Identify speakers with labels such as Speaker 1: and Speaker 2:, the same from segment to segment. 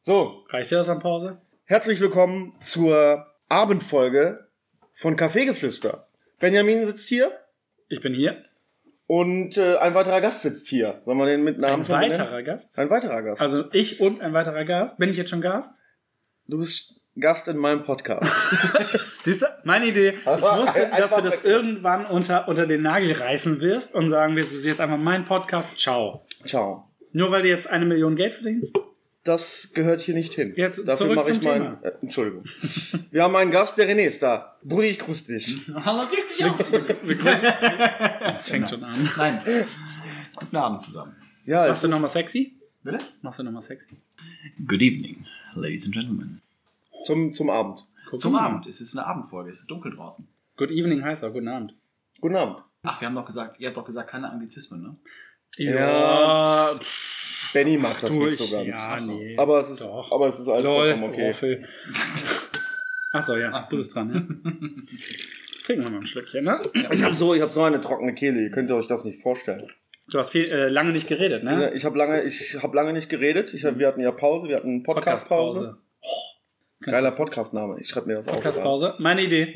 Speaker 1: So,
Speaker 2: Reicht dir das an Pause?
Speaker 1: herzlich willkommen zur Abendfolge von Kaffeegeflüster. Benjamin sitzt hier
Speaker 2: Ich bin hier.
Speaker 1: und äh, ein weiterer Gast sitzt hier. Sollen wir den mit Namen
Speaker 2: Ein
Speaker 1: schon benennen?
Speaker 2: weiterer Gast.
Speaker 1: Ein weiterer Gast.
Speaker 2: Also ich und ein weiterer Gast. Bin ich jetzt schon Gast?
Speaker 1: du bist Gast in meinem Podcast.
Speaker 2: Siehst du, meine Idee. Ich
Speaker 1: Aber
Speaker 2: wusste,
Speaker 1: ein-
Speaker 2: dass du
Speaker 1: einfach
Speaker 2: das
Speaker 1: weg.
Speaker 2: irgendwann unter, unter den Nagel reißen wirst und sagen wirst, es ist jetzt einfach mein Podcast. Ciao.
Speaker 1: Ciao.
Speaker 2: Nur weil du jetzt eine Million Geld verdienst?
Speaker 1: Das gehört hier nicht hin.
Speaker 2: Jetzt zurück zum
Speaker 1: meinen. Äh, Entschuldigung. Wir haben einen Gast, der René ist da. Brudi, ich grüße dich.
Speaker 3: Hallo, grüß dich auch.
Speaker 2: Wir grüßen- Das fängt schon an.
Speaker 3: Nein. Guten Abend zusammen.
Speaker 1: Ja,
Speaker 2: Machst du
Speaker 1: es ist-
Speaker 2: nochmal sexy?
Speaker 3: Bitte?
Speaker 2: Machst du nochmal sexy?
Speaker 3: Good evening, ladies and gentlemen.
Speaker 1: zum, zum Abend.
Speaker 2: Guck
Speaker 3: Zum
Speaker 2: mal.
Speaker 3: Abend. Es ist eine Abendfolge. Es ist dunkel draußen.
Speaker 2: Good evening heißt auch guten Abend.
Speaker 1: Guten Abend.
Speaker 3: Ach, wir haben doch gesagt, ihr habt doch gesagt, keine Anglizismen, ne?
Speaker 1: Ja.
Speaker 2: Ja, pff,
Speaker 1: Benny macht das
Speaker 2: du,
Speaker 1: nicht
Speaker 2: ich,
Speaker 1: so ganz.
Speaker 2: ja, nee.
Speaker 1: Aber es ist,
Speaker 2: Doch.
Speaker 1: aber es ist alles
Speaker 2: Lol, Oh,
Speaker 1: vollkommen okay.
Speaker 2: Roffel. Achso, ja, du bist dran, ja. Trinken wir mal ein Schlückchen, ne?
Speaker 1: Ich habe so, ich hab so eine trockene Kehle, ihr könnt euch das nicht vorstellen.
Speaker 2: Du hast viel, äh, lange nicht geredet, ne?
Speaker 1: Ich habe lange, ich hab lange nicht geredet. Ich hab, wir hatten ja Pause, wir hatten Podcast-Pause.
Speaker 2: Mhm. Podcast-Pause.
Speaker 1: Geiler Podcast-Name, ich schreibe mir das auf.
Speaker 2: Podcast-Pause. Meine Idee.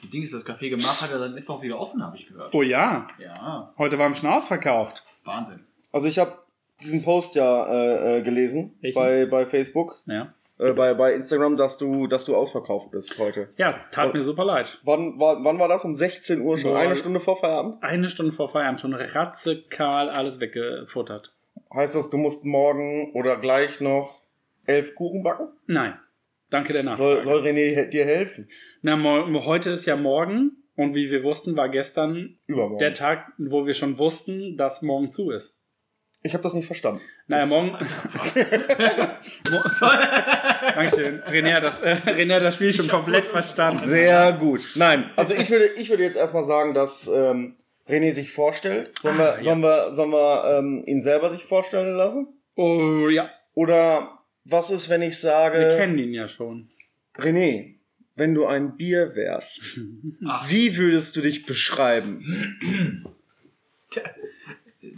Speaker 3: Das Ding ist, das Café gemacht hat er seit Mittwoch wieder offen, habe ich gehört.
Speaker 2: Oh ja,
Speaker 3: Ja,
Speaker 2: heute war im Schnauz verkauft.
Speaker 3: Wahnsinn.
Speaker 1: Also ich habe diesen Post ja äh, äh, gelesen
Speaker 2: Welchen?
Speaker 1: bei, bei Facebook,
Speaker 2: Ja.
Speaker 1: äh, bei, bei Instagram, dass du, dass du ausverkauft bist heute.
Speaker 2: Ja, es tat mir super leid.
Speaker 1: Wann war, wann war das? Um 16 Uhr schon?
Speaker 2: Boah.
Speaker 1: Eine Stunde vor Feierabend?
Speaker 2: Eine Stunde vor Feierabend schon ratzekal alles weggefuttert.
Speaker 1: Heißt das, du musst morgen oder gleich noch elf Kuchen backen?
Speaker 2: Nein. Danke der Nachfrage.
Speaker 1: Soll, soll René he- dir helfen?
Speaker 2: Na, mo- heute ist ja morgen und wie wir wussten, war gestern
Speaker 1: Übermorgen.
Speaker 2: der Tag, wo wir schon wussten, dass morgen zu ist.
Speaker 1: ich habe das nicht verstanden.
Speaker 2: Naja, morgen. Dankeschön. René hat das, äh, René hat das Spiel schon komplett verstanden.
Speaker 1: Sehr gut. Nein, also ich würde, ich würde jetzt erstmal sagen, dass ähm, René sich vorstellt.
Speaker 2: Ah,
Speaker 1: Sollen wir, sollen wir, sollen wir ähm, ihn selber sich vorstellen lassen?
Speaker 2: Oh ja,
Speaker 1: Oder was ist, wenn ich
Speaker 2: wir
Speaker 1: sage,
Speaker 2: kennen ihn ja schon.
Speaker 1: René, wenn du ein Bier wärst,
Speaker 3: Ach.
Speaker 1: wie würdest du dich beschreiben?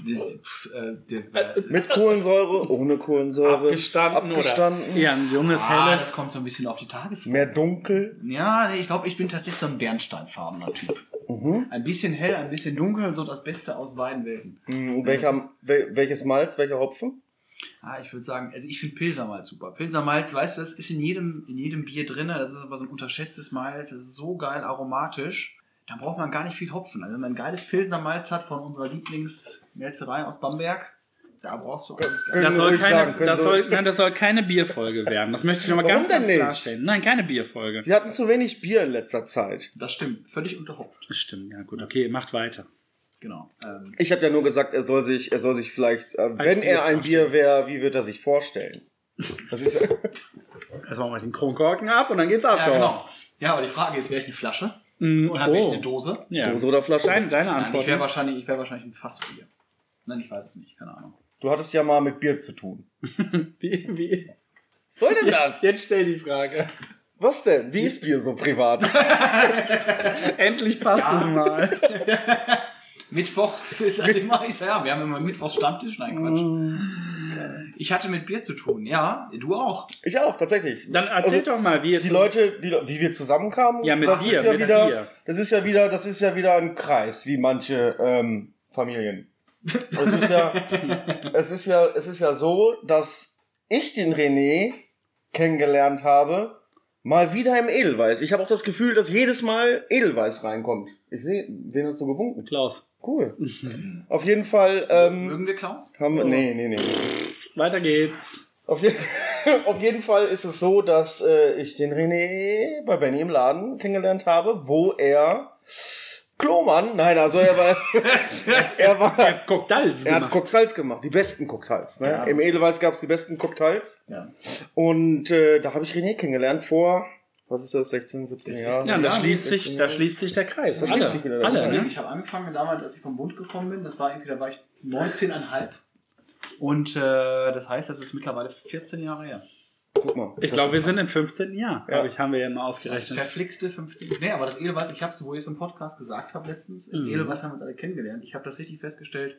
Speaker 3: Die- pf, äh, die-
Speaker 1: Mit Kohlensäure, ohne Kohlensäure,
Speaker 2: Abgestanden, oder?
Speaker 1: abgestanden
Speaker 2: Ja, ein junges,
Speaker 3: Ah,
Speaker 2: helles.
Speaker 3: das kommt so ein bisschen auf die Tagesform.
Speaker 1: mehr dunkel.
Speaker 3: Ja, nee, ich glaube, ich bin tatsächlich so ein bernsteinfarbener Typ. Ein bisschen hell, ein bisschen dunkel, so das Beste aus beiden Welten.
Speaker 1: Hm, Welcher,
Speaker 3: Das ist-
Speaker 1: wel, welches Malz, welcher Hopfen?
Speaker 3: Ah, ich würde sagen, also ich finde Pilsermalz super. Pilsermalz, weißt du, das ist in jedem, in jedem Bier drin. Das ist aber so ein unterschätztes Malz. Das ist so geil aromatisch. Da braucht man gar nicht viel Hopfen. Also wenn man ein geiles Pilsermalz hat von unserer Lieblingsmelzerei aus Bamberg, da brauchst du eigentlich gar
Speaker 1: können
Speaker 2: Das
Speaker 1: wir
Speaker 2: soll,
Speaker 1: ruhig
Speaker 2: keine,
Speaker 1: sagen, können
Speaker 2: das,
Speaker 1: wir-
Speaker 2: soll, nein, das soll keine Bierfolge werden. Das möchte ich nochmal
Speaker 1: Warum
Speaker 2: ganz,
Speaker 1: denn
Speaker 2: ganz
Speaker 1: nicht?
Speaker 2: klarstellen. Nein, keine Bierfolge.
Speaker 1: Wir hatten zu wenig Bier in letzter Zeit.
Speaker 3: Das stimmt, völlig unterhopft.
Speaker 2: Das stimmt, ja gut. Okay, macht weiter.
Speaker 3: Genau. Ähm,
Speaker 1: Ich habe ja nur gesagt, er soll sich, er soll sich vielleicht, äh, wenn
Speaker 2: Bier
Speaker 1: er ein Bier wäre, wie wird er sich vorstellen? Das ist ja,
Speaker 2: Erstmal mache ich den Kronkorken ab und dann geht's ab.
Speaker 3: ja,
Speaker 2: doch.
Speaker 3: genau. Ja, aber die Frage ist, wäre ich eine Flasche?
Speaker 2: Mm,
Speaker 3: Oder wäre ich
Speaker 2: oh.
Speaker 3: eine Dose?
Speaker 2: Ja.
Speaker 1: Dose oder Flasche?
Speaker 2: Deine, deine
Speaker 3: Nein, ich
Speaker 2: Antwort. ne?
Speaker 3: wäre wahrscheinlich, ich wär wahrscheinlich ein Fassbier. Nein, ich weiß es nicht, keine Ahnung.
Speaker 1: du hattest ja mal mit Bier zu tun.
Speaker 2: wie, wie,
Speaker 1: Was soll denn das?
Speaker 2: jetzt stell die Frage.
Speaker 1: Was denn? Wie ist Bier so privat?
Speaker 2: Endlich passt es mal.
Speaker 3: Mittwochs ist halt immer, ich sag, ja, wir haben immer Mittwochs Stammtisch, nein, Quatsch. Ich hatte mit Bier zu tun, ja, du auch.
Speaker 1: Ich auch, tatsächlich.
Speaker 2: Dann erzähl
Speaker 1: Also,
Speaker 2: doch mal, wie jetzt
Speaker 1: Die Leute, die, wie wir zusammenkamen,
Speaker 2: Ja, mit
Speaker 1: das
Speaker 2: Bier,
Speaker 1: ist ja
Speaker 2: mit
Speaker 1: wieder,
Speaker 2: Bier.
Speaker 1: das ist ja wieder, das ist ja wieder ein Kreis, wie manche ähm, Familien. es ist ja, es ist ja, es ist ja so, dass ich den René kennengelernt habe, mal wieder im Edelweiß. Ich habe auch das Gefühl, dass jedes Mal Edelweiß reinkommt. Ich sehe, wen hast du gewunken?
Speaker 2: Klaus.
Speaker 1: Cool. Auf jeden Fall, ähm,
Speaker 3: Mögen wir Klaus?
Speaker 1: haben wir, nee, nee, nee.
Speaker 2: Weiter geht's.
Speaker 1: Auf, je auf jeden Fall ist es so, dass äh, ich den René bei Benny im Laden kennengelernt habe, wo er Klomann, nein, also er war, er war,
Speaker 2: Cocktails
Speaker 1: er hat Cocktails gemacht, die besten Cocktails. Ne? Im Edelweiß gab es die besten Cocktails
Speaker 3: Ja.
Speaker 1: und äh, da habe ich René kennengelernt vor, was ist das, 16, 17
Speaker 3: Das ist-
Speaker 2: Ja,
Speaker 1: Jahren.
Speaker 2: und da
Speaker 3: Ja,
Speaker 2: schließt
Speaker 1: das-
Speaker 2: sich, da schließt sich der Kreis.
Speaker 1: Da schließt sich wieder
Speaker 2: Alle,
Speaker 1: der
Speaker 2: alle,
Speaker 1: Kreis.
Speaker 2: ne?
Speaker 3: Ich habe angefangen damals, als ich vom Bund gekommen bin, das war irgendwie, da war ich 19,5. Und äh, das heißt, das ist mittlerweile 14 Jahre her.
Speaker 1: Guck mal,
Speaker 2: Ich
Speaker 1: das-
Speaker 2: glaube, wir sind im 15. Jahr.
Speaker 1: Ja.
Speaker 2: Hab Ich, haben wir ja mal
Speaker 3: Das
Speaker 2: ausgerechnet.
Speaker 3: verflixte 15. Nee, aber das Edelweiß, ich habe es, wo ich es im Podcast gesagt habe letztens, im
Speaker 2: Mhm.
Speaker 3: Edelweiß haben wir uns alle kennengelernt. Ich habe das richtig festgestellt,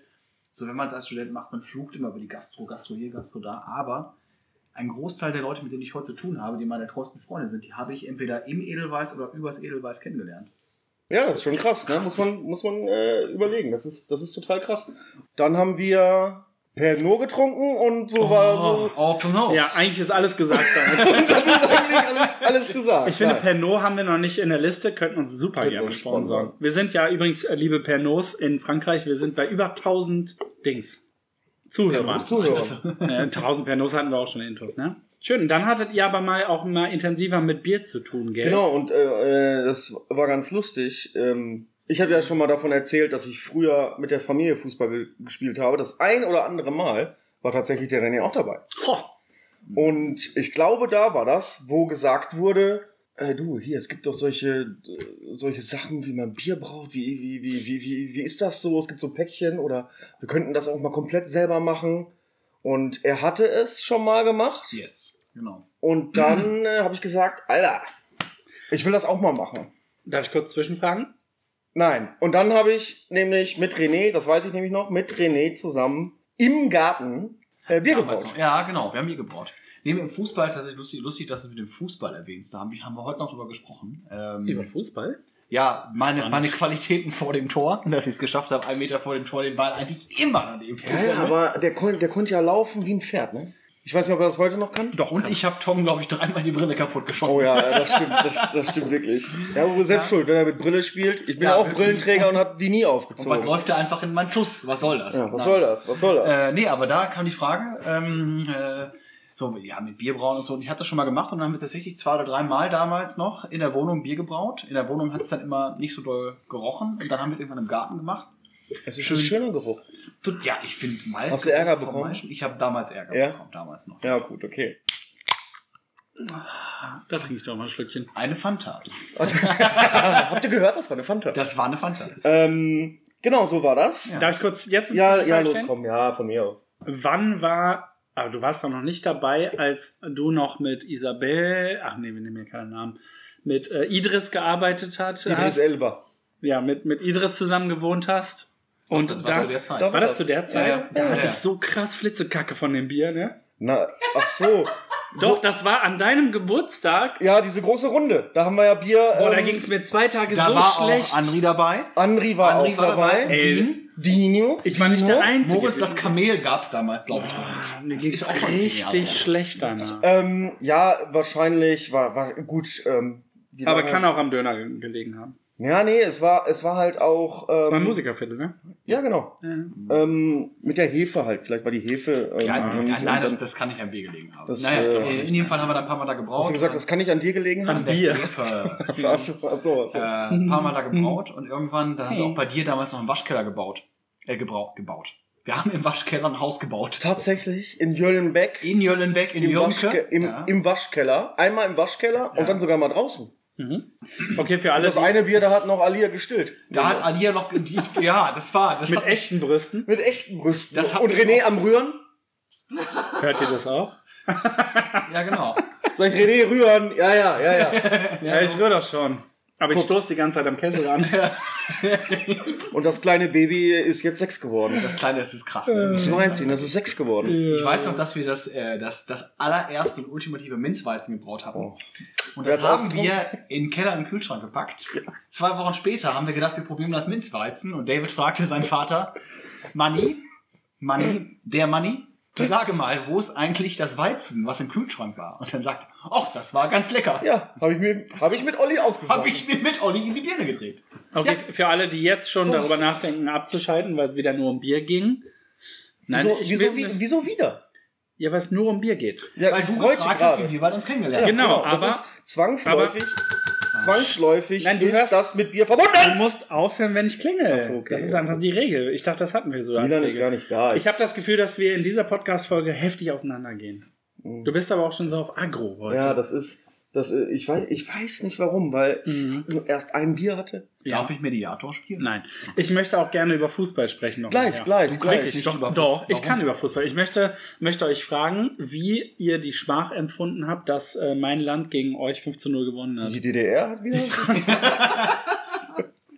Speaker 3: so wenn man es als Student macht, man flucht immer über die Gastro, Gastro hier, Gastro da, aber ein Großteil der Leute, mit denen ich heute zu tun habe, die meine treuesten Freunde sind, die habe ich entweder im Edelweiß oder übers Edelweiß kennengelernt.
Speaker 1: Ja, das ist schon krass, ne? muss man, muss man äh, überlegen. Das ist, das ist total krass. Dann haben wir Pernod getrunken und so war so.
Speaker 3: oh Pernod.
Speaker 2: Ja, eigentlich ist alles gesagt damit.
Speaker 1: Und das ist eigentlich alles, alles gesagt.
Speaker 2: Ich finde,
Speaker 1: Nein.
Speaker 2: Pernod haben wir noch nicht in der Liste, könnten uns super
Speaker 1: Könnten
Speaker 2: gerne
Speaker 1: uns sponsern.
Speaker 2: sponsern. Wir sind ja übrigens, äh, liebe Pernots in Frankreich, wir sind bei über 1000 Dings. Zuhörer.
Speaker 3: Pernots?
Speaker 1: Zuhörer.
Speaker 2: Äh, 1000 Pernots hatten wir auch schon in Intus, ne? Schön, und dann hattet ihr aber mal auch mal intensiver mit Bier zu tun, gell?
Speaker 1: Genau, und äh, äh, das war ganz lustig. Ähm, ich habe ja schon mal davon erzählt, dass ich früher mit der Familie Fußball ge- gespielt habe. Das ein oder andere Mal war tatsächlich der René auch dabei.
Speaker 2: Ho,
Speaker 1: Und ich glaube, da war das, wo gesagt wurde, äh, du, hier, es gibt doch solche, äh, solche Sachen, wie man Bier braucht, wie, wie, wie, wie, wie, wie ist das so? Es gibt so Päckchen oder wir könnten das auch mal komplett selber machen. Und er hatte es schon mal gemacht.
Speaker 3: Yes, genau.
Speaker 1: Und dann äh, habe ich gesagt, Alter, ich will das auch mal machen.
Speaker 2: darf ich kurz zwischenfragen?
Speaker 1: Nein. Und dann habe ich nämlich mit René, das weiß ich nämlich noch, mit René zusammen im Garten äh, Bier
Speaker 3: Damals
Speaker 1: gebraut.
Speaker 3: noch. Ja, genau, wir haben hier gebraut. Nee, im Fußball tatsächlich lustig, lustig, dass du mit dem Fußball erwähnst. Da haben, haben wir heute noch drüber gesprochen. Ähm,
Speaker 2: Über Fußball?
Speaker 3: Ja, meine,
Speaker 2: Spannend.
Speaker 3: meine Qualitäten vor dem Tor, dass ich es geschafft habe, einen Meter vor dem Tor den Ball eigentlich immer daneben zu
Speaker 1: Ja, ja,
Speaker 3: sammeln.
Speaker 1: aber der, kon der konnte ja laufen wie ein Pferd, ne? Ich weiß nicht, ob er das heute noch kann.
Speaker 2: Doch.
Speaker 3: Und ich habe Tom, glaube ich, dreimal die Brille kaputt geschossen.
Speaker 1: Oh ja, das stimmt, das, das stimmt wirklich. Ja, aber selbst schuld, wenn er mit Brille spielt. Ich bin
Speaker 3: Ja,
Speaker 1: auch
Speaker 3: wirklich.
Speaker 1: Brillenträger und habe die nie
Speaker 3: Und was
Speaker 1: aufgezogen.
Speaker 3: läuft da einfach in meinen Schuss? Was soll das?
Speaker 1: ja, was
Speaker 3: Nein.
Speaker 1: soll das? Was soll das?
Speaker 3: Äh, nee, aber da kam die Frage, ähm, äh, so, ja, mit Bierbrauen und so. Und ich hatte das schon mal gemacht und dann haben wir tatsächlich zwei oder drei Mal damals noch in der Wohnung Bier gebraut. In der Wohnung hat es dann immer nicht so doll gerochen und dann haben wir es irgendwann im Garten gemacht.
Speaker 1: es ist ein schöner Geruch.
Speaker 3: Tut- Ja, ich finde Malz.
Speaker 1: Hast du Ärger
Speaker 3: vom
Speaker 1: bekommen?
Speaker 3: Malz- Ich habe damals Ärger
Speaker 1: Ja?
Speaker 3: bekommen, damals noch.
Speaker 1: Ja, gut, okay.
Speaker 2: Da trinke ich doch mal ein Schlückchen.
Speaker 3: Eine Fanta.
Speaker 1: Habt ihr gehört, das war eine Fanta?
Speaker 3: Das war eine Fanta.
Speaker 1: Ähm, genau, so war das.
Speaker 3: Ja.
Speaker 2: Darf ich kurz jetzt eine
Speaker 1: Ja, ja,
Speaker 2: Zwischenfrage
Speaker 1: los,
Speaker 2: stellen?
Speaker 1: komm, ja, von mir aus.
Speaker 2: Wann war, aber du warst doch noch nicht dabei, als du noch mit Isabel, ach nee, wir nehmen ja keinen Namen, mit äh, Idris gearbeitet hat,
Speaker 1: Idris
Speaker 2: hast.
Speaker 1: Elba.
Speaker 2: Ja, mit, mit Idris zusammen gewohnt hast. Und
Speaker 3: das
Speaker 2: da,
Speaker 3: war zu der Zeit.
Speaker 2: War das zu der Zeit?
Speaker 3: Ja, ja.
Speaker 2: Da
Speaker 3: Ja,
Speaker 2: hatte
Speaker 3: ja.
Speaker 2: ich so krass Flitzekacke von dem Bier, ne?
Speaker 1: Na, ach so.
Speaker 2: Doch, das war an deinem Geburtstag.
Speaker 1: Ja, diese große Runde. Da haben wir ja Bier.
Speaker 2: Boah, da
Speaker 1: ähm,
Speaker 2: ging es mir zwei Tage
Speaker 3: Da
Speaker 2: so
Speaker 3: war
Speaker 2: schlecht.
Speaker 3: auch Andri dabei.
Speaker 1: Andri war
Speaker 3: Andri
Speaker 1: auch
Speaker 3: war
Speaker 1: dabei.
Speaker 3: dabei.
Speaker 1: Äh,
Speaker 2: Ey,
Speaker 3: Dean.
Speaker 1: Dino.
Speaker 2: ich war nicht der Einzige.
Speaker 3: Moritz, das Kamel gab es damals, glaube ich. noch.
Speaker 2: Mir
Speaker 3: Das
Speaker 2: ging
Speaker 3: ist auch
Speaker 2: es
Speaker 3: schon zehn Jahre her.
Speaker 2: richtig schlecht danach.
Speaker 1: Ähm, ja, wahrscheinlich war, war gut. Ähm, wie
Speaker 2: Aber
Speaker 1: lange-
Speaker 2: kann auch am Döner ge- gelegen haben.
Speaker 1: Ja, nee, es war, es war halt auch. Ähm,
Speaker 2: Das war ein Musikerviertel, ne?
Speaker 1: Ja, genau. Ähm, mit der Hefe halt. Vielleicht war die Hefe. Ähm,
Speaker 3: Ja,
Speaker 1: und-
Speaker 3: nein, nein,
Speaker 1: und
Speaker 3: das,
Speaker 1: dann-
Speaker 3: das kann ich am Bier gelegen haben.
Speaker 1: Das,
Speaker 3: naja,
Speaker 1: äh,
Speaker 3: stimmt. in jedem Fall haben wir da ein paar Mal da gebraut.
Speaker 1: hast du gesagt, das kann nicht an dir gelegen haben?
Speaker 2: An-
Speaker 3: der
Speaker 2: Bier.
Speaker 3: Hefe,
Speaker 1: Ach so, ach so, Mhm. ach so, ach
Speaker 3: äh,
Speaker 1: so.
Speaker 3: ein paar Mal da gebraut und irgendwann, dann haben wir
Speaker 2: Hey.
Speaker 3: auch bei dir damals noch einen Waschkeller gebaut. Äh, gebraucht, gebaut. Wir haben im Waschkeller ein Haus gebaut.
Speaker 1: Tatsächlich in Jöllenbeck.
Speaker 3: In Jöllenbeck, in
Speaker 1: Im, Waschke
Speaker 3: Jöllenke.
Speaker 1: im,
Speaker 3: ja.
Speaker 1: Im Waschkeller. Einmal im Waschkeller
Speaker 3: Ja.
Speaker 1: und dann sogar mal draußen.
Speaker 2: Okay, für alle
Speaker 1: Das
Speaker 2: die-
Speaker 1: eine Bier, da hat noch Alia gestillt. Genau.
Speaker 3: Da hat Alia noch, die, ja, das war, das
Speaker 2: mit
Speaker 3: hat,
Speaker 2: echten Brüsten.
Speaker 1: Mit echten Brüsten.
Speaker 3: Das hab
Speaker 1: und
Speaker 3: ich
Speaker 1: René
Speaker 3: auch.
Speaker 1: am Rühren?
Speaker 2: Hört ihr das auch?
Speaker 3: ja, genau.
Speaker 1: Sag ich René rühren? Ja, ja, ja, ja.
Speaker 2: Ja, ich rühre das schon. Aber ich stoße die ganze Zeit am Kessel an.
Speaker 1: Und das kleine Baby ist jetzt sechs geworden. Das
Speaker 3: Das Kleine das ist krass. Ne?
Speaker 1: ist 19, das ist sechs geworden.
Speaker 3: Ich weiß noch, dass wir das, äh, das, das allererste und ultimative Minzweizen gebraut hatten.
Speaker 1: Oh.
Speaker 3: Und
Speaker 1: Wer hat's
Speaker 3: das haben
Speaker 1: ausgetrunken?
Speaker 3: wir in den Keller und den Kühlschrank gepackt. Zwei Wochen später haben wir gedacht, wir probieren das Minzweizen. Und David fragte seinen Vater, Manni, Manni, der Manni, du sage mal, wo ist eigentlich das Weizen, was im Kühlschrank war? Und dann sagt, er, ach, das war ganz lecker.
Speaker 1: Ja, habe ich, mir- hab ich mit Olli ausgesagt.
Speaker 3: Hab ich mir mit Olli in die Birne gedreht.
Speaker 2: Okay, für alle, die jetzt
Speaker 1: Oh.
Speaker 2: schon darüber nachdenken, abzuschalten, weil es wieder nur um Bier ging. Nein,
Speaker 1: Wieso,
Speaker 2: ich
Speaker 1: wieso,
Speaker 2: will
Speaker 1: wie,
Speaker 2: nicht-
Speaker 1: wieso wieder?
Speaker 2: Ja, weil es nur um Bier geht.
Speaker 1: Ja,
Speaker 3: Weil du
Speaker 1: heute
Speaker 3: gefragt hast, wie
Speaker 1: gerade.
Speaker 3: wir beide uns kennengelernt haben.
Speaker 2: Genau,
Speaker 1: das
Speaker 2: aber-
Speaker 1: ist zwangsläufig, zwangsläufig
Speaker 2: Nein, du
Speaker 1: ist
Speaker 2: hörst-
Speaker 1: das mit Bier
Speaker 2: Du
Speaker 1: verbunden.
Speaker 2: musst aufhören, wenn ich klingel.
Speaker 1: so, okay.
Speaker 2: Das ist einfach die Regel. Ich dachte, das hatten wir so. als
Speaker 1: Milan ist
Speaker 2: Regel.
Speaker 1: gar nicht da.
Speaker 2: Ich habe das Gefühl, dass wir in dieser Podcast-Folge heftig auseinandergehen. Du bist aber auch schon so auf Agro heute.
Speaker 1: Oh. ja, das ist, das, äh, ich, weiß, ich weiß nicht warum, weil
Speaker 2: Mhm.
Speaker 1: ich nur erst ein Bier hatte.
Speaker 3: Darf ich Mediator spielen?
Speaker 2: Nein. Ich möchte auch gerne über Fußball sprechen. Noch
Speaker 1: Gleich,
Speaker 2: nachher.
Speaker 1: gleich, gleich.
Speaker 3: Wirklich? nicht
Speaker 2: doch,
Speaker 3: über Fußball.
Speaker 2: doch ich
Speaker 3: Warum?
Speaker 2: kann über Fußball. Ich möchte, möchte euch fragen, wie ihr die Schmach empfunden habt, dass äh, mein Land gegen euch 5 zu 0 gewonnen hat.
Speaker 1: Die DDR hat wieder.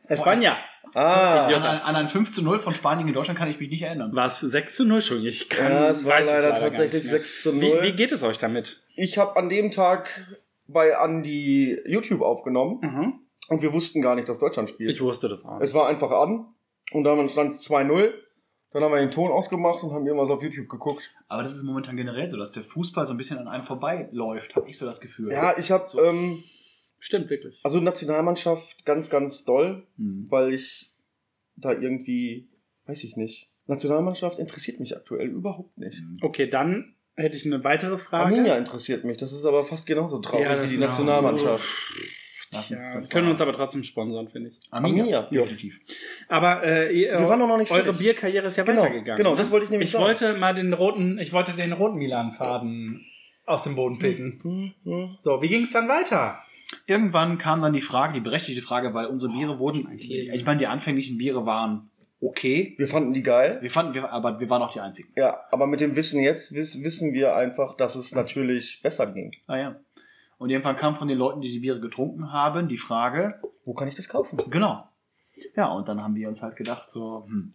Speaker 2: Espanja.
Speaker 1: Ah.
Speaker 2: Ja.
Speaker 3: An, ein- an ein 5 zu 0 von Spanien gegen Deutschland kann ich mich nicht erinnern.
Speaker 2: War es 6 zu 0 schon? Ich kann,
Speaker 1: Ja, es war
Speaker 2: weiß
Speaker 1: leider
Speaker 2: gar
Speaker 1: tatsächlich
Speaker 2: nicht mehr.
Speaker 1: 6 zu
Speaker 2: Wie,
Speaker 1: 0.
Speaker 2: wie geht es euch damit?
Speaker 1: Ich habe an dem Tag bei Andy YouTube aufgenommen
Speaker 2: Mhm.
Speaker 1: und wir wussten gar nicht, dass Deutschland spielt.
Speaker 2: Ich wusste das auch. nicht.
Speaker 1: Es war einfach an und dann stand es 2-0. Dann haben wir den Ton ausgemacht und haben irgendwas auf YouTube geguckt.
Speaker 3: Aber das ist momentan generell so, dass der Fußball so ein bisschen an einem vorbeiläuft, habe ich so das Gefühl.
Speaker 1: Ja, ich habe ähm,
Speaker 2: Stimmt, wirklich.
Speaker 1: also Nationalmannschaft ganz, ganz doll,
Speaker 3: Mhm.
Speaker 1: weil ich da irgendwie, weiß ich nicht. Nationalmannschaft interessiert mich aktuell überhaupt nicht.
Speaker 2: Okay, dann hätte ich eine weitere Frage.
Speaker 1: Arminia interessiert mich, das ist aber fast genauso traurig
Speaker 2: Ja, das
Speaker 1: wie die
Speaker 2: ist-
Speaker 1: Nationalmannschaft.
Speaker 3: Lass
Speaker 2: Ja,
Speaker 3: uns das
Speaker 2: können
Speaker 3: mal-
Speaker 2: uns aber trotzdem sponsern, finde ich.
Speaker 3: Arminia,
Speaker 1: Arminia.
Speaker 3: definitiv.
Speaker 2: Aber äh, ihr,
Speaker 1: Wir waren doch noch nicht
Speaker 2: eure
Speaker 1: fertig.
Speaker 2: Bierkarriere ist ja
Speaker 1: Genau,
Speaker 2: weitergegangen.
Speaker 1: genau,
Speaker 2: ne?
Speaker 1: das wollte ich nämlich
Speaker 2: Ich
Speaker 1: sagen.
Speaker 2: wollte mal den roten, ich wollte den roten Milan-Faden aus dem Boden picken.
Speaker 1: Mhm,
Speaker 2: So, wie ging es dann weiter?
Speaker 3: Irgendwann kam dann die Frage, die berechtigte Frage, weil unsere Biere wurden,
Speaker 2: okay.
Speaker 3: ich meine, die anfänglichen Biere waren okay.
Speaker 1: Wir fanden die geil.
Speaker 3: Wir fanden, wir, aber wir waren auch die einzigen.
Speaker 1: Ja, aber mit dem Wissen jetzt wiss, wissen wir einfach, dass es natürlich besser ging.
Speaker 3: Ah ja. Und irgendwann kam von den Leuten, die die Biere getrunken haben, die Frage,
Speaker 1: Wo kann ich das kaufen?
Speaker 3: Genau. Ja, und dann haben wir uns halt gedacht, so, hm,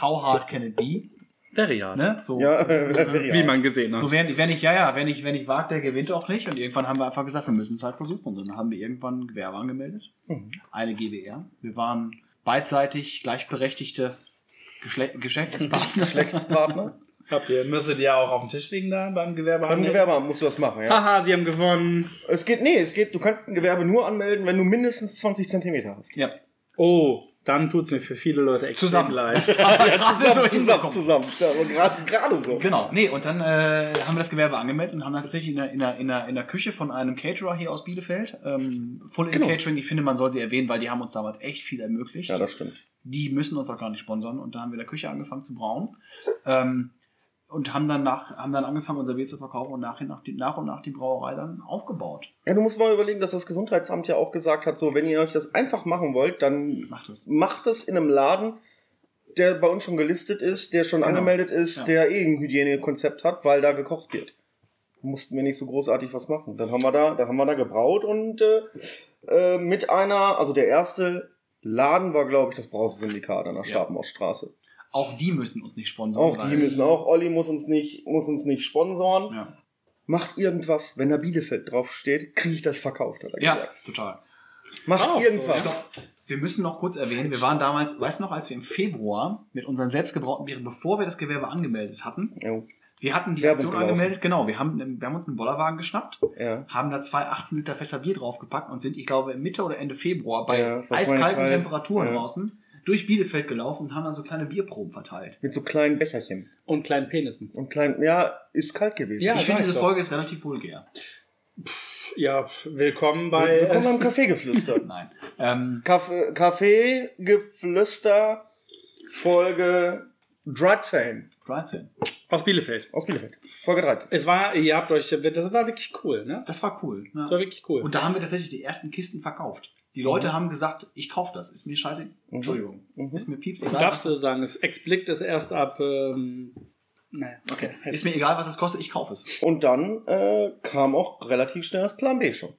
Speaker 3: how hard can it be?
Speaker 2: Very hard.
Speaker 3: Ne? So,
Speaker 1: Ja,
Speaker 2: Wie man gesehen hat.
Speaker 3: so wer, wer nicht, ja, ja, wer nicht, wer nicht wagt, der gewinnt auch nicht. Und irgendwann haben wir einfach gesagt, wir müssen es halt versuchen. Und dann haben wir irgendwann Gewerbe angemeldet.
Speaker 1: Mhm.
Speaker 3: Eine GBR. Wir waren beidseitig gleichberechtigte Geschle Geschäftspartner.
Speaker 1: Geschlechtspartner.
Speaker 2: Habt ihr, müsstet ihr auch auf den Tisch liegen da beim Gewerbe?
Speaker 1: Beim Gewerbe musst du das machen, ja.
Speaker 2: Haha, sie haben gewonnen.
Speaker 1: Es geht, nee, es geht, du kannst ein Gewerbe nur anmelden, wenn du mindestens 20 Zentimeter hast.
Speaker 3: ja.
Speaker 2: Oh, dann tut's mir für viele Leute extrem
Speaker 3: Zusammen.
Speaker 2: leid.
Speaker 3: Zusammen,
Speaker 1: zusammen. Ja, aber gerade- gerade so.
Speaker 3: Genau, nee, und dann äh, haben wir das Gewerbe angemeldet und haben dann tatsächlich in der, in der, in der, in der Küche von einem Caterer hier aus Bielefeld, ähm, Full In
Speaker 1: Genau.
Speaker 3: Catering, ich finde, man soll sie erwähnen, weil die haben uns damals echt viel ermöglicht.
Speaker 1: Ja, das stimmt.
Speaker 3: die müssen uns auch gar nicht sponsern und da haben wir in der Küche angefangen zu brauen. Ähm, und haben dann, nach, haben dann angefangen, unser Bier zu verkaufen und nach, und nach, die, nach und nach die Brauerei dann aufgebaut.
Speaker 1: Ja, du musst mal überlegen, dass das Gesundheitsamt ja auch gesagt hat, so, wenn ihr euch das einfach machen wollt, dann
Speaker 3: Macht das.
Speaker 1: macht das in einem Laden, der bei uns schon gelistet ist, der schon
Speaker 3: Genau.
Speaker 1: angemeldet ist,
Speaker 3: Ja.
Speaker 1: der eh ein Hygienekonzept hat, weil da gekocht wird. Mussten wir nicht so großartig was machen. Dann haben wir da, dann haben wir da gebraut und äh, äh, mit einer, also der erste Laden war, glaube ich, das Brausesyndikat an der
Speaker 3: Ja.
Speaker 1: Stapenhausstraße.
Speaker 3: Auch die müssen uns nicht sponsern.
Speaker 1: Auch die
Speaker 3: weil-
Speaker 1: müssen auch. Olli muss uns nicht, muss uns nicht sponsoren.
Speaker 3: Ja,
Speaker 1: Macht irgendwas, wenn da Bielefeld draufsteht, kriege ich das verkauft, hat er
Speaker 3: ja
Speaker 1: gesagt.
Speaker 3: total.
Speaker 1: Macht
Speaker 2: Auch so,
Speaker 1: irgendwas.
Speaker 3: Wir müssen noch kurz erwähnen, wir waren damals, weißt du noch, als wir im Februar mit unseren selbstgebrauten Bieren, bevor wir das Gewerbe angemeldet hatten,
Speaker 1: Jo,
Speaker 3: wir hatten die
Speaker 1: Werbung
Speaker 3: Aktion
Speaker 1: gelaufen.
Speaker 3: angemeldet, genau, wir haben, wir haben uns einen Bollerwagen geschnappt,
Speaker 1: ja.
Speaker 3: haben da zwei 18 Liter Fässer Bier draufgepackt und sind, ich glaube, im Mitte oder Ende Februar bei
Speaker 1: Ja, es war
Speaker 3: eiskalten
Speaker 1: schweinekalt.
Speaker 3: Temperaturen
Speaker 1: Ja.
Speaker 3: draußen durch Bielefeld gelaufen und haben dann so kleine Bierproben verteilt.
Speaker 1: Mit so kleinen Becherchen.
Speaker 2: Und kleinen Penissen.
Speaker 1: Und kleinen, ja, ist kalt gewesen.
Speaker 2: Ja,
Speaker 3: ich
Speaker 2: sag
Speaker 3: finde,
Speaker 2: ich
Speaker 3: diese
Speaker 2: doch.
Speaker 3: Folge ist relativ vulgär.
Speaker 2: Ja, willkommen bei.
Speaker 1: Willkommen beim Kaffeegeflüster.
Speaker 3: Nein. Ähm,
Speaker 1: Kaffee- Kaffeegeflüster Folge 13
Speaker 3: 13.
Speaker 2: äh, aus Bielefeld.
Speaker 1: aus Bielefeld. Folge 13.
Speaker 2: Es war, ihr habt euch, das war wirklich cool, ne?
Speaker 3: Das war cool. Ja.
Speaker 2: Das war wirklich cool.
Speaker 3: Und da haben wir tatsächlich die ersten Kisten verkauft. Die
Speaker 2: Mhm.
Speaker 3: Leute haben gesagt, ich kaufe das. Ist mir scheiße. Entschuldigung. Ist mir pieps egal.
Speaker 2: Darfst Mhm. du
Speaker 3: was das-
Speaker 2: sagen, es explikt es erst ab. Ähm, naja,
Speaker 3: Okay. Ist mir egal, was es kostet, ich kaufe es.
Speaker 1: Und dann äh, kam auch relativ schnell das Plan B schon.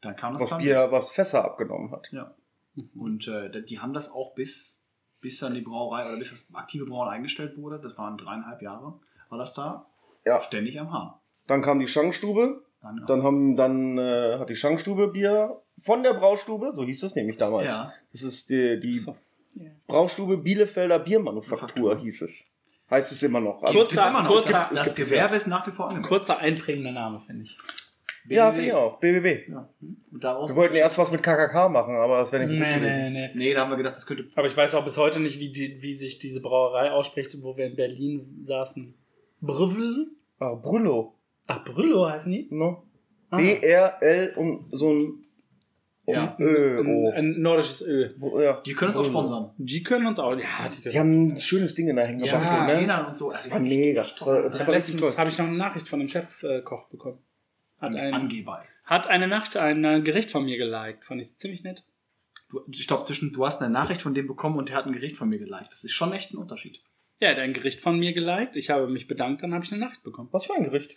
Speaker 3: Dann kam das
Speaker 1: Was
Speaker 3: Plan B.
Speaker 1: Bier, was Fässer abgenommen hat.
Speaker 3: Ja.
Speaker 1: Mhm.
Speaker 3: Und äh, die haben das auch bis, bis dann die Brauerei oder bis das aktive Brauen eingestellt wurde, das waren dreieinhalb Jahre, war das da
Speaker 1: Ja.
Speaker 3: ständig am Hahn.
Speaker 1: Dann kam die Schankstube.
Speaker 3: Dann,
Speaker 1: Dann, haben, dann äh, hat die Schankstube Bier von der Braustube, so hieß es nämlich damals.
Speaker 3: Ja.
Speaker 1: Das ist die, die
Speaker 2: So.
Speaker 1: Braustube Bielefelder Biermanufaktur
Speaker 3: Manufaktur.
Speaker 1: hieß es. Heißt es immer noch. Also
Speaker 3: das
Speaker 2: Kurz-
Speaker 3: gibt's immer noch.
Speaker 2: kurz-
Speaker 1: es
Speaker 3: das, das
Speaker 1: gibt's
Speaker 3: Gewerbe ist nach wie vor angemeldet.
Speaker 2: Kurzer einprägender Name, finde ich.
Speaker 1: ja,
Speaker 3: BBB.
Speaker 1: finde ich auch. BBB.
Speaker 3: Ja. Und daraus
Speaker 1: Wir wollten erst was mit KKK machen, aber das wäre nicht so gut gewesen.
Speaker 2: nee.
Speaker 3: Nee, da haben wir gedacht, das könnte.
Speaker 2: Aber ich weiß auch bis heute nicht, wie, die, wie sich diese Brauerei ausspricht, wo wir in Berlin saßen. Brüvel?
Speaker 1: Ah, Brüllo.
Speaker 2: Ach, Brüllo heißen die?
Speaker 1: Ne?
Speaker 2: Ah.
Speaker 1: B-R-L und so ein um
Speaker 3: Ja.
Speaker 1: Ö.
Speaker 2: Ein,
Speaker 1: O.
Speaker 2: ein nordisches Öl.
Speaker 1: Br- ja.
Speaker 3: Die können uns auch
Speaker 1: Brüllo.
Speaker 3: sponsern.
Speaker 2: Die können uns auch. Ja, die
Speaker 1: Die
Speaker 2: können.
Speaker 1: haben ein schönes Ding in der
Speaker 3: Ja,
Speaker 1: Hängeschaffe,
Speaker 2: Ah.
Speaker 3: ja.
Speaker 1: ne?
Speaker 3: und so. Also Das
Speaker 1: Das
Speaker 3: ist
Speaker 1: war
Speaker 3: nicht
Speaker 1: mega. Das war,
Speaker 2: Ich
Speaker 1: das
Speaker 2: hab
Speaker 1: war richtig
Speaker 2: letztens
Speaker 1: toll.
Speaker 2: habe ich noch eine Nachricht von dem Chefkoch bekommen. Hat, ein,
Speaker 3: angebei.
Speaker 2: hat eine Nacht ein äh, Gericht von mir geliked. Fand ich ziemlich nett.
Speaker 3: Du, ich glaube, zwischen du hast eine Nachricht von dem bekommen und der hat ein Gericht von mir geliked. Das ist schon echt ein Unterschied.
Speaker 2: Ja, er hat ein Gericht von mir geliked. Ich habe mich bedankt, dann habe ich eine Nachricht bekommen.
Speaker 1: Was für ein Gericht?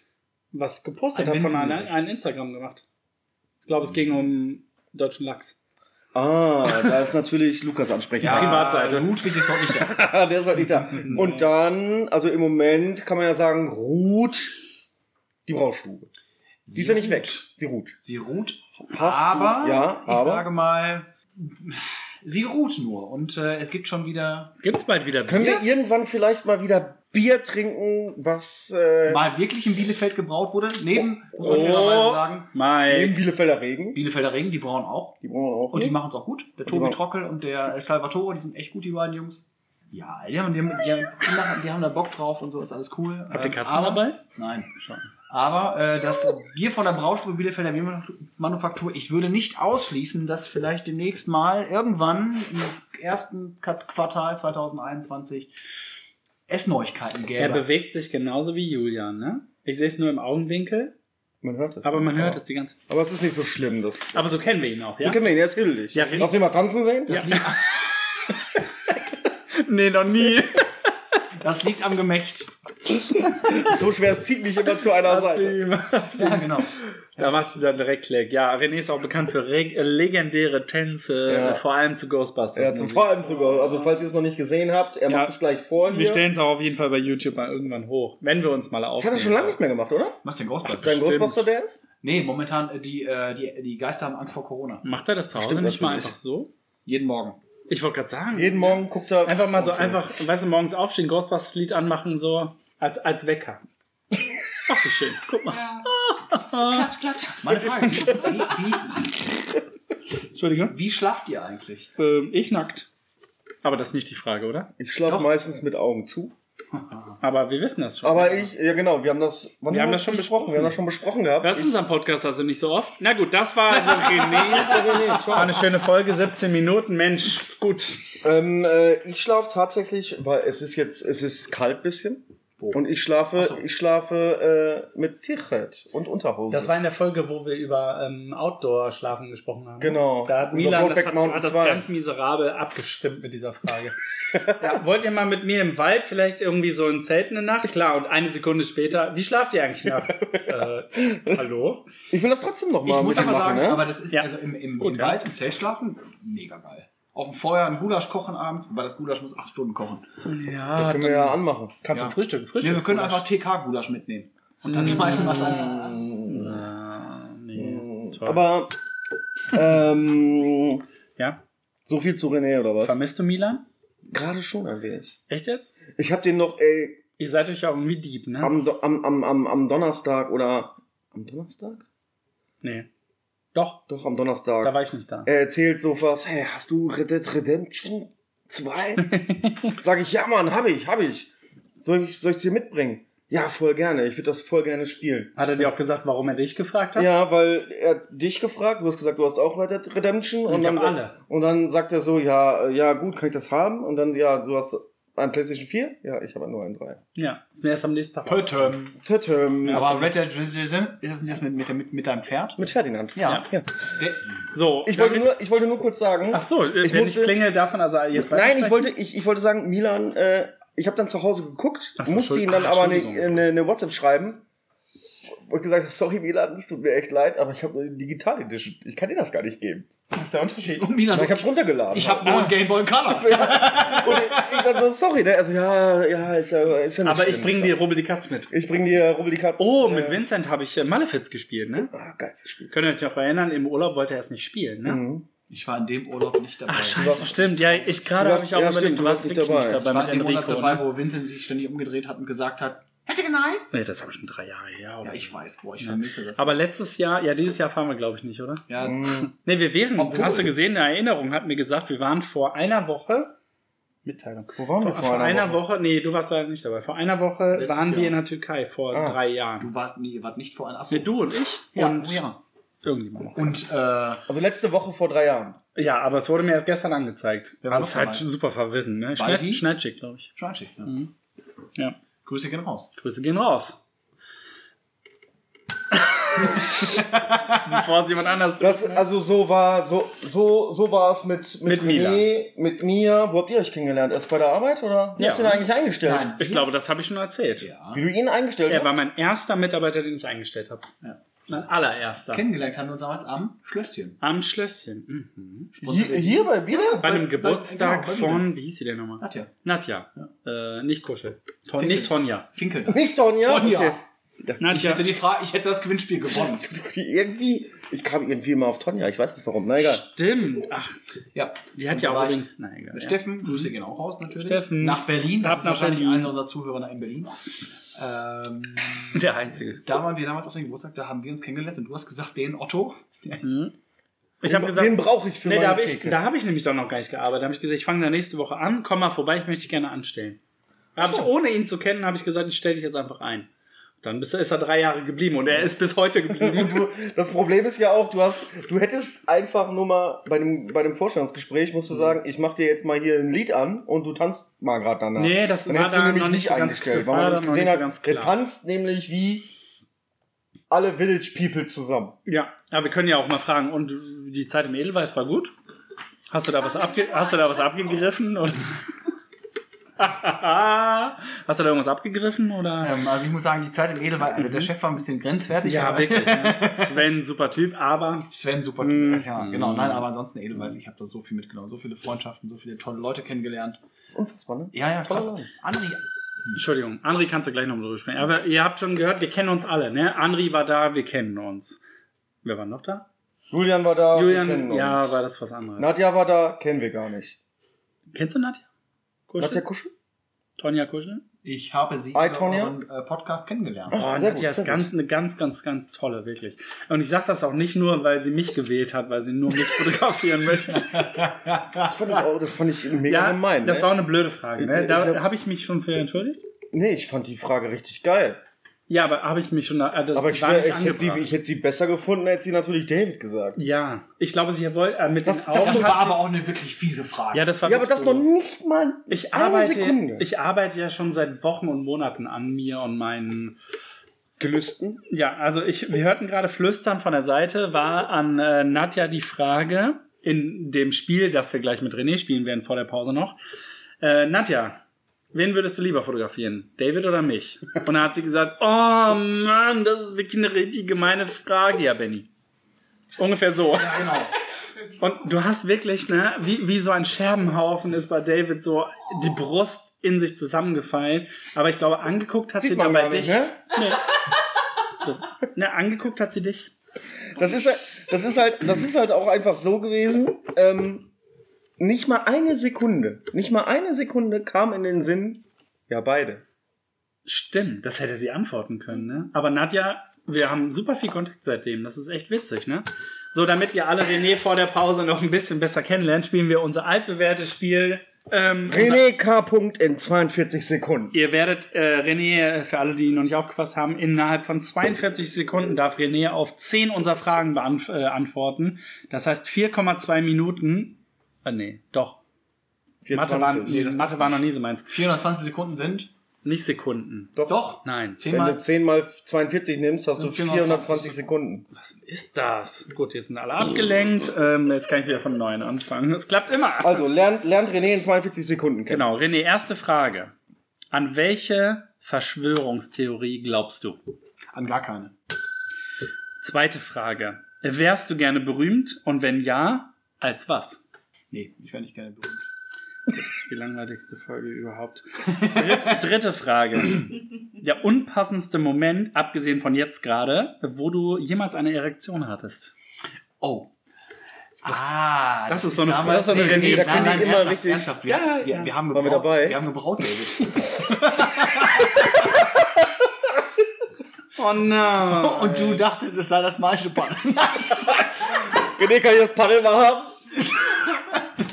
Speaker 2: Was gepostet
Speaker 3: Ein
Speaker 2: hat von einer,
Speaker 3: Menschengericht.
Speaker 2: einem Instagram gemacht. Ich glaube, es ging um deutschen Lachs.
Speaker 1: Ah, da ist natürlich Lukas ansprechend.
Speaker 2: Privatseite.
Speaker 3: Ludwig ist heute nicht da.
Speaker 1: Ah, der ist heute nicht da. Und dann, also im Moment kann man ja sagen, ruht die Braustube. Sie ist ja nicht weg. Sie ruht.
Speaker 3: Sie ruht,
Speaker 1: Hast du-
Speaker 3: aber
Speaker 1: ja,
Speaker 3: ich
Speaker 1: aber-
Speaker 3: sage mal, sie ruht nur und äh, es gibt schon wieder
Speaker 2: Gibt's bald wieder
Speaker 1: Können
Speaker 2: Bier?
Speaker 1: wir irgendwann vielleicht mal wieder Bier trinken, was äh,
Speaker 3: mal wirklich in Bielefeld gebraut wurde. Neben, muss man
Speaker 2: Oh.
Speaker 3: fairerweise sagen,
Speaker 1: neben
Speaker 2: Mein.
Speaker 1: Bielefelder Regen.
Speaker 3: Bielefelder Regen, die brauen auch.
Speaker 1: Die brauchen wir auch.
Speaker 3: Und die
Speaker 1: nicht.
Speaker 3: machen es auch gut. Der
Speaker 1: Mhm. die
Speaker 3: Tobi
Speaker 1: machen-
Speaker 3: Trockel und der äh, Salvatore, die sind echt gut, die beiden Jungs. Ja, die haben, die, haben, die, haben, die, machen, die haben da Bock drauf und so, ist alles cool.
Speaker 2: Habt ihr
Speaker 3: Ähm,
Speaker 2: Katzen
Speaker 3: aber-
Speaker 2: dabei?
Speaker 3: Nein.
Speaker 2: Schon.
Speaker 3: Aber äh, das Bier von der Braustube Bielefelder Biermanufaktur, ich würde nicht ausschließen, dass vielleicht demnächst mal irgendwann im ersten Ka- Quartal 2021 es Neuigkeiten
Speaker 2: Er
Speaker 3: gäbe.
Speaker 2: bewegt sich genauso wie Julian, ne? Ich sehe es nur im Augenwinkel,
Speaker 1: Man hört es.
Speaker 2: aber man hört es die ganze Zeit.
Speaker 1: Aber es ist nicht so schlimm. Das
Speaker 2: Aber so kennen wir ihn auch,
Speaker 1: ja?
Speaker 2: ja?
Speaker 1: kennen wir ihn, er ist hiddelig.
Speaker 2: Ja,
Speaker 1: Hast du ihn mal tanzen sehen?
Speaker 2: nee, noch nie.
Speaker 3: Das liegt am Gemächt.
Speaker 1: So schwer, es zieht mich immer zu einer Seite.
Speaker 3: Ja, genau.
Speaker 2: Da machst du dann direkt Klick. Ja, René ist auch bekannt für reg- äh, legendäre Tänze,
Speaker 1: Ja.
Speaker 2: äh, vor allem zu Ghostbusters.
Speaker 1: Ja, zum
Speaker 2: Musik.
Speaker 1: vor allem sogar. Also falls ihr es noch nicht gesehen habt, er
Speaker 2: Ja.
Speaker 1: macht es gleich vor
Speaker 2: Wir
Speaker 1: hier.
Speaker 2: stellen es auch auf jeden Fall bei YouTube mal irgendwann hoch, wenn wir uns mal
Speaker 1: das
Speaker 2: aufnehmen.
Speaker 1: hat er schon lange nicht mehr gemacht, oder?
Speaker 3: Was denn
Speaker 1: Dein
Speaker 3: Ghostbusters?
Speaker 2: Stimmt.
Speaker 1: Ghostbuster Dance?
Speaker 3: Nee, momentan äh, die, äh, die, die Geister haben Angst vor Corona.
Speaker 2: Macht er das zu Hause
Speaker 1: Stimmt,
Speaker 2: nicht mal
Speaker 1: natürlich.
Speaker 2: einfach so?
Speaker 3: Jeden Morgen.
Speaker 2: Ich wollte gerade sagen.
Speaker 1: Jeden Morgen guckt er.
Speaker 2: Einfach mal so,
Speaker 1: Oh, Entschuldigung.
Speaker 2: einfach, weißt du, morgens aufstehen, Ghostbusters-Lied anmachen, so als, als Wecker. Ach, wie schön. Guck mal.
Speaker 4: Klatsch, klatsch.
Speaker 3: Meine Frage, wie, wie,
Speaker 2: Entschuldige.
Speaker 3: wie schlaft ihr eigentlich?
Speaker 2: Ähm, ich nackt. Aber das ist nicht die Frage, oder?
Speaker 1: Ich schlafe meistens mit Augen zu.
Speaker 2: Aber wir wissen das schon.
Speaker 1: Aber ich, ja genau, wir haben das. Wann
Speaker 2: Wir haben das schon besprochen.
Speaker 1: Wir haben das schon besprochen gehabt.
Speaker 2: das ist unseren Podcast also nicht so oft. Na gut, das war also René. War eine schöne Folge, 17 Minuten. Mensch, gut.
Speaker 1: Ähm, äh, ich schlafe tatsächlich, weil es ist jetzt, es ist kalt bisschen. Und ich schlafe, ich schlafe äh, mit T-Shirt und Unterhose.
Speaker 2: Das war in der Folge, wo wir über ähm, Outdoor-Schlafen gesprochen haben.
Speaker 1: Genau.
Speaker 2: Da hat
Speaker 1: Über
Speaker 2: Milan das,
Speaker 1: Brokeback
Speaker 2: hat,
Speaker 1: Mountain
Speaker 2: hat das
Speaker 1: 2.
Speaker 2: ganz miserabel abgestimmt mit dieser Frage. ja, wollt ihr mal mit mir im Wald vielleicht irgendwie so ein Zelt eine Nacht? Klar, und eine Sekunde später, wie schlaft ihr eigentlich nachts? äh, hallo?
Speaker 1: ich will das trotzdem noch
Speaker 3: Ich
Speaker 1: mal
Speaker 3: muss
Speaker 1: mit
Speaker 3: aber
Speaker 1: dir machen,
Speaker 3: sagen,
Speaker 1: ne?
Speaker 3: aber das ist
Speaker 2: Ja.
Speaker 3: also im, im,
Speaker 2: gut,
Speaker 3: im
Speaker 2: ja.
Speaker 3: Wald, im Zelt schlafen, mega geil. Auf dem Feuer ein Gulasch kochen abends, wobei das Gulasch muss acht Stunden kochen.
Speaker 2: Ja,
Speaker 1: können wir ja anmachen.
Speaker 2: kannst
Speaker 3: ja.
Speaker 2: du frühstücken. Frühstück
Speaker 3: Nee, wir können einfach TK-Gulasch mitnehmen. Und dann schmeißen wir es einfach.
Speaker 2: Nee, toll.
Speaker 1: Aber ähm,
Speaker 2: ja,
Speaker 1: so viel zu René oder was?
Speaker 2: vermisst du Milan?
Speaker 1: Gerade schon ein wenig.
Speaker 2: Echt jetzt?
Speaker 1: Ich habe den noch ey,
Speaker 2: Ihr seid euch ja irgendwie Dieb, ne?
Speaker 1: am, Do- am, am, am, am Donnerstag oder am Donnerstag?
Speaker 2: nee. Doch,
Speaker 1: Doch am Donnerstag.
Speaker 2: da war ich nicht da.
Speaker 1: Er erzählt so was, hey, hast du Red Dead Redemption 2? Sag ich, ja Mann, hab ich, hab ich. Soll ich, soll ich dir mitbringen? Ja, voll gerne. Ich würde das voll gerne spielen.
Speaker 2: Hat er dir auch gesagt, warum er dich gefragt hat?
Speaker 1: Ja, weil er hat dich gefragt, du hast gesagt, du hast auch Red Dead Redemption.
Speaker 2: Ich
Speaker 1: dann,
Speaker 2: hab
Speaker 1: sa-
Speaker 2: alle.
Speaker 1: und dann sagt er so, ja, äh, ja gut, kann ich das haben? Und dann, ja, du hast ein PlayStation 4? Ja, ich habe nur ein 3.
Speaker 2: Ja, ist mir erst am nächsten Tag.
Speaker 3: Pötte.
Speaker 1: Tötöm.
Speaker 3: ähm, Aber Red Dead Redemption, ist es nicht das mit, mit, mit, mit deinem Pferd?
Speaker 1: Mit Ferdinand.
Speaker 3: Ja.
Speaker 1: Ja.
Speaker 3: Der-
Speaker 2: So,
Speaker 1: Ich, wollte
Speaker 2: damit-
Speaker 1: nur, ich wollte nur kurz sagen.
Speaker 2: Ach so,
Speaker 1: Ich
Speaker 2: ich wenn
Speaker 1: musste-
Speaker 2: ich klingel, darf man also jetzt
Speaker 1: Nein, ich
Speaker 2: weitersprechen?
Speaker 1: wollte, ich, ich wollte sagen, Milan, äh, ich habe dann zu Hause geguckt,
Speaker 2: Ach so,
Speaker 1: musste ihm dann
Speaker 2: Entschuldigung.
Speaker 1: aber eine,
Speaker 2: Ah,
Speaker 1: eine, eine WhatsApp schreiben und gesagt, habe, sorry Milan, es tut mir echt leid, aber ich habe eine Digital Edition. Ich kann dir das gar nicht geben.
Speaker 2: Was ist der Unterschied?
Speaker 3: Und Mina
Speaker 1: Also
Speaker 3: so,
Speaker 1: ich habe runtergeladen.
Speaker 3: ich habe nur einen Gameboy Color.
Speaker 1: und ich dann so, sorry, ne? Also ja, ja, ist ja, ist ja nicht
Speaker 2: Aber ich
Speaker 1: schlimm,
Speaker 2: bringe
Speaker 1: ist
Speaker 2: dir
Speaker 1: das.
Speaker 2: Rubbel die Katz mit.
Speaker 1: Ich bring dir Rubbel die Katze.
Speaker 2: Oh, mit
Speaker 1: äh,
Speaker 2: Vincent habe ich äh, Malefiz gespielt, ne?
Speaker 1: Ah, geiles Spiel.
Speaker 2: Könnt ihr euch noch erinnern, im Urlaub wollte er es nicht spielen, ne?
Speaker 1: Mhm.
Speaker 3: Ich war in dem Urlaub nicht dabei.
Speaker 2: Scheiße, stimmt. Ja, ich gerade
Speaker 1: Du
Speaker 2: habe
Speaker 1: warst-
Speaker 2: ich auch
Speaker 1: ja,
Speaker 2: überlegt,
Speaker 1: stimmt,
Speaker 2: du warst wirklich nicht dabei
Speaker 3: ich war
Speaker 2: mit
Speaker 3: in dem Urlaub
Speaker 2: Enrico.
Speaker 3: dabei,
Speaker 2: Ne?
Speaker 3: wo Vincent sich ständig umgedreht hat und gesagt hat, hätte nice.
Speaker 2: Nee, das habe ich schon drei Jahre her. Oder
Speaker 3: Ja, ich
Speaker 2: so.
Speaker 3: weiß, boah, ich vermisse das.
Speaker 2: Aber letztes Jahr, ja, dieses Jahr fahren wir, glaube ich, nicht, oder?
Speaker 3: ja,
Speaker 2: Nee, wir wären,
Speaker 3: Obwohl-
Speaker 2: hast du gesehen, in der Erinnerung hat mir gesagt, wir waren vor einer Woche, Mitteilung,
Speaker 1: Wo waren wir
Speaker 2: vor, vor einer Woche? nee, du warst leider nicht dabei, vor einer Woche
Speaker 3: Letztes
Speaker 2: waren wir
Speaker 3: Jahr.
Speaker 2: in der Türkei, vor
Speaker 1: Ah.
Speaker 2: drei Jahren.
Speaker 3: du warst, nee, ihr wart nicht vor einem Achso.
Speaker 2: Nee, du und ich
Speaker 3: ja,
Speaker 2: und
Speaker 3: oh ja.
Speaker 2: irgendjemand noch.
Speaker 3: Und äh,
Speaker 1: Also letzte Woche vor drei Jahren.
Speaker 2: Ja, aber es wurde mir erst gestern angezeigt.
Speaker 3: Wer war
Speaker 2: das ist
Speaker 3: noch
Speaker 2: halt
Speaker 3: dabei?
Speaker 2: super verwirrend, ne?
Speaker 3: Baldi?
Speaker 2: Schneid- Schneidschick, glaube ich.
Speaker 3: Schwanzig, ja.
Speaker 2: Ja.
Speaker 3: Grüße gehen raus.
Speaker 2: Grüße gehen raus. Bevor es jemand anders
Speaker 1: Das, also so war so so so war es mit
Speaker 2: Mit
Speaker 1: René, mit mir. Wo habt ihr euch kennengelernt? Erst bei der Arbeit oder? Wie
Speaker 2: Ja.
Speaker 1: hast du ihn eigentlich eingestellt?
Speaker 3: Nein.
Speaker 2: Ich glaube, das habe ich schon erzählt.
Speaker 3: Ja.
Speaker 1: Wie du ihn eingestellt
Speaker 2: Er war
Speaker 1: hast?
Speaker 2: mein erster Mitarbeiter, den ich eingestellt habe. Mein allererster.
Speaker 3: Kennengelernt haben wir uns damals am Schlösschen.
Speaker 2: Am Schlösschen. Mhm.
Speaker 1: Hier, hier bei mir?
Speaker 2: Bei einem
Speaker 3: bei-
Speaker 2: Geburtstag
Speaker 3: genau, bei mir.
Speaker 2: von, wie hieß sie denn nochmal?
Speaker 3: Nadja.
Speaker 2: Nadja. Äh, nicht Kuschel. Ton,
Speaker 3: Finkel.
Speaker 2: nicht Tonja.
Speaker 3: Finkel.
Speaker 1: Nicht Donja?
Speaker 3: Tonja.
Speaker 1: Okay.
Speaker 3: Ich
Speaker 2: Nadja.
Speaker 3: hätte die Frage, ich hätte das Gewinnspiel gewonnen.
Speaker 1: Irgendwie, ich kam irgendwie immer auf Tonja, ich weiß nicht warum. Na egal.
Speaker 2: Stimmt. Ach,
Speaker 3: Ja.
Speaker 2: die hat ja
Speaker 3: Da war
Speaker 2: auch
Speaker 3: ich-
Speaker 2: übrigens. Nein, egal. Ja.
Speaker 3: Steffen, Grüße gehen auch raus natürlich.
Speaker 2: Steffen.
Speaker 3: Nach Berlin, das
Speaker 2: Ab
Speaker 3: ist
Speaker 2: nach
Speaker 3: wahrscheinlich
Speaker 2: Berlin.
Speaker 3: einer unserer Zuhörer in Berlin. Ähm,
Speaker 2: Der Einzige.
Speaker 3: da waren wir damals auf den Geburtstag, da haben wir uns kennengelernt und du hast gesagt, den Otto.
Speaker 2: Ich habe gesagt,
Speaker 1: Den brauche ich für
Speaker 2: nee, da
Speaker 1: meine
Speaker 2: habe ich,
Speaker 1: Theke.
Speaker 2: da hab ich nämlich doch noch gar nicht gearbeitet. Da habe ich gesagt, ich fange da nächste Woche an, komm mal vorbei, ich möchte dich gerne anstellen. Da hab ich, ohne ihn zu kennen, habe ich gesagt, ich stelle dich jetzt einfach ein. Dann bist, du- ist er drei Jahre geblieben und er ist bis heute geblieben.
Speaker 1: Du, das Problem ist ja auch, du hast, du hättest einfach nur mal bei dem, bei dem Vorstellungsgespräch musst du
Speaker 2: Mhm.
Speaker 1: sagen, ich mache dir jetzt mal hier ein Lied an und du tanzt mal gerade danach.
Speaker 2: Nee, das
Speaker 1: dann
Speaker 2: war
Speaker 1: hättest
Speaker 2: da
Speaker 1: du nämlich
Speaker 2: noch nicht
Speaker 1: nicht
Speaker 2: so ganz-
Speaker 1: eingestellt,
Speaker 2: das
Speaker 1: weil
Speaker 2: war
Speaker 1: man
Speaker 2: da
Speaker 1: nicht
Speaker 2: noch nicht
Speaker 1: gesehen
Speaker 2: so
Speaker 1: hat,
Speaker 2: ganz
Speaker 1: der
Speaker 2: klar.
Speaker 1: tanzt nämlich wie alle Village People zusammen.
Speaker 2: ja, aber wir können ja auch mal fragen, und die Zeit im Edelweiß war gut? Hast du da was, abge hast du da was abgegriffen? Oder? hast du da irgendwas abgegriffen? Oder?
Speaker 3: Ähm, also ich muss sagen, die Zeit im Edelweiß, also der Chef war ein bisschen grenzwertig.
Speaker 2: Ja,
Speaker 3: aber-
Speaker 2: wirklich. ne? Sven, super Typ, aber
Speaker 3: Sven, super Typ. Ja, genau. Nein, aber ansonsten Edelweiß, ich habe da so viel mitgenommen, so viele Freundschaften, so viele tolle Leute kennengelernt.
Speaker 1: Das ist unfassbar, ne?
Speaker 3: Ja, ja, krass.
Speaker 1: Tolle Leute.
Speaker 3: André,
Speaker 2: Entschuldigung, Andri kannst du gleich nochmal drüber sprechen. Aber ihr habt schon gehört, wir kennen uns alle, ne? Andri war da, wir kennen uns. Wer war noch da?
Speaker 1: Julian war da,
Speaker 2: Julian,
Speaker 1: wir kennen uns.
Speaker 2: ja, war das was anderes.
Speaker 1: Nadja war da, kennen wir gar nicht.
Speaker 2: Kennst du Nadja? Kuschel?
Speaker 1: Nadja Kuschel?
Speaker 2: Tonja Kuschel?
Speaker 3: ich habe sie
Speaker 1: Hi, Tonja. Ah.
Speaker 3: über euren, äh, Podcast kennengelernt.
Speaker 2: Oh,
Speaker 1: sehr
Speaker 2: Nadja
Speaker 1: gut, sehr
Speaker 2: ist ganz, eine ganz, ganz, ganz tolle, wirklich. Und ich sage das auch nicht nur, weil sie mich gewählt hat, weil sie nur mich fotografieren möchte.
Speaker 1: Das fand ich, auch, das fand ich mega
Speaker 2: ja,
Speaker 1: gemein.
Speaker 2: das
Speaker 1: ne?
Speaker 2: war eine blöde Frage,
Speaker 1: Ich-
Speaker 2: ne?
Speaker 1: ich
Speaker 2: Da
Speaker 1: hab-
Speaker 2: habe hab ich mich schon für entschuldigt.
Speaker 1: nee, ich fand die Frage richtig geil.
Speaker 2: Ja, aber habe ich mich schon. äh, das
Speaker 1: Aber ich,
Speaker 2: war
Speaker 1: wär,
Speaker 2: nicht
Speaker 1: ich, hätte sie,
Speaker 2: angebracht.
Speaker 1: ich hätte sie besser gefunden, hätte sie natürlich David gesagt.
Speaker 2: Ja, ich glaube, sie wollte äh, mit
Speaker 1: Das-
Speaker 2: den
Speaker 1: Oh, das
Speaker 2: Augen.
Speaker 3: Das
Speaker 2: hat
Speaker 3: war
Speaker 2: sie-
Speaker 3: aber auch eine wirklich fiese Frage.
Speaker 2: ja, das war
Speaker 1: Ja, aber
Speaker 2: wirklich
Speaker 1: das
Speaker 2: doof.
Speaker 1: noch nicht mal
Speaker 2: Ich
Speaker 1: eine
Speaker 2: arbeite,
Speaker 1: Sekunde.
Speaker 2: ich arbeite ja schon seit Wochen und Monaten an mir und meinen.
Speaker 1: Gelüsten?
Speaker 2: Ja, also ich, wir hörten gerade Flüstern von der Seite, war an äh, Nadja die Frage in dem Spiel, das wir gleich mit René spielen werden vor der Pause noch. Äh, Nadja, wen würdest du lieber fotografieren? David oder mich? Und da hat sie gesagt, oh Mann, das ist wirklich eine richtig gemeine Frage, ja, Benny. Ungefähr so.
Speaker 3: Ja, genau.
Speaker 2: Und du hast wirklich, ne, wie, wie so ein Scherbenhaufen ist bei David so die Brust in sich zusammengefallen. Aber ich glaube, angeguckt hat
Speaker 1: Sieht
Speaker 2: sie
Speaker 1: man gar
Speaker 2: dabei
Speaker 1: nicht,
Speaker 2: dich.
Speaker 1: ne?
Speaker 2: Nee. Das, ne, angeguckt hat sie dich.
Speaker 1: Das ist, halt- das, ist halt, das ist halt auch einfach so gewesen. Ähm, nicht mal eine Sekunde, nicht mal eine Sekunde kam in den Sinn, ja, beide.
Speaker 2: Stimmt, das hätte sie antworten können, ne? Aber Nadja, wir haben super viel Kontakt seitdem. Das ist echt witzig, ne? So, damit ihr alle René vor der Pause noch ein bisschen besser kennenlernt, spielen wir unser altbewährtes Spiel. Ähm,
Speaker 1: René K. Punkt in 42 Sekunden.
Speaker 2: Ihr werdet äh, René, äh, für alle, die noch nicht aufgepasst haben, innerhalb von 42 Sekunden darf René auf 10 unserer Fragen beantworten. Äh, antworten. das heißt 4,2 Minuten. Äh, nee, doch. Mathe war,
Speaker 1: 24.
Speaker 2: nee, Mathe war noch nie so meins.
Speaker 3: 420 Sekunden sind.
Speaker 2: Nicht Sekunden.
Speaker 1: Doch.
Speaker 3: Doch.
Speaker 2: Nein.
Speaker 1: Wenn
Speaker 3: Zehnmal.
Speaker 1: du 10 mal 42 nimmst, hast
Speaker 3: Sind
Speaker 1: du
Speaker 3: 420
Speaker 1: 420 Sekunden.
Speaker 2: Was ist das? Gut, jetzt sind alle abgelenkt. Ähm, jetzt kann ich wieder von neuem anfangen. Das klappt immer.
Speaker 1: Also lernt, lernt René in 42 Sekunden kennen.
Speaker 2: Genau, René, erste Frage. An welche Verschwörungstheorie glaubst du?
Speaker 3: An gar keine.
Speaker 2: Zweite Frage. Wärst du gerne berühmt und wenn ja, als was?
Speaker 3: Nee, ich wäre nicht gerne berühmt.
Speaker 2: Das ist die langweiligste Folge überhaupt. Dritt, dritte Frage. Der unpassendste Moment, abgesehen von jetzt gerade, wo du jemals eine Erektion hattest.
Speaker 3: Oh. Ah,
Speaker 2: das ist so eine- das ist so eine René, da
Speaker 1: können die
Speaker 3: nein, nein,
Speaker 1: immer
Speaker 3: ernsthaft,
Speaker 1: richtig-
Speaker 3: ernsthaft. Wir,
Speaker 2: Ja,
Speaker 3: wir,
Speaker 2: ja.
Speaker 3: wir haben
Speaker 1: Waren wir
Speaker 3: gebraut,
Speaker 1: dabei?
Speaker 3: wir haben gebraut, David.
Speaker 2: Oh nein.
Speaker 3: Und du dachtest, es sei das magische Band. Genau.
Speaker 1: René, kann ich das Paddel mal haben?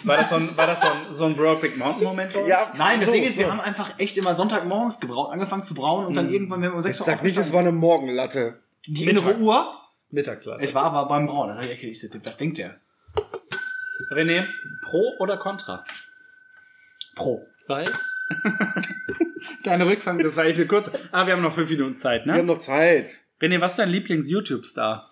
Speaker 2: War das so ein, war das so ein, so ein Brokeback Mountain Moment? bei uns?
Speaker 1: Ja,
Speaker 3: Nein, das
Speaker 1: so,
Speaker 3: Ding ist, wir
Speaker 1: so.
Speaker 3: haben einfach echt immer Sonntagmorgens gebraut, angefangen zu brauen und dann
Speaker 2: Hm.
Speaker 3: irgendwann, wenn wir um 6 Uhr
Speaker 1: Sag nicht, es
Speaker 3: aufgestanden
Speaker 1: war eine Morgenlatte.
Speaker 3: sind, die innere Uhr.
Speaker 2: Mittagslatte.
Speaker 3: Es war aber beim Brauen. Das hab ich echt gedacht, ich so, was denkt der?
Speaker 2: René, pro oder contra?
Speaker 3: Pro.
Speaker 2: Weil? Keine Rückfang, das war echt eine kurze. Ah, wir haben noch fünf Minuten Zeit,
Speaker 1: Wir haben
Speaker 2: ne?
Speaker 1: noch Zeit.
Speaker 2: René, was ist dein Lieblings-YouTube-Star?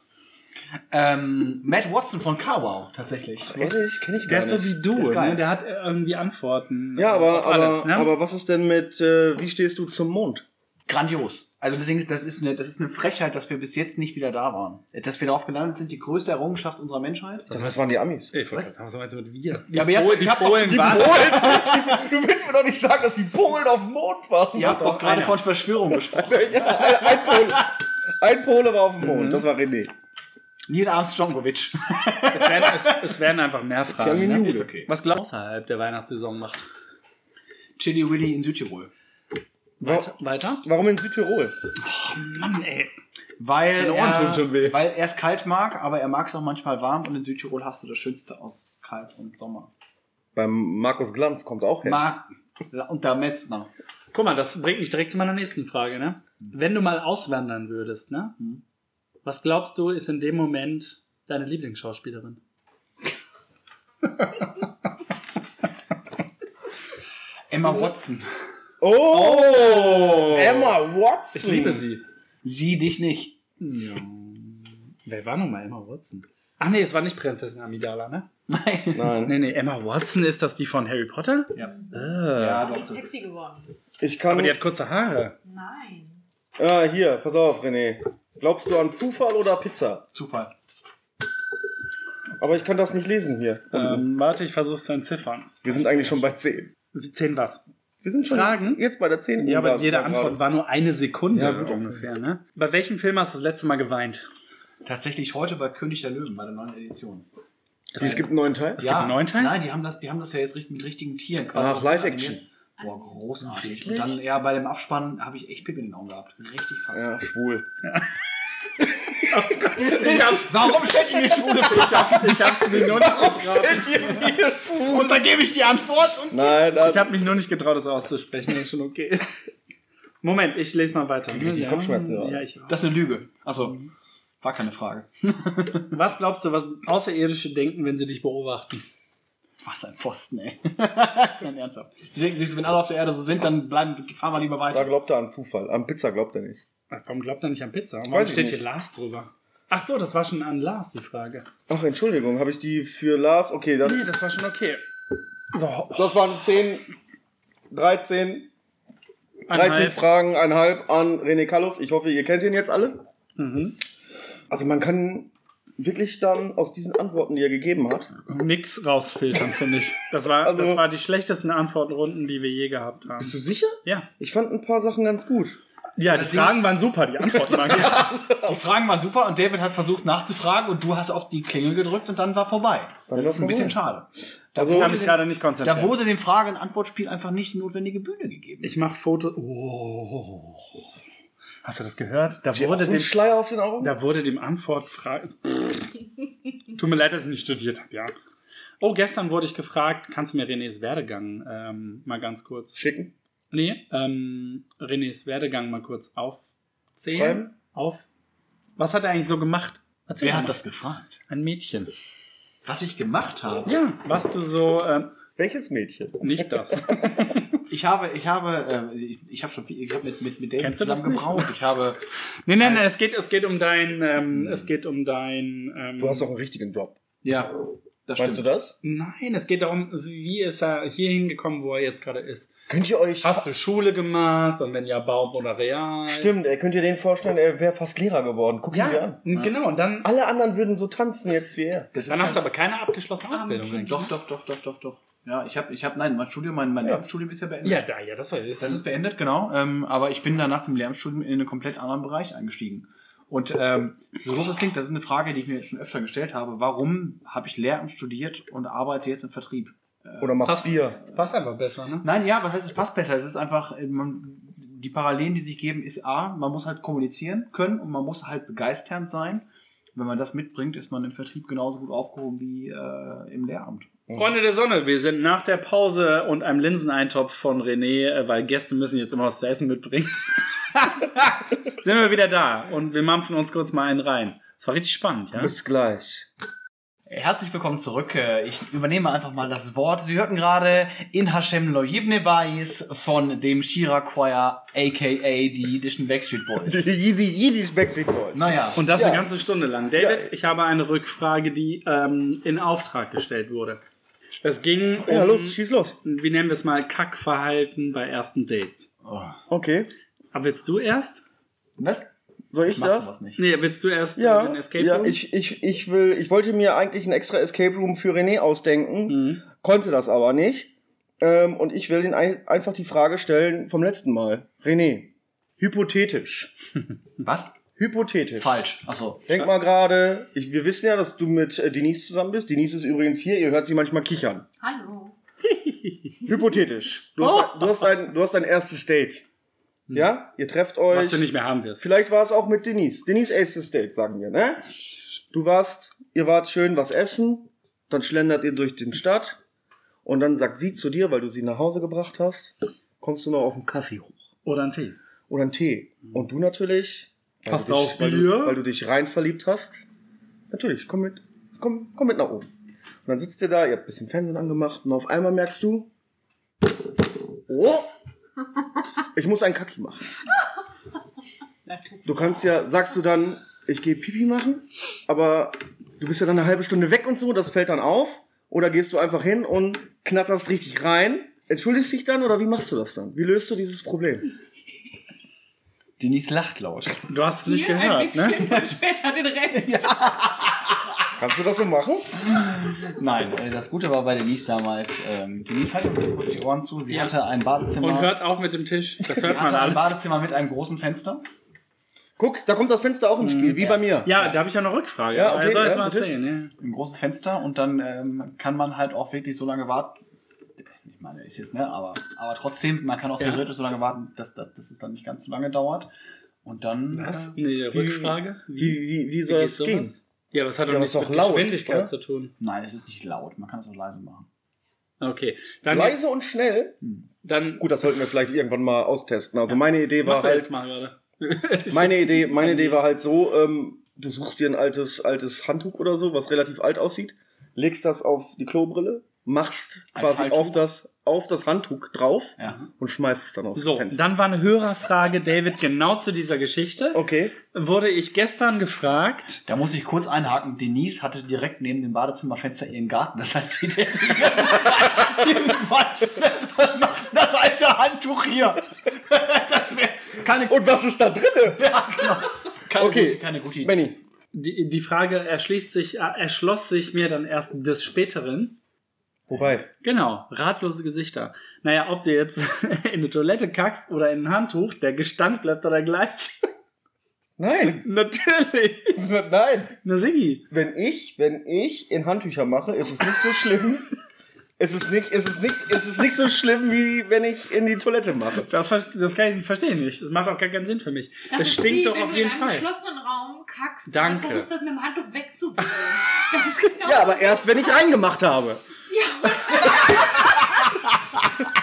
Speaker 3: Ähm, Matt Watson von Carwow, tatsächlich.
Speaker 1: Weiß ich, kenne ich
Speaker 2: Der
Speaker 1: gar
Speaker 2: ist so
Speaker 1: nicht.
Speaker 2: wie du,
Speaker 3: ist geil.
Speaker 2: ne? der hat äh, irgendwie Antworten.
Speaker 1: Ja,
Speaker 2: äh,
Speaker 1: aber,
Speaker 2: auf
Speaker 1: aber,
Speaker 2: alles, ne?
Speaker 1: aber was ist denn mit, äh, wie stehst du zum Mond?
Speaker 3: grandios. Also deswegen, ist- das ist, eine, das ist eine Frechheit, dass wir bis jetzt nicht wieder da waren. Dass wir darauf gelandet sind, die größte Errungenschaft unserer Menschheit.
Speaker 1: Das waren die Amis.
Speaker 2: Ich wollte sagen, was meinst du mit wir?
Speaker 3: Ja, aber ihr habt-
Speaker 2: Polen-
Speaker 3: ihr habt doch- die
Speaker 1: Polen, du willst mir doch nicht sagen, dass die Polen auf dem Mond waren.
Speaker 3: Ihr habt
Speaker 2: doch
Speaker 3: doch gerade
Speaker 2: einer.
Speaker 3: von Verschwörung gesprochen.
Speaker 1: Ja, ein, ein Pole. Ein Pole war auf dem
Speaker 2: Mhm.
Speaker 1: Mond, das war René.
Speaker 3: Neil oh, Armstrongowitsch.
Speaker 2: es, werden, es, es werden einfach mehr Fragen.
Speaker 1: ja
Speaker 2: Ne?
Speaker 1: Minute.
Speaker 2: Ist okay. Was glaubst du außerhalb der Weihnachtssaison macht?
Speaker 3: Chili Willy in Südtirol.
Speaker 1: Wa-
Speaker 2: Weiter?
Speaker 1: Warum in Südtirol?
Speaker 2: Mann, ey.
Speaker 3: Weil
Speaker 2: Meine Ohren tun
Speaker 3: er,
Speaker 2: schon weh.
Speaker 3: weil er es kalt mag, aber er mag es auch manchmal warm und in Südtirol hast du das Schönste aus Kalt und Sommer.
Speaker 1: Beim Markus Glanz kommt auch her.
Speaker 3: Mark und der Metzner.
Speaker 2: Guck mal, das bringt mich direkt zu meiner nächsten Frage, ne? Wenn du mal auswandern würdest, ne?
Speaker 3: Mhm.
Speaker 2: Was glaubst du, ist in dem Moment deine Lieblingsschauspielerin?
Speaker 3: Emma Watson.
Speaker 1: oh, Emma Watson.
Speaker 2: Ich liebe sie.
Speaker 3: Sie dich nicht.
Speaker 2: Ja. Wer war nochmal Emma Watson? Ach nee, es war nicht Prinzessin Amidala, ne?
Speaker 3: Nein.
Speaker 1: Nein,
Speaker 2: Nee, nee, Emma Watson ist das die von Harry Potter?
Speaker 3: Ja,
Speaker 2: Äh.
Speaker 3: ja doch.
Speaker 4: Bin ich
Speaker 3: Das
Speaker 4: sexy
Speaker 3: ist,
Speaker 4: geworden?
Speaker 1: ich kann.
Speaker 2: Aber die hat kurze Haare.
Speaker 4: Nein.
Speaker 1: Ah, hier, pass auf, René. Glaubst du an Zufall oder Pizza?
Speaker 3: Zufall.
Speaker 1: Aber ich kann das nicht lesen hier.
Speaker 2: Ähm, warte, ich versuch's zu entziffern.
Speaker 1: Wir sind eigentlich schon bei 10.
Speaker 2: Zehn was?
Speaker 1: Wir sind schon
Speaker 2: Fragen?
Speaker 1: jetzt bei der 10.
Speaker 2: Ja, aber
Speaker 1: Gerade-
Speaker 2: jede
Speaker 1: gerade.
Speaker 2: Antwort war nur eine Sekunde
Speaker 1: Ja, gut.
Speaker 2: ungefähr, ne? Bei welchem Film hast du das letzte Mal geweint?
Speaker 3: Tatsächlich heute bei König der Löwen, bei der neuen Edition.
Speaker 1: Es gibt einen neuen Teil?
Speaker 2: gibt einen neuen Teil?
Speaker 3: Nein, die haben das, die haben das ja jetzt richtig- mit richtigen Tieren quasi.
Speaker 1: Ach, Live-Action.
Speaker 3: animiert. Boah, großartig. Und
Speaker 2: Wirklich?
Speaker 3: dann, ja, bei dem Abspann habe ich echt Pipi in den Augen gehabt. Richtig krass.
Speaker 1: Ja, schwul.
Speaker 2: Ich hab's,
Speaker 3: Warum stellt ihr mir Schwule für
Speaker 2: ich hab, ich hab's mir nur nicht getraut.
Speaker 3: Und dann gebe ich die Antwort und.
Speaker 1: Nein,
Speaker 2: Ich
Speaker 1: da
Speaker 2: habe mich nur nicht getraut, das auszusprechen. Das ist schon okay. Moment, ich lese mal weiter.
Speaker 1: ich die Kopfschmerzen gerade?
Speaker 2: ja, ich,
Speaker 3: Das ist eine Lüge. Achso. War keine Frage.
Speaker 2: Was glaubst du, was Außerirdische denken, wenn sie dich beobachten?
Speaker 3: Was ein Pfosten, ey. Nein, ernsthaft. Die denken sich, wenn alle auf der Erde so sind, dann bleiben, fahren wir lieber
Speaker 1: da
Speaker 3: weiter.
Speaker 1: glaubt er an Zufall. An Pizza glaubt er nicht.
Speaker 2: Warum glaubt er nicht an Pizza? Warum
Speaker 1: Weiß ich
Speaker 2: steht
Speaker 1: nicht.
Speaker 2: hier Lars drüber? Ach so, das war schon an Lars die Frage.
Speaker 1: Ach, Entschuldigung, habe ich die für Lars? Okay, das,
Speaker 2: Nee, das war schon okay. So,
Speaker 1: das waren 10, 13, 13
Speaker 2: eineinhalb.
Speaker 1: Fragen, einhalb an René Kallus. Ich hoffe, ihr kennt ihn jetzt alle.
Speaker 2: Mhm.
Speaker 1: Also man kann wirklich dann aus diesen Antworten, die er gegeben hat,
Speaker 2: Nix rausfiltern, finde ich. Das war,
Speaker 1: Also-
Speaker 2: das war die schlechtesten Antwortrunden, die wir je gehabt haben.
Speaker 1: bist du Also sicher?
Speaker 2: Ja.
Speaker 1: Ich fand ein paar Sachen ganz gut.
Speaker 2: Ja, die
Speaker 3: Das Ding ist-
Speaker 2: Fragen waren super, die Antworten waren gut.
Speaker 3: Die Fragen waren super und David hat versucht nachzufragen und du hast auf die Klingel gedrückt und dann war vorbei.
Speaker 1: Dann
Speaker 3: das
Speaker 1: war
Speaker 3: ist ein bisschen schade. Da,
Speaker 1: Also-
Speaker 2: Ich
Speaker 3: wurde,
Speaker 2: kann mich
Speaker 3: den-
Speaker 2: gerade nicht konzentrieren.
Speaker 3: da wurde dem Frage- und Antwortspiel einfach nicht die notwendige Bühne gegeben.
Speaker 2: Ich mache Foto. Oh. Hast du das gehört? Da
Speaker 1: Wurde
Speaker 2: wurde,
Speaker 1: so ein
Speaker 2: dem,
Speaker 1: Schleier auf den Augen?
Speaker 2: da wurde dem Antwort frei. Tut mir leid, dass ich nicht studiert habe, ja. Oh, gestern wurde ich gefragt, kannst du mir Renés Werdegang ähm, mal ganz kurz.
Speaker 1: Schicken.
Speaker 2: Nee, ähm, Renés Werdegang mal kurz aufzählen.
Speaker 1: Schreiben?
Speaker 2: Auf. Was hat er eigentlich so gemacht? Erzähl
Speaker 3: Wer
Speaker 2: mal.
Speaker 3: hat das gefragt?
Speaker 2: Ein Mädchen.
Speaker 3: Äh, Was ich gemacht habe?
Speaker 2: Ja, was du so. Ähm,
Speaker 1: Welches Mädchen?
Speaker 2: nicht das.
Speaker 3: Ich habe, ich habe, äh, ich, ich habe schon viel, ich habe mit, mit, mit David
Speaker 2: Kennst du das
Speaker 3: zusammen gebraucht. Ich habe,
Speaker 2: nee, nein, nein, es geht, es geht um dein. Ähm, es geht um dein. Ähm,
Speaker 1: Du hast doch einen richtigen Job.
Speaker 3: ja, das
Speaker 1: Meinst du
Speaker 3: stimmt.
Speaker 1: das?
Speaker 2: Nein, es geht darum, wie ist er hier hingekommen, wo er jetzt gerade ist.
Speaker 1: Könnt ihr euch...
Speaker 2: Hast du Schule gemacht und wenn ja, Baum oder Real?
Speaker 1: Stimmt, ey, könnt ihr den vorstellen, er wäre fast Lehrer geworden. Guck ihn dir
Speaker 2: Ja,
Speaker 1: an.
Speaker 2: genau. Und dann,
Speaker 1: Alle anderen würden so tanzen jetzt wie er.
Speaker 3: Das ist
Speaker 2: dann hast du
Speaker 3: ganz-
Speaker 2: aber keine abgeschlossene Ausbildung.
Speaker 4: Kind.
Speaker 2: eigentlich.
Speaker 3: Doch, doch, doch, doch, doch, doch. Ja, ich habe, ich habe, nein, mein Studium, mein, mein
Speaker 1: Ja.
Speaker 3: Lehramtsstudium ist ja beendet.
Speaker 2: Ja, da, ja, das war das.
Speaker 3: Das ist beendet, genau. Ähm, aber ich bin dann nach dem Lehramtsstudium in einen komplett anderen Bereich eingestiegen. Und ähm, so doof es klingt, das ist eine Frage, die ich mir schon öfter gestellt habe. Warum habe ich Lehramt studiert und arbeite jetzt im Vertrieb?
Speaker 1: Oder machst
Speaker 2: passt.
Speaker 1: Bier.
Speaker 2: das passt einfach besser, ne?
Speaker 3: Nein, ja, was heißt, es passt besser. Es ist einfach, äh, man, die Parallelen, die sich geben, ist A, man muss halt kommunizieren können und man muss halt begeisternd sein. Wenn man das mitbringt, ist man im Vertrieb genauso gut aufgehoben wie äh, im Lehramt.
Speaker 2: Freunde der Sonne, wir sind nach der Pause und einem Linseneintopf von René, äh, weil Gäste müssen jetzt immer was zu essen mitbringen. sind wir wieder da und wir mampfen uns kurz mal einen rein. Das war richtig spannend, ja?
Speaker 1: Bis gleich.
Speaker 3: Herzlich willkommen zurück. Äh, Ich übernehme einfach mal das Wort. Sie hörten gerade In Hashem Loyevne Bayis von dem Shira Choir, aka die Edition Backstreet Boys.
Speaker 1: Jiddisch Backstreet Boys.
Speaker 3: Naja,
Speaker 2: Und das eine
Speaker 1: Ja.
Speaker 2: ganze Stunde lang. David,
Speaker 1: Ja.
Speaker 2: ich habe eine Rückfrage, die ähm, in Auftrag gestellt wurde. Es ging um,
Speaker 1: Ja, los, schieß los.
Speaker 2: wie nennen wir es mal, Kackverhalten bei ersten Dates.
Speaker 1: Okay.
Speaker 2: Aber willst du erst?
Speaker 1: Was? Soll ich
Speaker 3: Machst du
Speaker 1: das?
Speaker 3: was nicht.
Speaker 2: Nee, willst du erst äh,
Speaker 1: Ja,
Speaker 2: den Escape
Speaker 1: ja
Speaker 2: Room?
Speaker 1: ich, ich, ich will, ich wollte mir eigentlich ein extra Escape Room für René ausdenken,
Speaker 2: Mhm.
Speaker 1: konnte das aber nicht. Ähm, und ich will ihn ein, einfach die Frage stellen vom letzten Mal. René, hypothetisch.
Speaker 3: Was?
Speaker 1: Hypothetisch.
Speaker 3: Falsch. Achso.
Speaker 1: Denk mal gerade, ich- wir wissen ja, dass du mit äh, Denise zusammen bist. Denise ist übrigens hier, ihr hört sie manchmal kichern.
Speaker 4: Hallo.
Speaker 1: Hypothetisch. Du
Speaker 2: Oh.
Speaker 1: hast, du hast, ein, du hast ein erstes Date. Ja? Ihr trefft euch.
Speaker 2: Was Hm. du nicht mehr haben wirst.
Speaker 1: Vielleicht war es auch mit Denise. Denise erstes Date, sagen wir, ne? Du warst, ihr wart schön was essen, dann schlendert ihr durch den Stadt und dann sagt sie zu dir, weil du sie nach Hause gebracht hast, kommst du noch auf einen Kaffee hoch
Speaker 2: Oder einen Tee.
Speaker 1: oder einen Tee. Und du natürlich, weil,
Speaker 2: Mhm. Passt
Speaker 1: du dich,
Speaker 2: auf,
Speaker 1: weil,
Speaker 2: Bier.
Speaker 1: du, weil du dich rein verliebt hast, natürlich, komm mit, komm, komm mit nach oben. Und dann sitzt ihr da, ihr habt ein bisschen Fernsehen angemacht und auf einmal merkst du, oh, ich muss einen Kacki machen. Du kannst ja, sagst du dann, ich gehe Pipi machen, aber du bist ja dann eine halbe Stunde weg und so, das fällt dann auf. Oder gehst du einfach hin und knatterst richtig rein, entschuldigst dich dann oder wie machst du das dann? Wie löst du dieses Problem?
Speaker 3: Denise lacht laut.
Speaker 2: Du hast es nicht
Speaker 4: Hier ein
Speaker 2: gehört, ne?
Speaker 4: bisschen und später den Rest.
Speaker 1: Kannst du das so machen?
Speaker 3: Nein, äh, das Gute war bei Denise damals, ähm, Denise hatte kurz die Ohren zu, sie hatte ein Badezimmer.
Speaker 2: Und hört auf mit dem Tisch. Das
Speaker 3: sie
Speaker 1: also
Speaker 2: hört man
Speaker 3: hatte ein
Speaker 2: alles.
Speaker 3: Badezimmer mit einem großen Fenster.
Speaker 1: Guck, da kommt das Fenster auch ins Spiel, wie bei mir.
Speaker 2: Ja, da habe ich ja noch Rückfrage.
Speaker 1: Ja, okay,
Speaker 2: also
Speaker 1: ja,
Speaker 2: erst mal
Speaker 1: bitte.
Speaker 2: erzählen. Ja.
Speaker 3: Ein großes Fenster und dann ähm, kann man halt auch wirklich so lange warten. Ich meine, ist jetzt, ne? Aber, aber trotzdem, man kann auch
Speaker 2: Ja.
Speaker 3: theoretisch so lange warten, dass, dass, dass es dann nicht ganz so lange dauert. Und dann.
Speaker 2: Was?
Speaker 3: Äh,
Speaker 2: Nee, Rückfrage?
Speaker 1: Wie, wie, wie soll
Speaker 2: geht
Speaker 1: das gehen?
Speaker 2: sowas? Ja, was hat doch
Speaker 1: Ja, aber
Speaker 2: nichts
Speaker 1: ist doch
Speaker 2: mit
Speaker 1: laut,
Speaker 2: Geschwindigkeit
Speaker 1: oder?
Speaker 2: zu tun.
Speaker 3: nein, es ist nicht laut, man kann es auch leise machen.
Speaker 2: Okay. Dann,
Speaker 1: Leise und schnell.
Speaker 2: dann
Speaker 1: Gut, das sollten wir vielleicht irgendwann mal austesten. Also meine Idee war
Speaker 2: mach doch
Speaker 1: halt,
Speaker 2: jetzt mal gerade.
Speaker 1: meine Idee, meine Idee war halt so, ähm, du suchst dir ein altes, altes Handtuch oder so, was relativ alt aussieht, legst das auf die Klobrille, machst
Speaker 3: Als
Speaker 1: quasi
Speaker 3: Handtuch?
Speaker 1: auf das, auf das Handtuch drauf
Speaker 2: Mhm.
Speaker 3: Ja.
Speaker 1: und schmeißt es dann aus
Speaker 2: So,
Speaker 1: dem Fenster.
Speaker 2: dann war eine Hörerfrage, David, genau zu dieser Geschichte.
Speaker 1: Okay.
Speaker 2: Wurde ich gestern gefragt.
Speaker 3: Da muss ich kurz einhaken. Denise hatte direkt neben dem Badezimmerfenster ihren Garten. Das heißt, sie hätte irgendwann. Das, was macht denn das alte Handtuch hier? Das wäre keine,
Speaker 1: Und was ist da drinne?
Speaker 3: keine,
Speaker 1: okay.
Speaker 3: gute, keine gute Idee.
Speaker 1: Benny,
Speaker 2: Die, die Frage erschließt sich, äh, erschloss sich mir dann erst des Späteren.
Speaker 1: wobei,
Speaker 2: Genau, ratlose Gesichter. Naja, ob du jetzt in eine Toilette kackst oder in ein Handtuch, der Gestank bleibt oder gleich.
Speaker 1: nein,
Speaker 2: Natürlich.
Speaker 1: nein.
Speaker 2: Na Siggi.
Speaker 1: wenn ich, wenn ich in Handtücher mache, ist es nicht so schlimm. es ist nicht, es ist nichts, es ist nicht so schlimm, wie wenn ich in die Toilette mache.
Speaker 2: Das, ver- das kann ich verstehen nicht. Das macht auch gar keinen Sinn für mich. Das,
Speaker 4: ist
Speaker 2: stinkt
Speaker 4: wie,
Speaker 2: doch
Speaker 4: wenn
Speaker 2: auf
Speaker 4: du
Speaker 2: jeden
Speaker 4: in einem
Speaker 2: Fall.
Speaker 4: geschlossenen Raum kackst und
Speaker 2: Danke.
Speaker 4: dann versuchst das mit dem Handtuch wegzuwischen. Das ist genau
Speaker 1: Ja, aber erst, wenn ich reingemacht habe.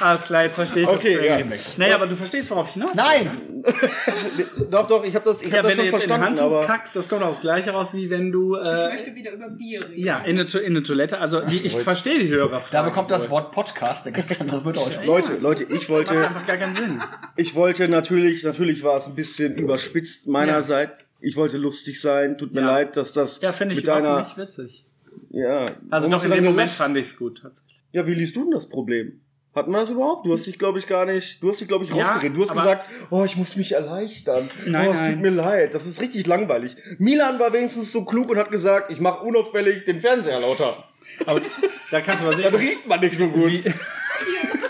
Speaker 2: Alles klar, jetzt verstehe ich
Speaker 1: Okay,
Speaker 2: das.
Speaker 1: ja.
Speaker 2: Naja, aber du verstehst, worauf ich hinaus will.
Speaker 3: Nein!
Speaker 1: Doch, doch, ich habe das, ich
Speaker 2: Ja,
Speaker 1: hab das
Speaker 2: wenn du
Speaker 1: schon
Speaker 2: jetzt in ein
Speaker 1: verstanden,
Speaker 2: Handtuch
Speaker 1: aber
Speaker 2: kackst, das kommt auch das gleiche raus, wie wenn du...
Speaker 4: Ich
Speaker 2: Äh,
Speaker 4: möchte wieder über Bier reden.
Speaker 2: ja, in eine, To- in eine Toilette. Also die, ich verstehe die Hörerfrage.
Speaker 3: Da bekommt das Wort Podcast eine ganz andere Bedeutung.
Speaker 1: Leute, Leute, ich
Speaker 2: Macht
Speaker 1: wollte,
Speaker 2: einfach gar keinen Sinn.
Speaker 1: ich wollte natürlich, natürlich war es ein bisschen überspitzt meinerseits. Ich wollte lustig sein. Tut mir
Speaker 2: Ja.
Speaker 1: leid, dass das
Speaker 2: Ja, finde ich
Speaker 1: mit deiner,
Speaker 2: überhaupt nicht witzig.
Speaker 1: ja.
Speaker 2: Also
Speaker 1: Warum
Speaker 2: doch
Speaker 1: hast du
Speaker 2: in
Speaker 1: dann
Speaker 2: dem Moment
Speaker 1: gelacht?
Speaker 2: fand ich es gut. tatsächlich.
Speaker 1: Ja, wie liest du denn das Problem? Hatten wir das überhaupt? Du hast dich, glaube ich, gar nicht. Du hast dich, glaube ich,
Speaker 2: Ja,
Speaker 1: rausgeredet. Du hast
Speaker 2: aber-
Speaker 1: gesagt, oh, ich muss mich erleichtern.
Speaker 2: Nein,
Speaker 1: oh, es
Speaker 2: nein.
Speaker 1: tut mir leid. Das ist richtig langweilig. Milan war wenigstens so klug und hat gesagt, ich mache unauffällig den Fernseher lauter.
Speaker 2: Aber da kannst du mal
Speaker 1: Dann
Speaker 2: sehen,
Speaker 1: riecht man nicht so gut.
Speaker 2: wie,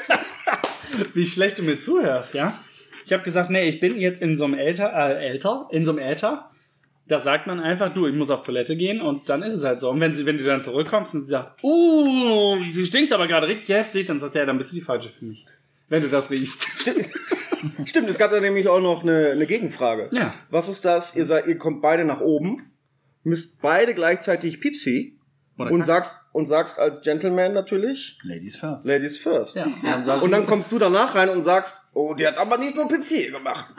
Speaker 2: wie schlecht du mir zuhörst, ja? Ich habe gesagt, nee, ich bin jetzt in so einem Älter, äh, Älter, in so einem Älter. Da sagt man einfach, du, ich muss auf Toilette gehen und dann ist es halt so. Und wenn sie, wenn du dann zurückkommst und sie sagt, uh, sie stinkt aber gerade richtig heftig, dann sagt er, ja, dann bist du die falsche für mich. Wenn du das riechst.
Speaker 1: Stimmt, es gab da nämlich auch noch eine, eine Gegenfrage.
Speaker 2: Ja.
Speaker 1: Was ist das? Ihr, seid, ihr kommt beide nach oben, müsst beide gleichzeitig Pipsi
Speaker 2: Oder
Speaker 1: und
Speaker 2: kacken.
Speaker 1: sagst, und sagst als Gentleman natürlich,
Speaker 3: Ladies first.
Speaker 1: Ladies first.
Speaker 2: Dann sagt
Speaker 1: Und
Speaker 2: sie,
Speaker 1: dann kommst du danach rein und sagst, oh, der hat aber nicht nur Pipsi gemacht.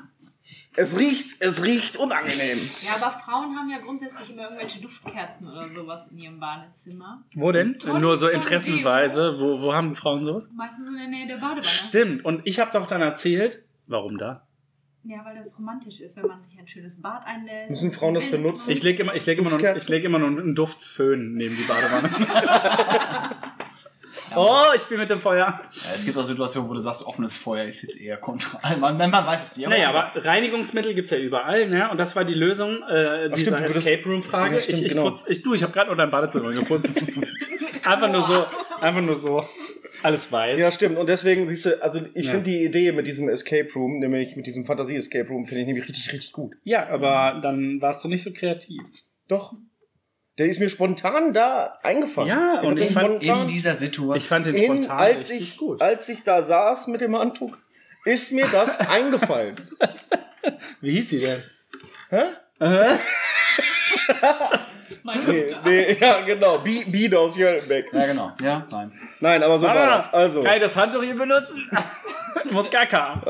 Speaker 1: Es riecht, es riecht unangenehm.
Speaker 4: Ja, aber Frauen haben ja grundsätzlich immer irgendwelche Duftkerzen oder sowas in ihrem Badezimmer.
Speaker 2: wo denn?
Speaker 4: Tonnen
Speaker 2: Nur so
Speaker 4: von
Speaker 2: interessenweise. Wo, wo haben Frauen sowas?
Speaker 4: Meistens in der Nähe der Badewanne.
Speaker 2: Stimmt. Und ich habe doch dann erzählt, warum da?
Speaker 4: Ja, weil das romantisch ist, wenn man sich ein schönes Bad einlässt.
Speaker 1: Müssen Frauen das benutzen?
Speaker 2: Ich lege immer, ich leg immer, noch-
Speaker 1: Duftkerzen.
Speaker 2: ich leg immer noch einen Duftföhn neben die Badewanne. Oh, ich spiele mit dem Feuer.
Speaker 3: Ja, es gibt auch Situationen, wo du sagst, offenes Feuer ist jetzt eher kontra. Man, man, man weiß es nicht.
Speaker 2: naja,
Speaker 3: es-
Speaker 2: aber Reinigungsmittel gibt's ja überall, ne? Und das war die Lösung äh, dieser
Speaker 1: stimmt, du würdest-
Speaker 2: Escape Room Frage.
Speaker 1: Ja, stimmt,
Speaker 2: ich, ich,
Speaker 1: genau.
Speaker 2: putz, ich, du, ich habe gerade unter dein Badezimmer geputzt. einfach nur so, einfach nur so. Alles weiß.
Speaker 1: Ja, stimmt. Und deswegen siehst du, also ich finde die Idee mit diesem Escape Room, nämlich mit diesem Fantasie-Escape Room, finde ich nämlich richtig, richtig gut.
Speaker 2: Ja, aber dann warst du nicht so kreativ.
Speaker 1: Doch. Der ist mir spontan da eingefallen.
Speaker 2: Ja, und
Speaker 1: hab den
Speaker 2: ich fand
Speaker 3: in dieser Situation.
Speaker 2: Ich fand den
Speaker 1: in,
Speaker 2: spontan
Speaker 1: als,
Speaker 2: richtig
Speaker 1: ich,
Speaker 2: gut.
Speaker 1: als ich da saß mit dem Handtuch, ist mir das eingefallen.
Speaker 2: Wie hieß sie denn?
Speaker 4: Mein
Speaker 1: Nee,
Speaker 4: Gott.
Speaker 1: nee, ja, genau. Bi- Biene aus Jöllenbeck.
Speaker 3: ja, genau. Ja, nein.
Speaker 1: Nein, aber so war das. Also,
Speaker 2: Kann ich das Handtuch hier benutzen? Muss gar kein.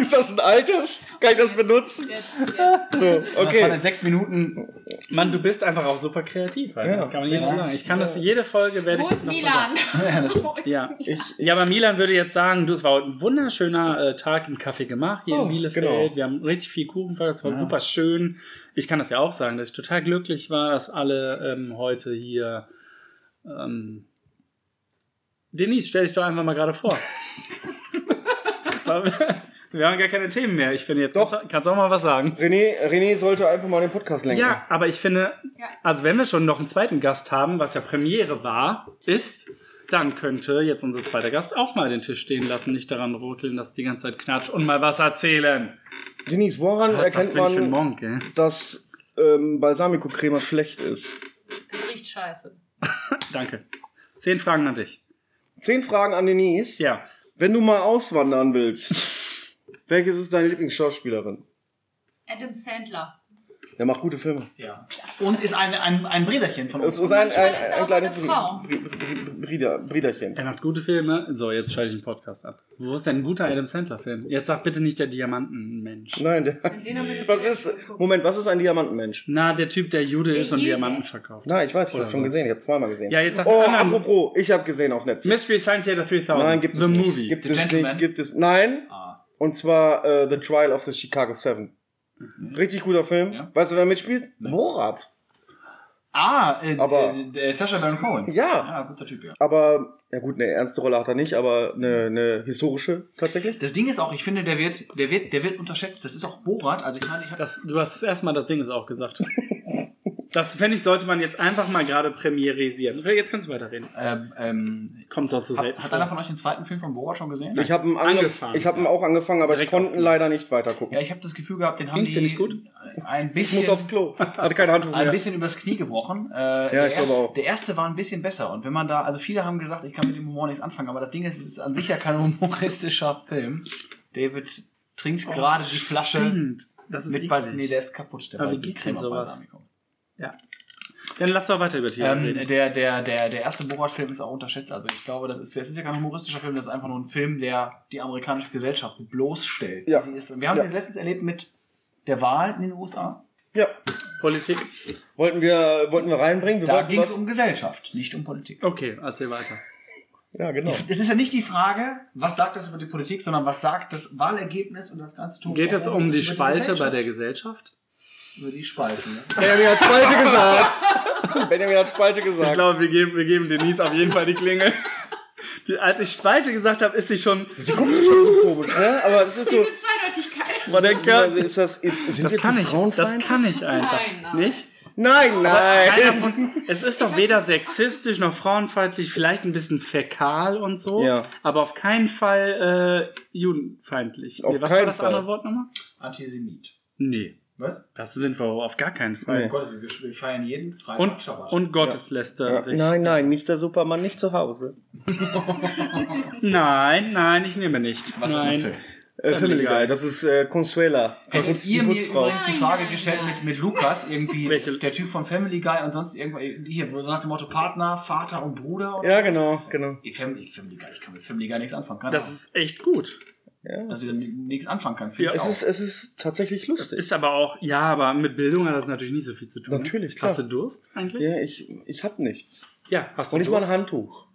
Speaker 1: ist das ein altes? Kann ich das benutzen?
Speaker 4: Jetzt, jetzt.
Speaker 1: So,
Speaker 3: Das waren
Speaker 1: okay.
Speaker 3: in sechs Minuten.
Speaker 2: Mann, du bist einfach auch super kreativ. Alter.
Speaker 1: Ja.
Speaker 2: Das kann man jedem sagen. Ich kann das jede Folge werde
Speaker 4: Wo
Speaker 2: ich das
Speaker 4: ist
Speaker 2: noch mal
Speaker 4: Milan?
Speaker 2: sagen.
Speaker 4: Wo ist
Speaker 2: Ja.
Speaker 4: Milan?
Speaker 2: Ja, aber Milan würde jetzt sagen, du, es war heute ein wunderschöner äh, Tag im Café gemacht hier
Speaker 1: Oh,
Speaker 2: in Bielefeld.
Speaker 1: genau.
Speaker 2: Wir haben richtig viel Kuchen verkauft, es war super schön. Ich kann das ja auch sagen, dass ich total glücklich war, dass alle ähm, heute hier. Ähm, Denise, stell dich doch einfach mal gerade vor. Wir haben gar keine Themen mehr. Ich finde, jetzt
Speaker 1: Doch.
Speaker 2: kannst, du- kannst du auch mal was sagen.
Speaker 1: René, René sollte einfach mal den Podcast lenken.
Speaker 2: Ja, aber ich finde,
Speaker 4: Ja.
Speaker 2: also wenn wir schon noch einen zweiten Gast haben, was ja Premiere war, ist, dann könnte jetzt unser zweiter Gast auch mal den Tisch stehen lassen, nicht daran ruckeln, dass die ganze Zeit knatscht und mal was erzählen.
Speaker 1: Denise, woran
Speaker 2: was
Speaker 1: erkennt
Speaker 2: bin ich für ein
Speaker 1: man,
Speaker 2: Monk, ey?
Speaker 1: dass ähm, Balsamico-Crema schlecht ist?
Speaker 4: Es riecht scheiße.
Speaker 2: Danke. Zehn Fragen an dich.
Speaker 1: Zehn Fragen an Denise.
Speaker 2: Ja.
Speaker 1: Wenn du mal auswandern willst, welches ist deine Lieblingsschauspielerin?
Speaker 4: Adam Sandler.
Speaker 1: Der macht gute Filme.
Speaker 3: Und ist ein, ein, ein Brederchen von
Speaker 1: Es
Speaker 3: uns.
Speaker 1: ist ein,
Speaker 4: Manchmal
Speaker 1: ein,
Speaker 4: ist er
Speaker 1: ein
Speaker 4: auch
Speaker 1: kleines
Speaker 4: eine Frau.
Speaker 1: Brieder, Briederchen.
Speaker 2: Er macht gute Filme. So, jetzt schalte ich den Podcast ab. Wo ist denn ein guter Adam Sandler-Film? Jetzt sag bitte nicht der Diamantenmensch.
Speaker 1: Nein, der,
Speaker 4: Also Den haben wir jetzt
Speaker 1: was
Speaker 4: erst
Speaker 1: ist,
Speaker 4: geguckt.
Speaker 1: Moment, was ist ein Diamantenmensch?
Speaker 2: Na, der Typ, der Jude ist und
Speaker 4: Jude.
Speaker 2: Diamanten verkauft.
Speaker 1: Na, ich weiß, ich habe schon
Speaker 2: so.
Speaker 1: gesehen, ich habe zweimal gesehen.
Speaker 2: Ja, jetzt sag
Speaker 1: oh,
Speaker 2: einen anderen.
Speaker 1: apropos, ich habe gesehen auf Netflix.
Speaker 2: Mystery Science Theater 3000.
Speaker 1: Nein, gibt
Speaker 2: The
Speaker 1: es nicht.
Speaker 2: Movie.
Speaker 1: Gibt
Speaker 3: The
Speaker 1: es
Speaker 3: Gentleman?
Speaker 1: nicht, gibt es, nein.
Speaker 3: Ah.
Speaker 1: Und zwar äh, The Trial of the Chicago Seven. Richtig guter Film.
Speaker 3: Ja.
Speaker 1: Weißt du, wer mitspielt? Borat.
Speaker 3: Ah, äh,
Speaker 1: Aber-
Speaker 3: äh, der Sascha Baron Cohen.
Speaker 1: Ja.
Speaker 3: Ja, Ah, guter Typ, ja.
Speaker 1: Aber, ja gut, eine ernste Rolle hat er nicht, aber eine, eine historische tatsächlich.
Speaker 3: Das Ding ist auch, ich finde, der wird, der wird, der wird unterschätzt. Das ist auch Borat. Also ich meine, ich habe
Speaker 2: Das, du hast erstmal das Ding ist auch gesagt. Das finde ich, sollte man jetzt einfach mal gerade premierisieren. Jetzt kannst du weiterreden.
Speaker 3: ähm, ähm,
Speaker 2: Kommt sonst halt zu
Speaker 3: hat,
Speaker 2: selten.
Speaker 3: hat einer von euch den zweiten Film von Borat schon gesehen?
Speaker 1: Ich habe ihn ange
Speaker 2: Angefangen.
Speaker 1: Ich habe ihn auch angefangen, aber
Speaker 2: Direkt
Speaker 1: ich konnte
Speaker 2: ausgemacht.
Speaker 1: leider nicht weitergucken.
Speaker 3: Ja, ich habe das Gefühl gehabt, den haben
Speaker 2: Ging's
Speaker 3: die
Speaker 2: dir nicht gut?
Speaker 3: ein
Speaker 1: Ich muss
Speaker 3: bisschen,
Speaker 1: aufs Klo. Hatte kein Handtuch
Speaker 3: ein
Speaker 1: mehr.
Speaker 3: bisschen übers Knie gebrochen. Äh, ja,
Speaker 1: ich glaube auch.
Speaker 3: Der erste war ein bisschen besser. Und wenn man da, also viele haben gesagt, ich kann mit dem Humor nichts anfangen, aber das Ding ist, es ist an sich ja kein humoristischer Film. David trinkt gerade die Flasche
Speaker 2: Oh, Stimmt. Das ist
Speaker 3: mit Balsamico. Nee, der ist kaputt, der
Speaker 2: Aber wie
Speaker 3: Bal- die
Speaker 2: geht denn
Speaker 3: auf
Speaker 2: sowas?
Speaker 3: Balsamico.
Speaker 2: ja. Dann lass doch weiter über Tiere
Speaker 3: Ähm,
Speaker 2: reden.
Speaker 3: der, der, der, der erste Borat-Film ist auch unterschätzt. Also ich glaube, das ist, das ist ja kein humoristischer Film, das ist einfach nur ein Film, der die amerikanische Gesellschaft bloßstellt,
Speaker 1: Ja.
Speaker 3: wie sie ist. Und wir haben
Speaker 1: Ja.
Speaker 3: es jetzt letztens erlebt mit der Wahl in den USA.
Speaker 1: Ja,
Speaker 3: äh,
Speaker 2: Politik.
Speaker 1: wollten wir, wollten wir reinbringen. Wir
Speaker 3: Da
Speaker 1: wollten
Speaker 3: ging es
Speaker 1: was-
Speaker 3: um Gesellschaft, nicht um Politik.
Speaker 2: Okay, erzähl weiter.
Speaker 1: Ja, genau.
Speaker 3: Es ist ja nicht die Frage, was sagt das über die Politik, sondern was sagt das Wahlergebnis und das ganze Tun.
Speaker 2: Geht es um die Spalte bei
Speaker 3: Gesellschaft?
Speaker 2: der Gesellschaft?
Speaker 3: Über die Spalte. ne?
Speaker 1: Benjamin hat Spalte gesagt. Benjamin hat Spalte gesagt.
Speaker 2: Ich glaube, wir geben, wir geben Denise auf jeden Fall die Klingel. Die, als ich Spalte gesagt habe, ist sie schon.
Speaker 1: Sie guckt schon so komisch, ne? Aber es ist so.
Speaker 4: Diese Zweideutigkeit.
Speaker 2: Boah, der
Speaker 1: Also
Speaker 2: Kerl.
Speaker 1: ist das, ist, sind
Speaker 2: Das
Speaker 1: wir
Speaker 2: kann
Speaker 1: zu
Speaker 2: ich. Das
Speaker 1: frauenfeindlich?
Speaker 2: kann ich einfach.
Speaker 4: Nein, nein.
Speaker 2: Nicht?
Speaker 1: Nein,
Speaker 2: Keiner
Speaker 1: nein.
Speaker 2: von, es ist doch weder sexistisch noch frauenfeindlich, vielleicht ein bisschen fäkal und so,
Speaker 1: Ja.
Speaker 2: aber auf keinen Fall äh, judenfeindlich.
Speaker 1: Auf
Speaker 2: nee, was war
Speaker 1: keinen
Speaker 2: das
Speaker 1: Fall.
Speaker 2: andere Wort nochmal?
Speaker 3: Antisemit.
Speaker 2: Nee,
Speaker 3: Was?
Speaker 2: das sind wir auf gar keinen Fall.
Speaker 1: Nee.
Speaker 3: Oh Gott, wir, wir feiern jeden Freitag
Speaker 2: Und,
Speaker 3: Schabbat.
Speaker 2: und gotteslästerig.
Speaker 1: Nein, nein, Mr. Superman nicht zu Hause.
Speaker 2: nein, nein, ich nehme nicht.
Speaker 3: was ist
Speaker 2: nein.
Speaker 3: ein Film?
Speaker 1: Äh, Family
Speaker 2: Family Guy.
Speaker 1: Guy, das ist äh, Consuela.
Speaker 3: Hättet
Speaker 1: Putz-
Speaker 3: ihr
Speaker 1: die
Speaker 3: mir
Speaker 1: Putzfrau.
Speaker 3: übrigens die
Speaker 4: Nein,
Speaker 3: Frage
Speaker 4: nein,
Speaker 3: gestellt
Speaker 4: nein.
Speaker 3: mit, mit Lukas, irgendwie
Speaker 2: Welche?
Speaker 3: der Typ von Family Guy und sonst irgendwann, hier, wo so nach dem Motto Partner, Vater und Bruder. Oder?
Speaker 1: Ja, genau, genau.
Speaker 3: Ey, Family, Family Guy, ich kann mit Family Guy nichts anfangen. Kann
Speaker 2: Das ist echt gut.
Speaker 1: Ja,
Speaker 3: dass
Speaker 1: es,
Speaker 3: ich
Speaker 1: ist,
Speaker 3: damit nichts anfangen kann, finde
Speaker 2: Ja,
Speaker 3: ich
Speaker 1: es,
Speaker 3: auch.
Speaker 1: ist, es ist tatsächlich lustig.
Speaker 2: Ist aber auch, ja, aber mit Bildung hat das natürlich nicht so viel zu tun.
Speaker 1: Natürlich, klar.
Speaker 2: Hast du Durst eigentlich?
Speaker 1: ja, ich, ich hab nichts.
Speaker 2: Ja, hast du
Speaker 1: Und ich mal
Speaker 2: Durst?
Speaker 1: ein Handtuch.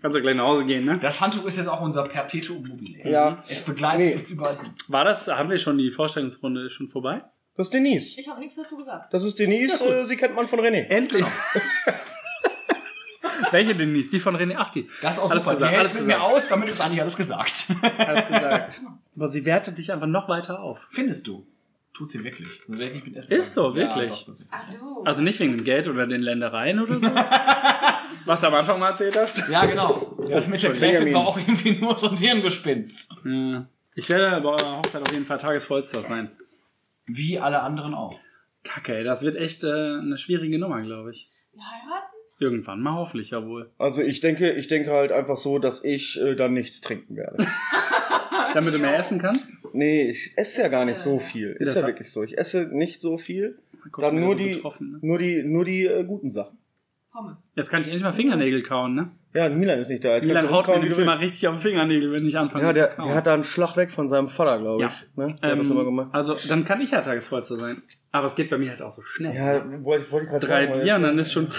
Speaker 2: Kannst du gleich nach Hause gehen, ne?
Speaker 3: das Handtuch ist jetzt auch unser Perpetuum mobile. Mhm.
Speaker 1: Ja.
Speaker 3: Es begleitet
Speaker 1: Nee.
Speaker 3: uns überall. hin.
Speaker 2: War das, haben wir schon die Vorstellungsrunde ist schon vorbei?
Speaker 1: Das ist Denise.
Speaker 4: Ich habe nichts dazu gesagt.
Speaker 1: Das ist Denise, äh, sie kennt man von René.
Speaker 2: Endlich. Welche Denise? Die von René? Ach, die.
Speaker 3: Das ist auch
Speaker 2: Alles
Speaker 3: super.
Speaker 2: gesagt,
Speaker 3: die hält
Speaker 2: alles
Speaker 3: mit mir
Speaker 2: gesagt.
Speaker 3: aus, damit ist eigentlich alles gesagt.
Speaker 2: Alles gesagt. Aber sie wertet dich einfach noch weiter auf.
Speaker 3: Findest du. Tut sie wirklich. Sonst wäre ich nicht mit Essen.
Speaker 2: Ist so, wirklich?
Speaker 3: doch, das ist-
Speaker 4: Ach du.
Speaker 2: Also nicht wegen dem Geld oder den Ländereien oder so. Was du am Anfang mal erzählt hast.
Speaker 3: ja, genau. Das mit der Classic
Speaker 1: Benjamin.
Speaker 3: war auch irgendwie nur so ein Hirngespinst.
Speaker 2: Ja. Ich werde bei eurer Hochzeit auf jeden Fall Tagesvollster sein.
Speaker 3: Wie alle anderen auch.
Speaker 2: Kacke, ey, das wird echt äh, eine schwierige Nummer, glaube ich.
Speaker 4: Wir heiraten?
Speaker 2: Irgendwann mal hoffentlich, jawohl.
Speaker 1: Also ich denke, ich denke halt einfach so, dass ich äh, dann nichts trinken werde.
Speaker 2: Damit du mehr essen kannst.
Speaker 1: Nee, ich esse ja
Speaker 4: Ist,
Speaker 1: gar nicht
Speaker 4: äh,
Speaker 1: so viel.
Speaker 2: das
Speaker 1: Ist ja
Speaker 2: hat-
Speaker 1: wirklich so. Ich esse nicht so viel.
Speaker 2: Guck,
Speaker 1: Dann
Speaker 2: wir
Speaker 1: nur
Speaker 2: sind
Speaker 1: die,
Speaker 2: betroffen, ne?
Speaker 1: nur die, nur die äh, guten Sachen.
Speaker 4: Pommes.
Speaker 2: Jetzt kann ich endlich mal Fingernägel kauen, ne?
Speaker 1: Ja, Milan ist nicht da. Jetzt
Speaker 2: Milan
Speaker 1: kannst du
Speaker 2: haut mir
Speaker 1: rumkauen, wie
Speaker 2: nämlich
Speaker 1: du
Speaker 2: immer
Speaker 1: willst.
Speaker 2: richtig auf den Fingernägel, wenn ich anfange
Speaker 1: Ja, der,
Speaker 2: zu kauen.
Speaker 1: der hat da einen Schlag weg von seinem Vater, glaube
Speaker 2: Ja.
Speaker 1: ich. Ne? Der
Speaker 2: ähm,
Speaker 1: hat das immer gemacht.
Speaker 2: Also, dann kann ich ja Tagesvollster sein. Aber es geht bei mir halt auch so schnell.
Speaker 1: Ja, wollte, wollte ich gerade
Speaker 2: Drei
Speaker 1: sagen. weil
Speaker 2: Bier ne? und
Speaker 1: jetzt-
Speaker 2: dann ist schon...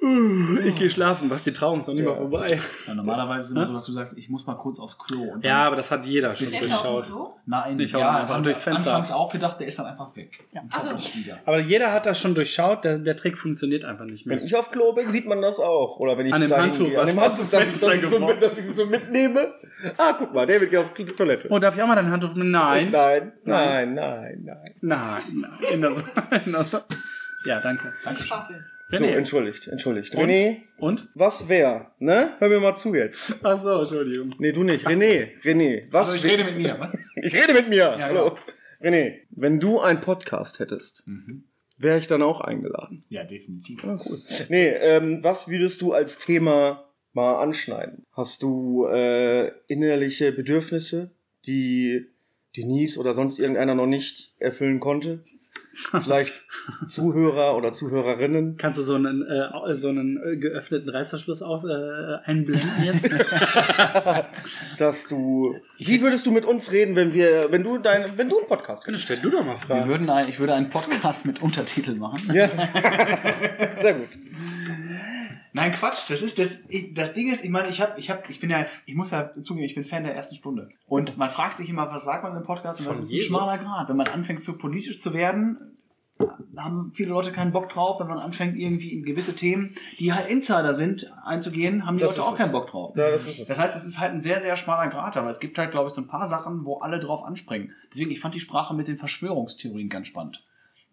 Speaker 2: Ich gehe schlafen, was die Trauung ist noch nicht mal vorbei.
Speaker 3: Ja, normalerweise ist immer so, dass du sagst, ich muss mal kurz aufs Klo. Und
Speaker 2: Ja, aber das hat jeder schon
Speaker 3: Bist
Speaker 4: Selbst auf dem
Speaker 2: durchschaut.
Speaker 4: Klo?
Speaker 3: Nein,
Speaker 2: Ich hau
Speaker 3: ja,
Speaker 2: einfach
Speaker 3: haben
Speaker 2: durchs
Speaker 3: wir
Speaker 2: Fenster.
Speaker 3: anfangs auch gedacht, der ist dann einfach weg. Und kommt
Speaker 4: so.
Speaker 3: nicht wieder.
Speaker 2: Aber jeder hat das schon durchschaut, der, der Trick funktioniert einfach nicht mehr.
Speaker 1: Wenn ich auf Klo bin, sieht man das auch. Oder wenn ich
Speaker 2: An dem
Speaker 1: da
Speaker 2: Handtuch,
Speaker 1: hingehe,
Speaker 2: was
Speaker 1: an dem
Speaker 2: aus
Speaker 1: Handtuch
Speaker 2: dem
Speaker 1: dass, ich, dass, ich
Speaker 2: Fenster
Speaker 1: so mit, dass ich so mitnehme. Ah, guck mal, David geht auf die Toilette.
Speaker 2: Oh, darf ich auch mal dein Handtuch? Nein.
Speaker 1: nein, nein, nein, nein.
Speaker 2: Nein, nein. In der So- in der So- ja, danke.
Speaker 3: Dankeschön.
Speaker 4: Schwafeln.
Speaker 1: So,
Speaker 2: René.
Speaker 1: entschuldigt, entschuldigt.
Speaker 2: Und?
Speaker 1: René,
Speaker 2: Und?
Speaker 1: was wär, ne? Hör mir mal zu jetzt.
Speaker 2: Ach so, Entschuldigung.
Speaker 1: Nee, du nicht. René, René, was
Speaker 3: Also ich
Speaker 1: wär-
Speaker 3: rede mit mir. Was?
Speaker 1: ich rede mit mir.
Speaker 3: Ja,
Speaker 1: Hallo.
Speaker 2: genau.
Speaker 1: René, wenn du einen Podcast hättest,
Speaker 2: Mhm.
Speaker 1: wäre ich dann auch eingeladen.
Speaker 3: Ja, definitiv.
Speaker 1: Ah, cool. Nee, ähm, was würdest du als Thema mal anschneiden? Hast du äh, innerliche Bedürfnisse, die Denise oder sonst irgendeiner noch nicht erfüllen konnte? Vielleicht Zuhörer oder Zuhörerinnen?
Speaker 2: Kannst du so einen, äh, so einen äh, geöffneten Reißverschluss auf, äh, einblenden jetzt?
Speaker 1: dass du. Wie würdest du mit uns reden, wenn wir, wenn du dein, wenn du einen Podcast hättest?
Speaker 2: Stell du doch mal
Speaker 3: Wir
Speaker 2: Fragen.
Speaker 3: würden ein, ich würde einen Podcast mit Untertitel machen.
Speaker 1: Ja. Sehr gut.
Speaker 3: Nein, Quatsch. Das ist das. ich- Das Ding ist, ich meine, ich habe, ich habe, ich bin ja, ich muss ja zugeben, ich bin Fan der ersten Stunde. Und man fragt sich immer, was sagt man im Podcast? Und das
Speaker 2: Von
Speaker 3: ist
Speaker 2: Jesus.
Speaker 3: ein schmaler Grad. Wenn man anfängt, zu politisch zu werden, haben viele Leute keinen Bock drauf. Wenn man anfängt, irgendwie in gewisse Themen, die halt Insider sind, einzugehen, haben die
Speaker 1: Das
Speaker 3: Leute
Speaker 1: ist
Speaker 3: auch
Speaker 1: es.
Speaker 3: keinen Bock drauf.
Speaker 1: Ja, das ist es.
Speaker 3: Das heißt, es ist halt ein sehr, sehr schmaler Grat, aber es gibt halt, glaube ich, so ein paar Sachen, wo alle drauf anspringen. Deswegen, ich fand die Sprache mit den Verschwörungstheorien ganz spannend.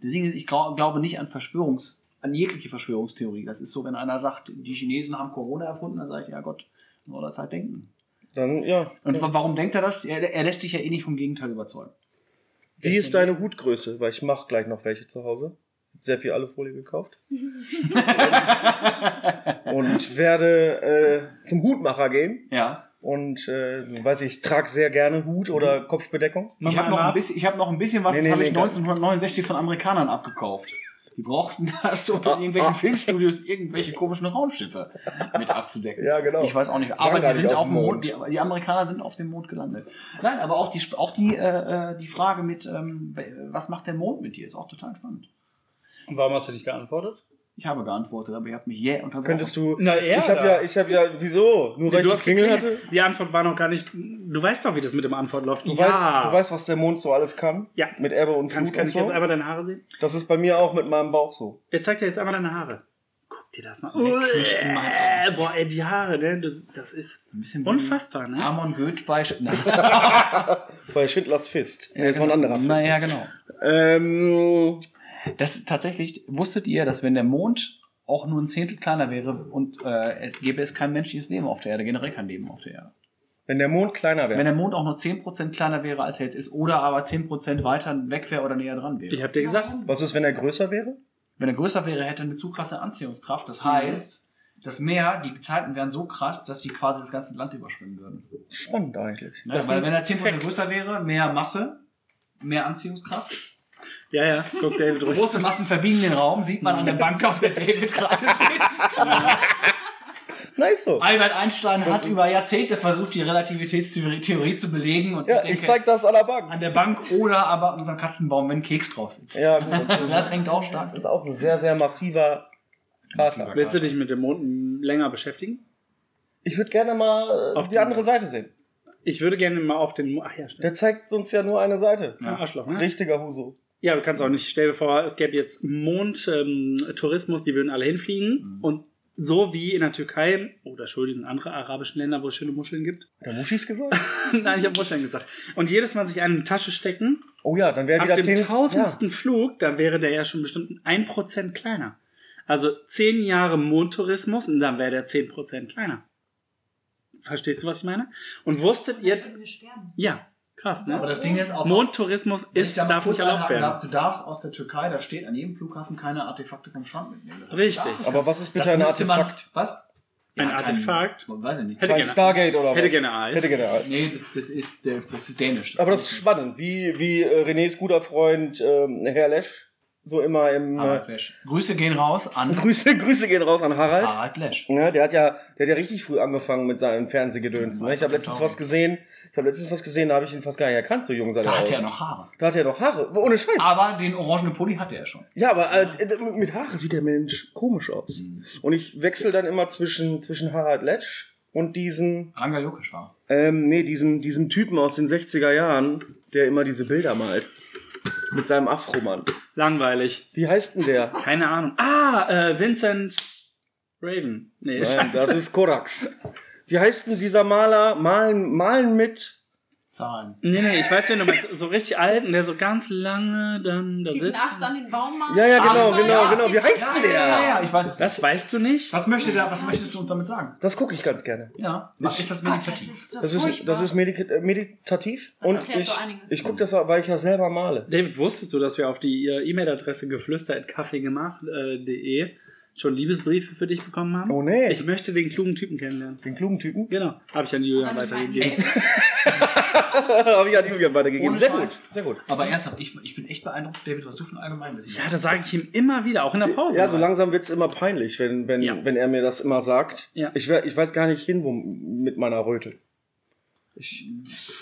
Speaker 3: Deswegen, ich grau- glaube nicht an Verschwörungs, an jegliche Verschwörungstheorie. Das ist so, wenn einer sagt, die Chinesen haben Corona erfunden, dann sage ich, ja Gott, dann soll das halt denken.
Speaker 1: Dann, ja.
Speaker 3: Und wa- warum denkt er das? Er, er lässt sich ja eh nicht vom Gegenteil überzeugen.
Speaker 1: Wie ist deine Hutgröße? Weil ich mach gleich noch welche zu Hause. Hab Sehr viel Alufolie gekauft. und werde äh, zum Hutmacher gehen.
Speaker 3: Ja.
Speaker 1: Und äh, weiß ich, trage sehr gerne Hut
Speaker 2: Mhm.
Speaker 1: oder Kopfbedeckung.
Speaker 2: Mach
Speaker 3: ich
Speaker 2: mal
Speaker 3: habe noch,
Speaker 2: einmal
Speaker 3: ein
Speaker 2: ab.
Speaker 3: bisschen- ich hab noch ein bisschen was,
Speaker 1: Nee, nee,
Speaker 3: das habe
Speaker 1: nee,
Speaker 3: ich 1969 von Amerikanern abgekauft. Die brauchten das, um
Speaker 1: Ah,
Speaker 3: in irgendwelchen Filmstudios irgendwelche komischen Raumschiffe mit abzudecken.
Speaker 1: Ja, genau.
Speaker 3: Ich weiß auch nicht.
Speaker 1: Waren
Speaker 3: Aber
Speaker 1: gar
Speaker 3: die
Speaker 1: nicht
Speaker 3: sind auf dem Mond. Die, die Amerikaner sind auf dem Mond gelandet. Nein, aber auch die, Sp- auch die, äh, äh, die Frage mit, ähm, was macht der Mond mit dir, ist auch total spannend.
Speaker 2: Und warum hast du nicht geantwortet?
Speaker 3: Ich habe geantwortet, aber ihr habt mich jäh unterbrochen.
Speaker 1: Könntest du.
Speaker 2: Oh, Na, er
Speaker 1: ich habe
Speaker 2: da.
Speaker 1: ja, ich habe ja, wieso? Nur weil ich die Klingel hatte?
Speaker 2: Die Antwort war noch gar nicht. Du weißt doch, wie das mit dem Antwort läuft.
Speaker 1: Du,
Speaker 2: ja.
Speaker 1: weißt, du weißt, was der Mond so alles kann?
Speaker 2: Ja.
Speaker 1: Mit Erbe und
Speaker 2: Kann,
Speaker 1: Flut
Speaker 2: kann
Speaker 1: und
Speaker 2: ich
Speaker 1: so.
Speaker 2: jetzt einmal deine Haare sehen?
Speaker 1: Das ist bei mir auch mit meinem Bauch so.
Speaker 2: Er zeigt dir jetzt einmal deine Haare. Guck dir das mal an.
Speaker 3: Leck mich in mein Arsch.
Speaker 2: Äh, boah, ey, die Haare, ne? Das, das ist
Speaker 3: Ein bisschen wie-
Speaker 2: unfassbar, ne?
Speaker 3: Amon Goeth bei... Nein,
Speaker 1: Bei Schindlers Fist. Ja, das war ein anderer Film.
Speaker 3: Naja, genau.
Speaker 1: Ähm,
Speaker 3: Das tatsächlich, wusstet ihr, dass wenn der Mond auch nur ein Zehntel kleiner wäre und äh, es gäbe es kein menschliches Leben auf der Erde, generell kein Leben auf der Erde.
Speaker 1: wenn der Mond kleiner
Speaker 3: Wenn
Speaker 1: wäre.
Speaker 3: der Mond auch nur 10% kleiner wäre, als er jetzt ist, oder aber 10% weiter weg wäre oder näher dran wäre.
Speaker 2: Ich hab dir gesagt.
Speaker 4: Warum?
Speaker 1: Was ist, wenn er größer wäre?
Speaker 3: Wenn er größer wäre, hätte er eine zu krasse Anziehungskraft. Das heißt, das Meer, die Zeiten wären so krass, dass die quasi das ganze Land überschwimmen würden.
Speaker 1: Spannend eigentlich.
Speaker 3: Ne?
Speaker 2: Das
Speaker 3: Weil
Speaker 2: sind
Speaker 3: wenn er 10%
Speaker 2: Facts.
Speaker 3: größer wäre, mehr Masse, mehr Anziehungskraft.
Speaker 2: Ja, ja. Guck, David, ruhig.
Speaker 3: Große Massen verbiegen den Raum, sieht man an der Bank, auf der David gerade sitzt.
Speaker 1: Nice so.
Speaker 3: Albert Einstein hat über Jahrzehnte versucht, die Relativitätstheorie Theorie zu belegen und
Speaker 1: Ja,
Speaker 3: ich denke,
Speaker 1: ich zeig das an der Bank.
Speaker 3: an der Bank oder aber an unserem Katzenbaum, wenn ein Keks drauf sitzt.
Speaker 1: Ja, gut.
Speaker 3: Und das hängt auch stark.
Speaker 1: Das ist auch ein sehr, sehr massiver Krater.
Speaker 3: Massiver.
Speaker 2: Willst du dich mit dem Mond länger beschäftigen?
Speaker 1: Ich würde gerne mal äh,
Speaker 2: Auf
Speaker 1: die
Speaker 2: die
Speaker 1: andere Seite sehen.
Speaker 2: Ich würde gerne mal auf den Mond. Ach ja, stimmt.
Speaker 1: Der zeigt uns ja nur eine Seite.
Speaker 2: Ah, Arschloch, ne?
Speaker 1: Richtiger Huso.
Speaker 2: Ja,
Speaker 3: Mhm.
Speaker 2: du kannst auch nicht. Stell dir vor, es gäbe jetzt Mondtourismus, ähm, Tourismus, die würden alle hinfliegen und so wie in der Türkei oder Entschuldigung, in andere arabischen Länder, wo es schöne Muscheln gibt.
Speaker 1: Der Muschis gesagt?
Speaker 2: Nein, ich habe Muscheln gesagt. Und jedes Mal sich eine in die Tasche stecken,
Speaker 1: Oh ja, dann wäre
Speaker 2: ab
Speaker 1: wieder
Speaker 2: dem
Speaker 1: zehn.
Speaker 2: tausendsten Flug, dann wäre der ja schon bestimmt ein Prozent kleiner. Also zehn Jahre Mondtourismus und dann wäre der zehn Prozent kleiner. Verstehst du, was ich meine? Und wusstet ihr,
Speaker 4: Wir sterben.
Speaker 2: ja, krass, ne?
Speaker 3: Aber das Ding ist auch.
Speaker 2: Mondtourismus
Speaker 3: Wenn ich
Speaker 2: ist,
Speaker 3: da mal
Speaker 2: darf
Speaker 3: kurz
Speaker 2: nicht erlaubt
Speaker 3: einhaken
Speaker 2: werden.
Speaker 3: darf, Du darfst aus der Türkei, da steht an jedem Flughafen keine Artefakte vom Strand mitnehmen. Das
Speaker 2: Richtig.
Speaker 3: darf es
Speaker 1: Aber was ist
Speaker 3: Das
Speaker 1: bitte ein
Speaker 3: müsste man-
Speaker 1: Artefakt?
Speaker 3: was?
Speaker 2: Ein
Speaker 3: kein-
Speaker 2: Artefakt?
Speaker 3: Weiß ich nicht.
Speaker 2: Hätte
Speaker 1: Kein
Speaker 2: gerne-
Speaker 1: Stargate oder
Speaker 2: hätte
Speaker 1: was?
Speaker 2: gerne Eis.
Speaker 1: Hätte gerne Eis.
Speaker 3: Nee, das, das, ist, der- das ist dänisch.
Speaker 1: Aber das ist spannend, wie, wie äh, Renés guter Freund ähm, Herr Lesch so immer im...
Speaker 3: Harald
Speaker 1: Äh,
Speaker 3: Lesch. Grüße gehen raus an
Speaker 1: Grüße, Grüße gehen raus an Harald.
Speaker 3: Harald Lesch.
Speaker 1: Ne, der hat ja, der hat ja richtig früh angefangen mit seinem Fernsehgedöns.
Speaker 3: Ja,
Speaker 1: Ne? Ich habe
Speaker 3: Mann,
Speaker 1: letztens
Speaker 3: verdammt.
Speaker 1: was gesehen, ich habe letztens was gesehen, da habe ich ihn fast gar nicht erkannt, so jung sah der
Speaker 3: Da hat
Speaker 1: aus.
Speaker 3: er noch Ah. Haare.
Speaker 1: Da hat er noch Haare, ohne Scheiß.
Speaker 3: Aber den orangenen Pulli hatte er schon.
Speaker 1: ja, aber äh, äh, mit Haare sieht der Mensch komisch aus.
Speaker 3: Mhm.
Speaker 1: Und ich wechsle dann immer zwischen zwischen Harald Letsch und diesen,
Speaker 3: Ranga Jokic war.
Speaker 1: ähm, nee, diesen diesen Typen aus den 60er Jahren, der immer diese Bilder malt mit seinem Afromann.
Speaker 2: Langweilig.
Speaker 1: Wie heißt denn der?
Speaker 2: Keine Ahnung. Ah, äh, Vincent Raven. Nee,
Speaker 1: Nein,
Speaker 2: Scheiße.
Speaker 1: das ist Korax. Wie heißt denn dieser Maler? Malen, malen mit
Speaker 3: Zahlen.
Speaker 2: Nee, nee, ich weiß, wenn du meinst, so richtig alten, der so ganz lange dann da
Speaker 4: Diesen
Speaker 2: sitzt.
Speaker 4: Ast an den Baum machen.
Speaker 1: Ja, ja, genau,
Speaker 4: Ach,
Speaker 1: genau,
Speaker 4: ja.
Speaker 1: genau. Wie heißt
Speaker 3: Ja,
Speaker 1: denn
Speaker 3: ja,
Speaker 1: der?
Speaker 3: ja, ja, ich weiß es.
Speaker 2: Das weißt du nicht?
Speaker 3: Was, möchte der, was möchtest du uns damit sagen?
Speaker 1: Das gucke ich ganz gerne.
Speaker 3: Ja. Ist das
Speaker 4: Gott, das
Speaker 3: meditativ?
Speaker 4: ist so
Speaker 1: Das ist,
Speaker 4: furchtbar.
Speaker 1: das ist medit äh, meditativ.
Speaker 4: Das
Speaker 1: und
Speaker 4: erklärt
Speaker 1: ich,
Speaker 4: so einiges.
Speaker 1: ich gucke das, weil ich ja selber male.
Speaker 2: David, wusstest du, dass wir auf die äh, E-Mail-Adresse geflüster.kaffeegemacht.de äh, schon Liebesbriefe für dich bekommen haben?
Speaker 1: Oh, nee.
Speaker 2: Ich möchte den klugen Typen kennenlernen.
Speaker 1: Den klugen Typen.
Speaker 2: Genau, habe ich an Julian weitergegeben.
Speaker 1: Habe ich an Julian weitergegeben.
Speaker 3: Ohne
Speaker 1: Sehr
Speaker 3: Scheiß.
Speaker 1: gut, sehr gut.
Speaker 3: Aber ernsthaft, ich, ich bin echt beeindruckt, David, was du für ein Allgemeinwissen
Speaker 2: Ja, das sage ich ihm immer wieder, auch in der Pause.
Speaker 1: Ja, so langsam wird's immer peinlich, wenn, wenn,
Speaker 2: Ja.
Speaker 1: wenn er mir das immer sagt.
Speaker 2: Ja.
Speaker 1: Ich, we- ich weiß gar nicht hin, wo m- mit meiner Röte.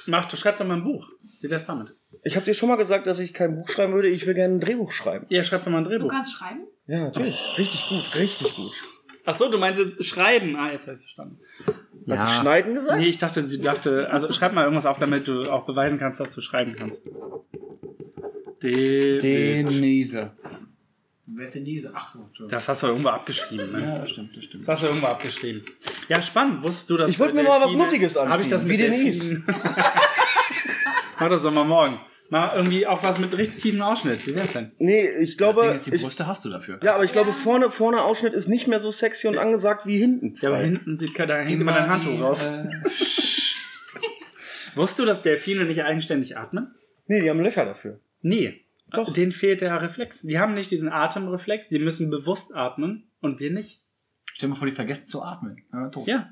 Speaker 2: Mach, du schreibst doch mal ein Buch. Wie wär's damit?
Speaker 1: Ich habe dir schon mal gesagt, dass ich kein Buch schreiben würde. Ich will gerne ein Drehbuch schreiben.
Speaker 2: Ja, schreib doch mal ein
Speaker 4: Du
Speaker 2: Drehbuch.
Speaker 4: kannst schreiben?
Speaker 1: Ja, natürlich.
Speaker 2: Oh.
Speaker 1: Richtig gut, richtig gut.
Speaker 2: Ach so, du meinst jetzt schreiben. Ah, jetzt habe ich verstanden.
Speaker 1: Hast du schneiden gesagt?
Speaker 2: Nee, ich dachte, sie dachte, also schreib mal irgendwas auf, damit du auch beweisen kannst, dass du schreiben kannst. De
Speaker 5: Denise.
Speaker 3: Wer ist denn diese? Ach so, Entschuldigung.
Speaker 2: Das hast du irgendwo abgeschrieben, ne?
Speaker 3: Ja, das stimmt, das stimmt.
Speaker 2: Das hast du irgendwo abgeschrieben. Ja, spannend. Wusstest du das?
Speaker 1: Ich wollte mir mal was Muttiges anziehen.
Speaker 2: Habe ich das
Speaker 1: wie
Speaker 2: mit
Speaker 1: Denise.
Speaker 2: Mach das doch mal morgen. Mal irgendwie auch was mit richtig tiefen Ausschnitt. Wie wär's denn?
Speaker 1: Nee, ich glaube.
Speaker 3: das Ding ist, die
Speaker 1: ich,
Speaker 3: Brüste hast du dafür.
Speaker 1: Ja, aber ich glaube,
Speaker 4: Ja.
Speaker 1: vorne, vorne Ausschnitt ist nicht mehr so sexy und angesagt wie hinten.
Speaker 2: Ja, aber hinten sieht keiner, da hängt immer dein Handtuch
Speaker 3: die,
Speaker 2: raus.
Speaker 3: äh,
Speaker 2: Wusstest du, dass Delfine nicht eigenständig atmen?
Speaker 1: Nee, die haben Löcher dafür.
Speaker 2: Nee.
Speaker 1: Doch.
Speaker 2: Denen fehlt der Reflex. Die haben nicht diesen Atemreflex, die müssen bewusst atmen und wir nicht.
Speaker 3: stell dir mal vor, die vergessen zu atmen. Ja, tot.
Speaker 2: Ja.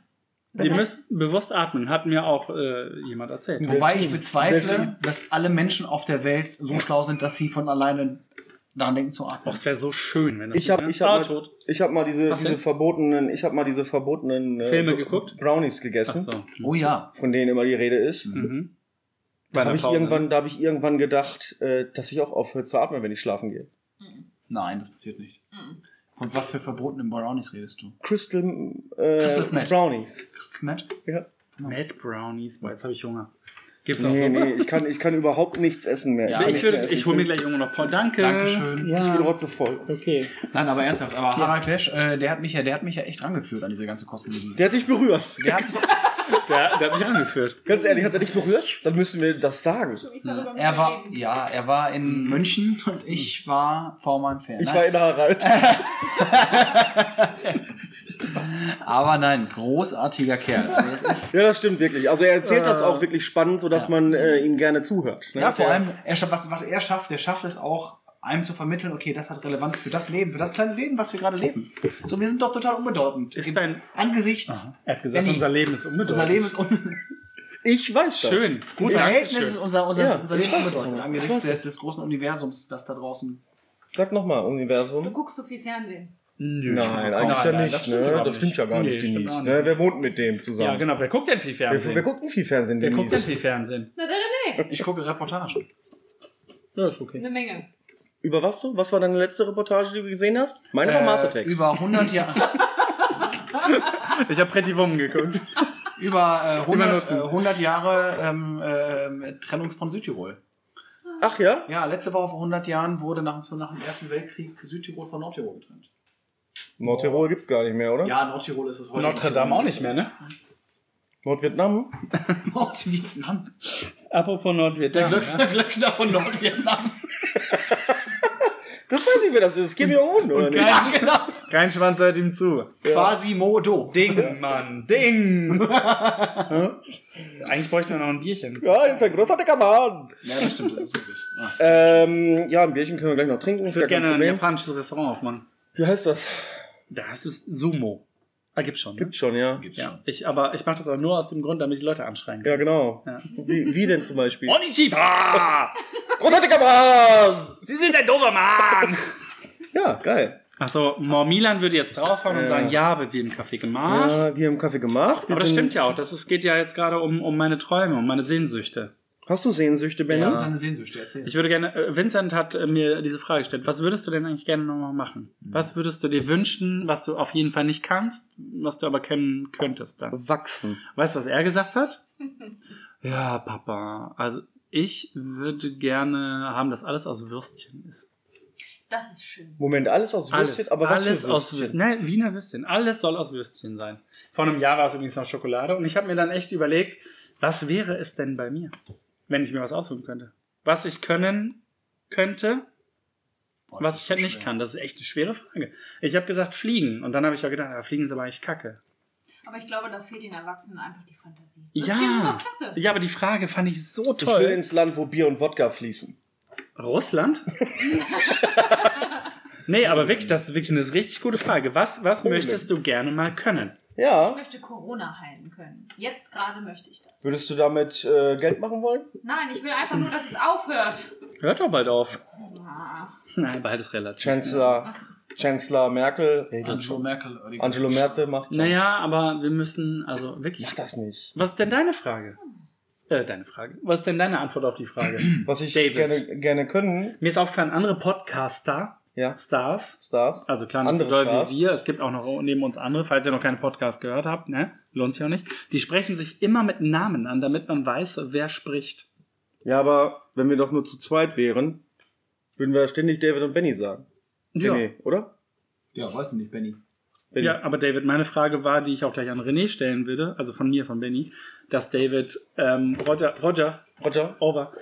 Speaker 2: Die müssen bewusst atmen, hat mir auch äh, jemand erzählt.
Speaker 3: Wobei ich bezweifle,
Speaker 1: Delfin.
Speaker 3: dass alle Menschen auf der Welt so schlau sind, dass sie von alleine daran denken zu
Speaker 2: Och,
Speaker 3: atmen.
Speaker 2: es wäre so schön, wenn das
Speaker 1: Ich habe
Speaker 2: so
Speaker 1: ich
Speaker 2: Ah,
Speaker 1: hab mal,
Speaker 2: tot.
Speaker 1: ich hab mal diese,
Speaker 2: Was
Speaker 1: diese
Speaker 2: denn?
Speaker 1: verbotenen, ich habe mal diese verbotenen äh,
Speaker 2: Filme geguckt?
Speaker 1: Brownies gegessen,
Speaker 2: Achso.
Speaker 3: Oh ja.
Speaker 1: von denen immer die Rede ist.
Speaker 2: Mhm.
Speaker 1: Da
Speaker 2: der
Speaker 1: habe ich
Speaker 2: Pause, ne?
Speaker 1: irgendwann, da habe ich irgendwann gedacht, äh, dass ich auch aufhöre zu atmen, wenn ich schlafen gehe.
Speaker 3: Nein, das passiert nicht. Von was für verbotenen Brownies redest du?
Speaker 1: Crystal
Speaker 3: Crystal
Speaker 1: äh,
Speaker 3: Smash.
Speaker 1: Brownies.
Speaker 3: Kriegst du das nett?
Speaker 1: Ja.
Speaker 2: Mad Brownies, boah, jetzt habe ich Hunger. Gibt's noch
Speaker 1: Nee,
Speaker 2: so?
Speaker 1: nee, ich kann, ich kann überhaupt nichts essen mehr.
Speaker 3: Ja,
Speaker 1: kann
Speaker 2: ich
Speaker 1: nichts mehr
Speaker 2: würde,
Speaker 1: essen.
Speaker 2: ich hole mir gleich irgendwo noch Paul. Danke.
Speaker 3: Dankeschön.
Speaker 1: Ich bin
Speaker 2: Ja.
Speaker 1: rotze voll.
Speaker 2: Okay.
Speaker 3: Nein, aber ernsthaft, aber Harald Clash, äh, der hat mich ja, der hat mich ja echt rangeführt an diese ganze Kosmologie.
Speaker 1: Der hat dich berührt.
Speaker 3: Der hat,
Speaker 2: Der, der hat mich angeführt.
Speaker 1: Ganz ehrlich, hat er dich berührt? Dann müssen wir das sagen.
Speaker 4: Ich sag, darüber
Speaker 3: er
Speaker 4: müssen wir
Speaker 3: war,
Speaker 4: reden.
Speaker 3: ja, er war in München und ich Mhm. war vormann Fan.
Speaker 1: Ich war in Harald.
Speaker 3: aber nein, großartiger Kerl. Also das ist,
Speaker 1: Ja, das stimmt wirklich. Also er erzählt das auch wirklich spannend, sodass man äh, ihm gerne zuhört.
Speaker 3: ja, vor allem, er, schafft- was, was er schafft, der schafft es auch, einem zu vermitteln, okay, das hat Relevanz für das Leben, für das kleine Leben, was wir gerade leben. So, wir sind doch total unbedeutend.
Speaker 2: Ist
Speaker 3: Im-
Speaker 2: dein-
Speaker 3: angesichts.
Speaker 2: Er hat gesagt,
Speaker 3: Nee,
Speaker 2: unser Leben ist unbedeutend.
Speaker 3: unser Leben ist un
Speaker 1: Ich weiß das.
Speaker 2: schön.
Speaker 3: Im
Speaker 2: Gut,
Speaker 3: Verhältnis ist
Speaker 2: Dankeschön.
Speaker 3: unser, unser,
Speaker 1: Ja,
Speaker 3: unser
Speaker 1: ich
Speaker 3: Leben
Speaker 1: weiß es
Speaker 3: unbedeutend
Speaker 1: auch.
Speaker 3: angesichts
Speaker 1: Ich weiß
Speaker 3: des, des großen Universums, das da draußen.
Speaker 1: Sag nochmal,
Speaker 4: Du
Speaker 1: Universum.
Speaker 4: guckst so viel Fernsehen.
Speaker 2: Nö,
Speaker 1: Nein,
Speaker 2: komm,
Speaker 1: eigentlich
Speaker 2: nein,
Speaker 1: ja
Speaker 2: nein,
Speaker 1: nicht.
Speaker 2: Das stimmt,
Speaker 1: ne?
Speaker 2: überhaupt
Speaker 1: das stimmt ja gar
Speaker 2: Nee,
Speaker 1: nicht,
Speaker 2: stimmt
Speaker 1: Denise.
Speaker 2: auch
Speaker 1: Ne? Wer wohnt mit dem zusammen?
Speaker 2: Ja, genau. Wer guckt denn viel
Speaker 1: Wer,
Speaker 2: Fernsehen?
Speaker 1: wer guckt denn viel Fernsehen,
Speaker 2: Wer guckt denn
Speaker 1: Denise?
Speaker 2: viel Fernsehen?
Speaker 4: Na, der René.
Speaker 3: Ich gucke Reportagen.
Speaker 2: Ja, ist okay.
Speaker 4: Eine Menge.
Speaker 1: Über was so? Was war deine letzte Reportage, die du gesehen hast?
Speaker 2: Äh,
Speaker 1: Meine war Master Text.
Speaker 3: äh, über 100 Jahre,
Speaker 2: Ich habe Pretty Woman geguckt.
Speaker 3: über, äh, 100, äh,
Speaker 2: Noten.
Speaker 3: 100 Jahre ähm, ähm, Trennung von Südtirol.
Speaker 1: Ach ja?
Speaker 3: Ja, letzte Woche vor 100 Jahren wurde nach, nach dem Ersten Weltkrieg Südtirol von Nordtirol getrennt.
Speaker 1: Nordtirol gibt's gar nicht mehr, oder?
Speaker 3: Ja, Nordtirol ist es heute.
Speaker 2: Notre Dame auch nicht mehr, ne?
Speaker 1: Nordvietnam?
Speaker 3: Nordvietnam.
Speaker 2: Apropos ne? Nordvietnam. Ja.
Speaker 3: Der Glöckner von Nordvietnam.
Speaker 1: Das weiß ich, wer das ist. Kim Jong-un, oder nicht?
Speaker 3: Ja, genau.
Speaker 2: Kein Schwanz hört ihm zu.
Speaker 3: Quasimodo.
Speaker 2: Ding, Mann, Ding! Hä? Eigentlich bräuchten wir noch ein Bierchen.
Speaker 1: Ja, jetzt ein großer dicker Mann.
Speaker 3: Ja, das stimmt, das ist wirklich. Ah.
Speaker 1: Ähm, ja, ein Bierchen können wir gleich noch trinken.
Speaker 2: Ich
Speaker 1: ist
Speaker 2: würde
Speaker 1: gar kein
Speaker 2: gerne ein
Speaker 1: Problem.
Speaker 2: japanisches Restaurant aufmachen.
Speaker 1: Wie heißt das?
Speaker 2: Das ist Sumo. Ah, gibt's schon. Ne?
Speaker 1: Gibt's schon, ja.
Speaker 3: Gibt's
Speaker 2: Ja, ich, aber ich mache das auch nur aus dem Grund, damit die Leute anschreien.
Speaker 1: Ja, genau.
Speaker 2: Ja.
Speaker 1: Wie, wie denn zum Beispiel?
Speaker 2: Onishifa!
Speaker 1: Großer dicker Mann!
Speaker 2: Sie sind ein doofer Mann!
Speaker 1: Ja, geil.
Speaker 2: Achso, Milan würde jetzt draufhauen und
Speaker 1: Ja.
Speaker 2: sagen, ja, aber wir im Café gemacht.
Speaker 1: Ja, Äh, wir haben Kaffee gemacht. Wir
Speaker 2: aber das
Speaker 1: sind-
Speaker 2: stimmt ja auch. Das ist, geht ja jetzt gerade um, um meine Träume, um meine Sehnsüchte.
Speaker 1: Hast du Sehnsüchte, Ben?
Speaker 3: Was sind deine Sehnsüchte? Erzähl.
Speaker 2: Ich würde gerne, äh, Vincent hat äh, mir diese Frage gestellt, was würdest du denn eigentlich gerne nochmal machen?
Speaker 1: Mhm.
Speaker 2: Was würdest du dir wünschen, was du auf jeden Fall nicht kannst, was du aber können könntest dann?
Speaker 1: Wachsen.
Speaker 2: Weißt du, was er gesagt hat? Ja, Papa, also ich würde gerne haben, dass alles aus Würstchen ist.
Speaker 4: Das ist schön.
Speaker 1: Moment, alles aus
Speaker 2: Alles,
Speaker 1: Würstchen, aber was
Speaker 2: alles
Speaker 1: für
Speaker 2: aus
Speaker 1: Würstchen?
Speaker 2: Würstchen. Nein, Wiener Würstchen. Alles soll aus Würstchen sein. Vor einem Jahr war es übrigens noch Schokolade und ich habe mir dann echt überlegt, was wäre es denn bei mir, wenn ich mir was aussuchen könnte? Was ich können könnte,
Speaker 3: Boah, Oh, das
Speaker 2: was ich
Speaker 3: ist
Speaker 2: halt
Speaker 3: so
Speaker 2: nicht
Speaker 3: schwer.
Speaker 2: kann. Das ist echt eine schwere Frage. Ich habe gesagt Fliegen und dann habe ich auch gedacht, ah, Fliegen ist aber eigentlich kacke.
Speaker 4: Aber ich glaube, da fehlt den Erwachsenen einfach die Fantasie.
Speaker 2: Ja.
Speaker 4: Das klingt super klasse.
Speaker 2: Ja, aber die Frage fand ich so
Speaker 1: Ich will
Speaker 2: toll.
Speaker 1: ins Land, wo Bier und Wodka fließen.
Speaker 2: Russland? nee, aber wirklich, das ist wirklich eine richtig gute Frage. Was, was
Speaker 1: Polen.
Speaker 2: möchtest du gerne mal können?
Speaker 4: Ich
Speaker 1: Ja.
Speaker 4: möchte Corona heilen können. Jetzt gerade möchte ich das.
Speaker 1: Würdest du damit äh, Geld machen wollen?
Speaker 4: Nein, ich will einfach nur, dass es aufhört.
Speaker 2: Hört doch bald auf.
Speaker 4: Ja.
Speaker 2: Nein, bald ist relativ.
Speaker 1: Chancellor, Chancellor Merkel regelt
Speaker 3: Angelo
Speaker 1: schon.
Speaker 3: Merkel. oder die-
Speaker 1: Angelo Merkel macht schon.
Speaker 2: Naja, aber wir müssen, also wirklich.
Speaker 1: Mach das nicht.
Speaker 2: Was ist denn deine Frage? Äh, deine Frage. Was ist denn deine Antwort auf die Frage?
Speaker 1: Was ich
Speaker 2: David.
Speaker 1: gerne, gerne können,
Speaker 2: Mir ist aufgefallen, andere Podcaster,
Speaker 1: ja,
Speaker 2: Stars,
Speaker 1: Stars.
Speaker 2: Also klar, nicht so
Speaker 1: Andere
Speaker 2: doll
Speaker 1: Stars.
Speaker 2: wie wir. Es gibt auch noch neben uns andere, falls ihr noch keinen Podcast gehört habt, ne? Lohnt sich auch nicht. Die sprechen sich immer mit Namen an, damit man weiß, wer spricht.
Speaker 1: Ja, aber wenn wir doch nur zu zweit wären, würden wir ständig David und Benny sagen.
Speaker 2: Ja.
Speaker 1: Benny, oder?
Speaker 3: Ja, weißt du nicht, Benny.
Speaker 1: Benny.
Speaker 2: Ja, aber David, meine Frage war, die ich auch gleich an René stellen würde, also von mir, von Benny, dass David, ähm, Roger, Roger,
Speaker 1: Roger.
Speaker 2: over.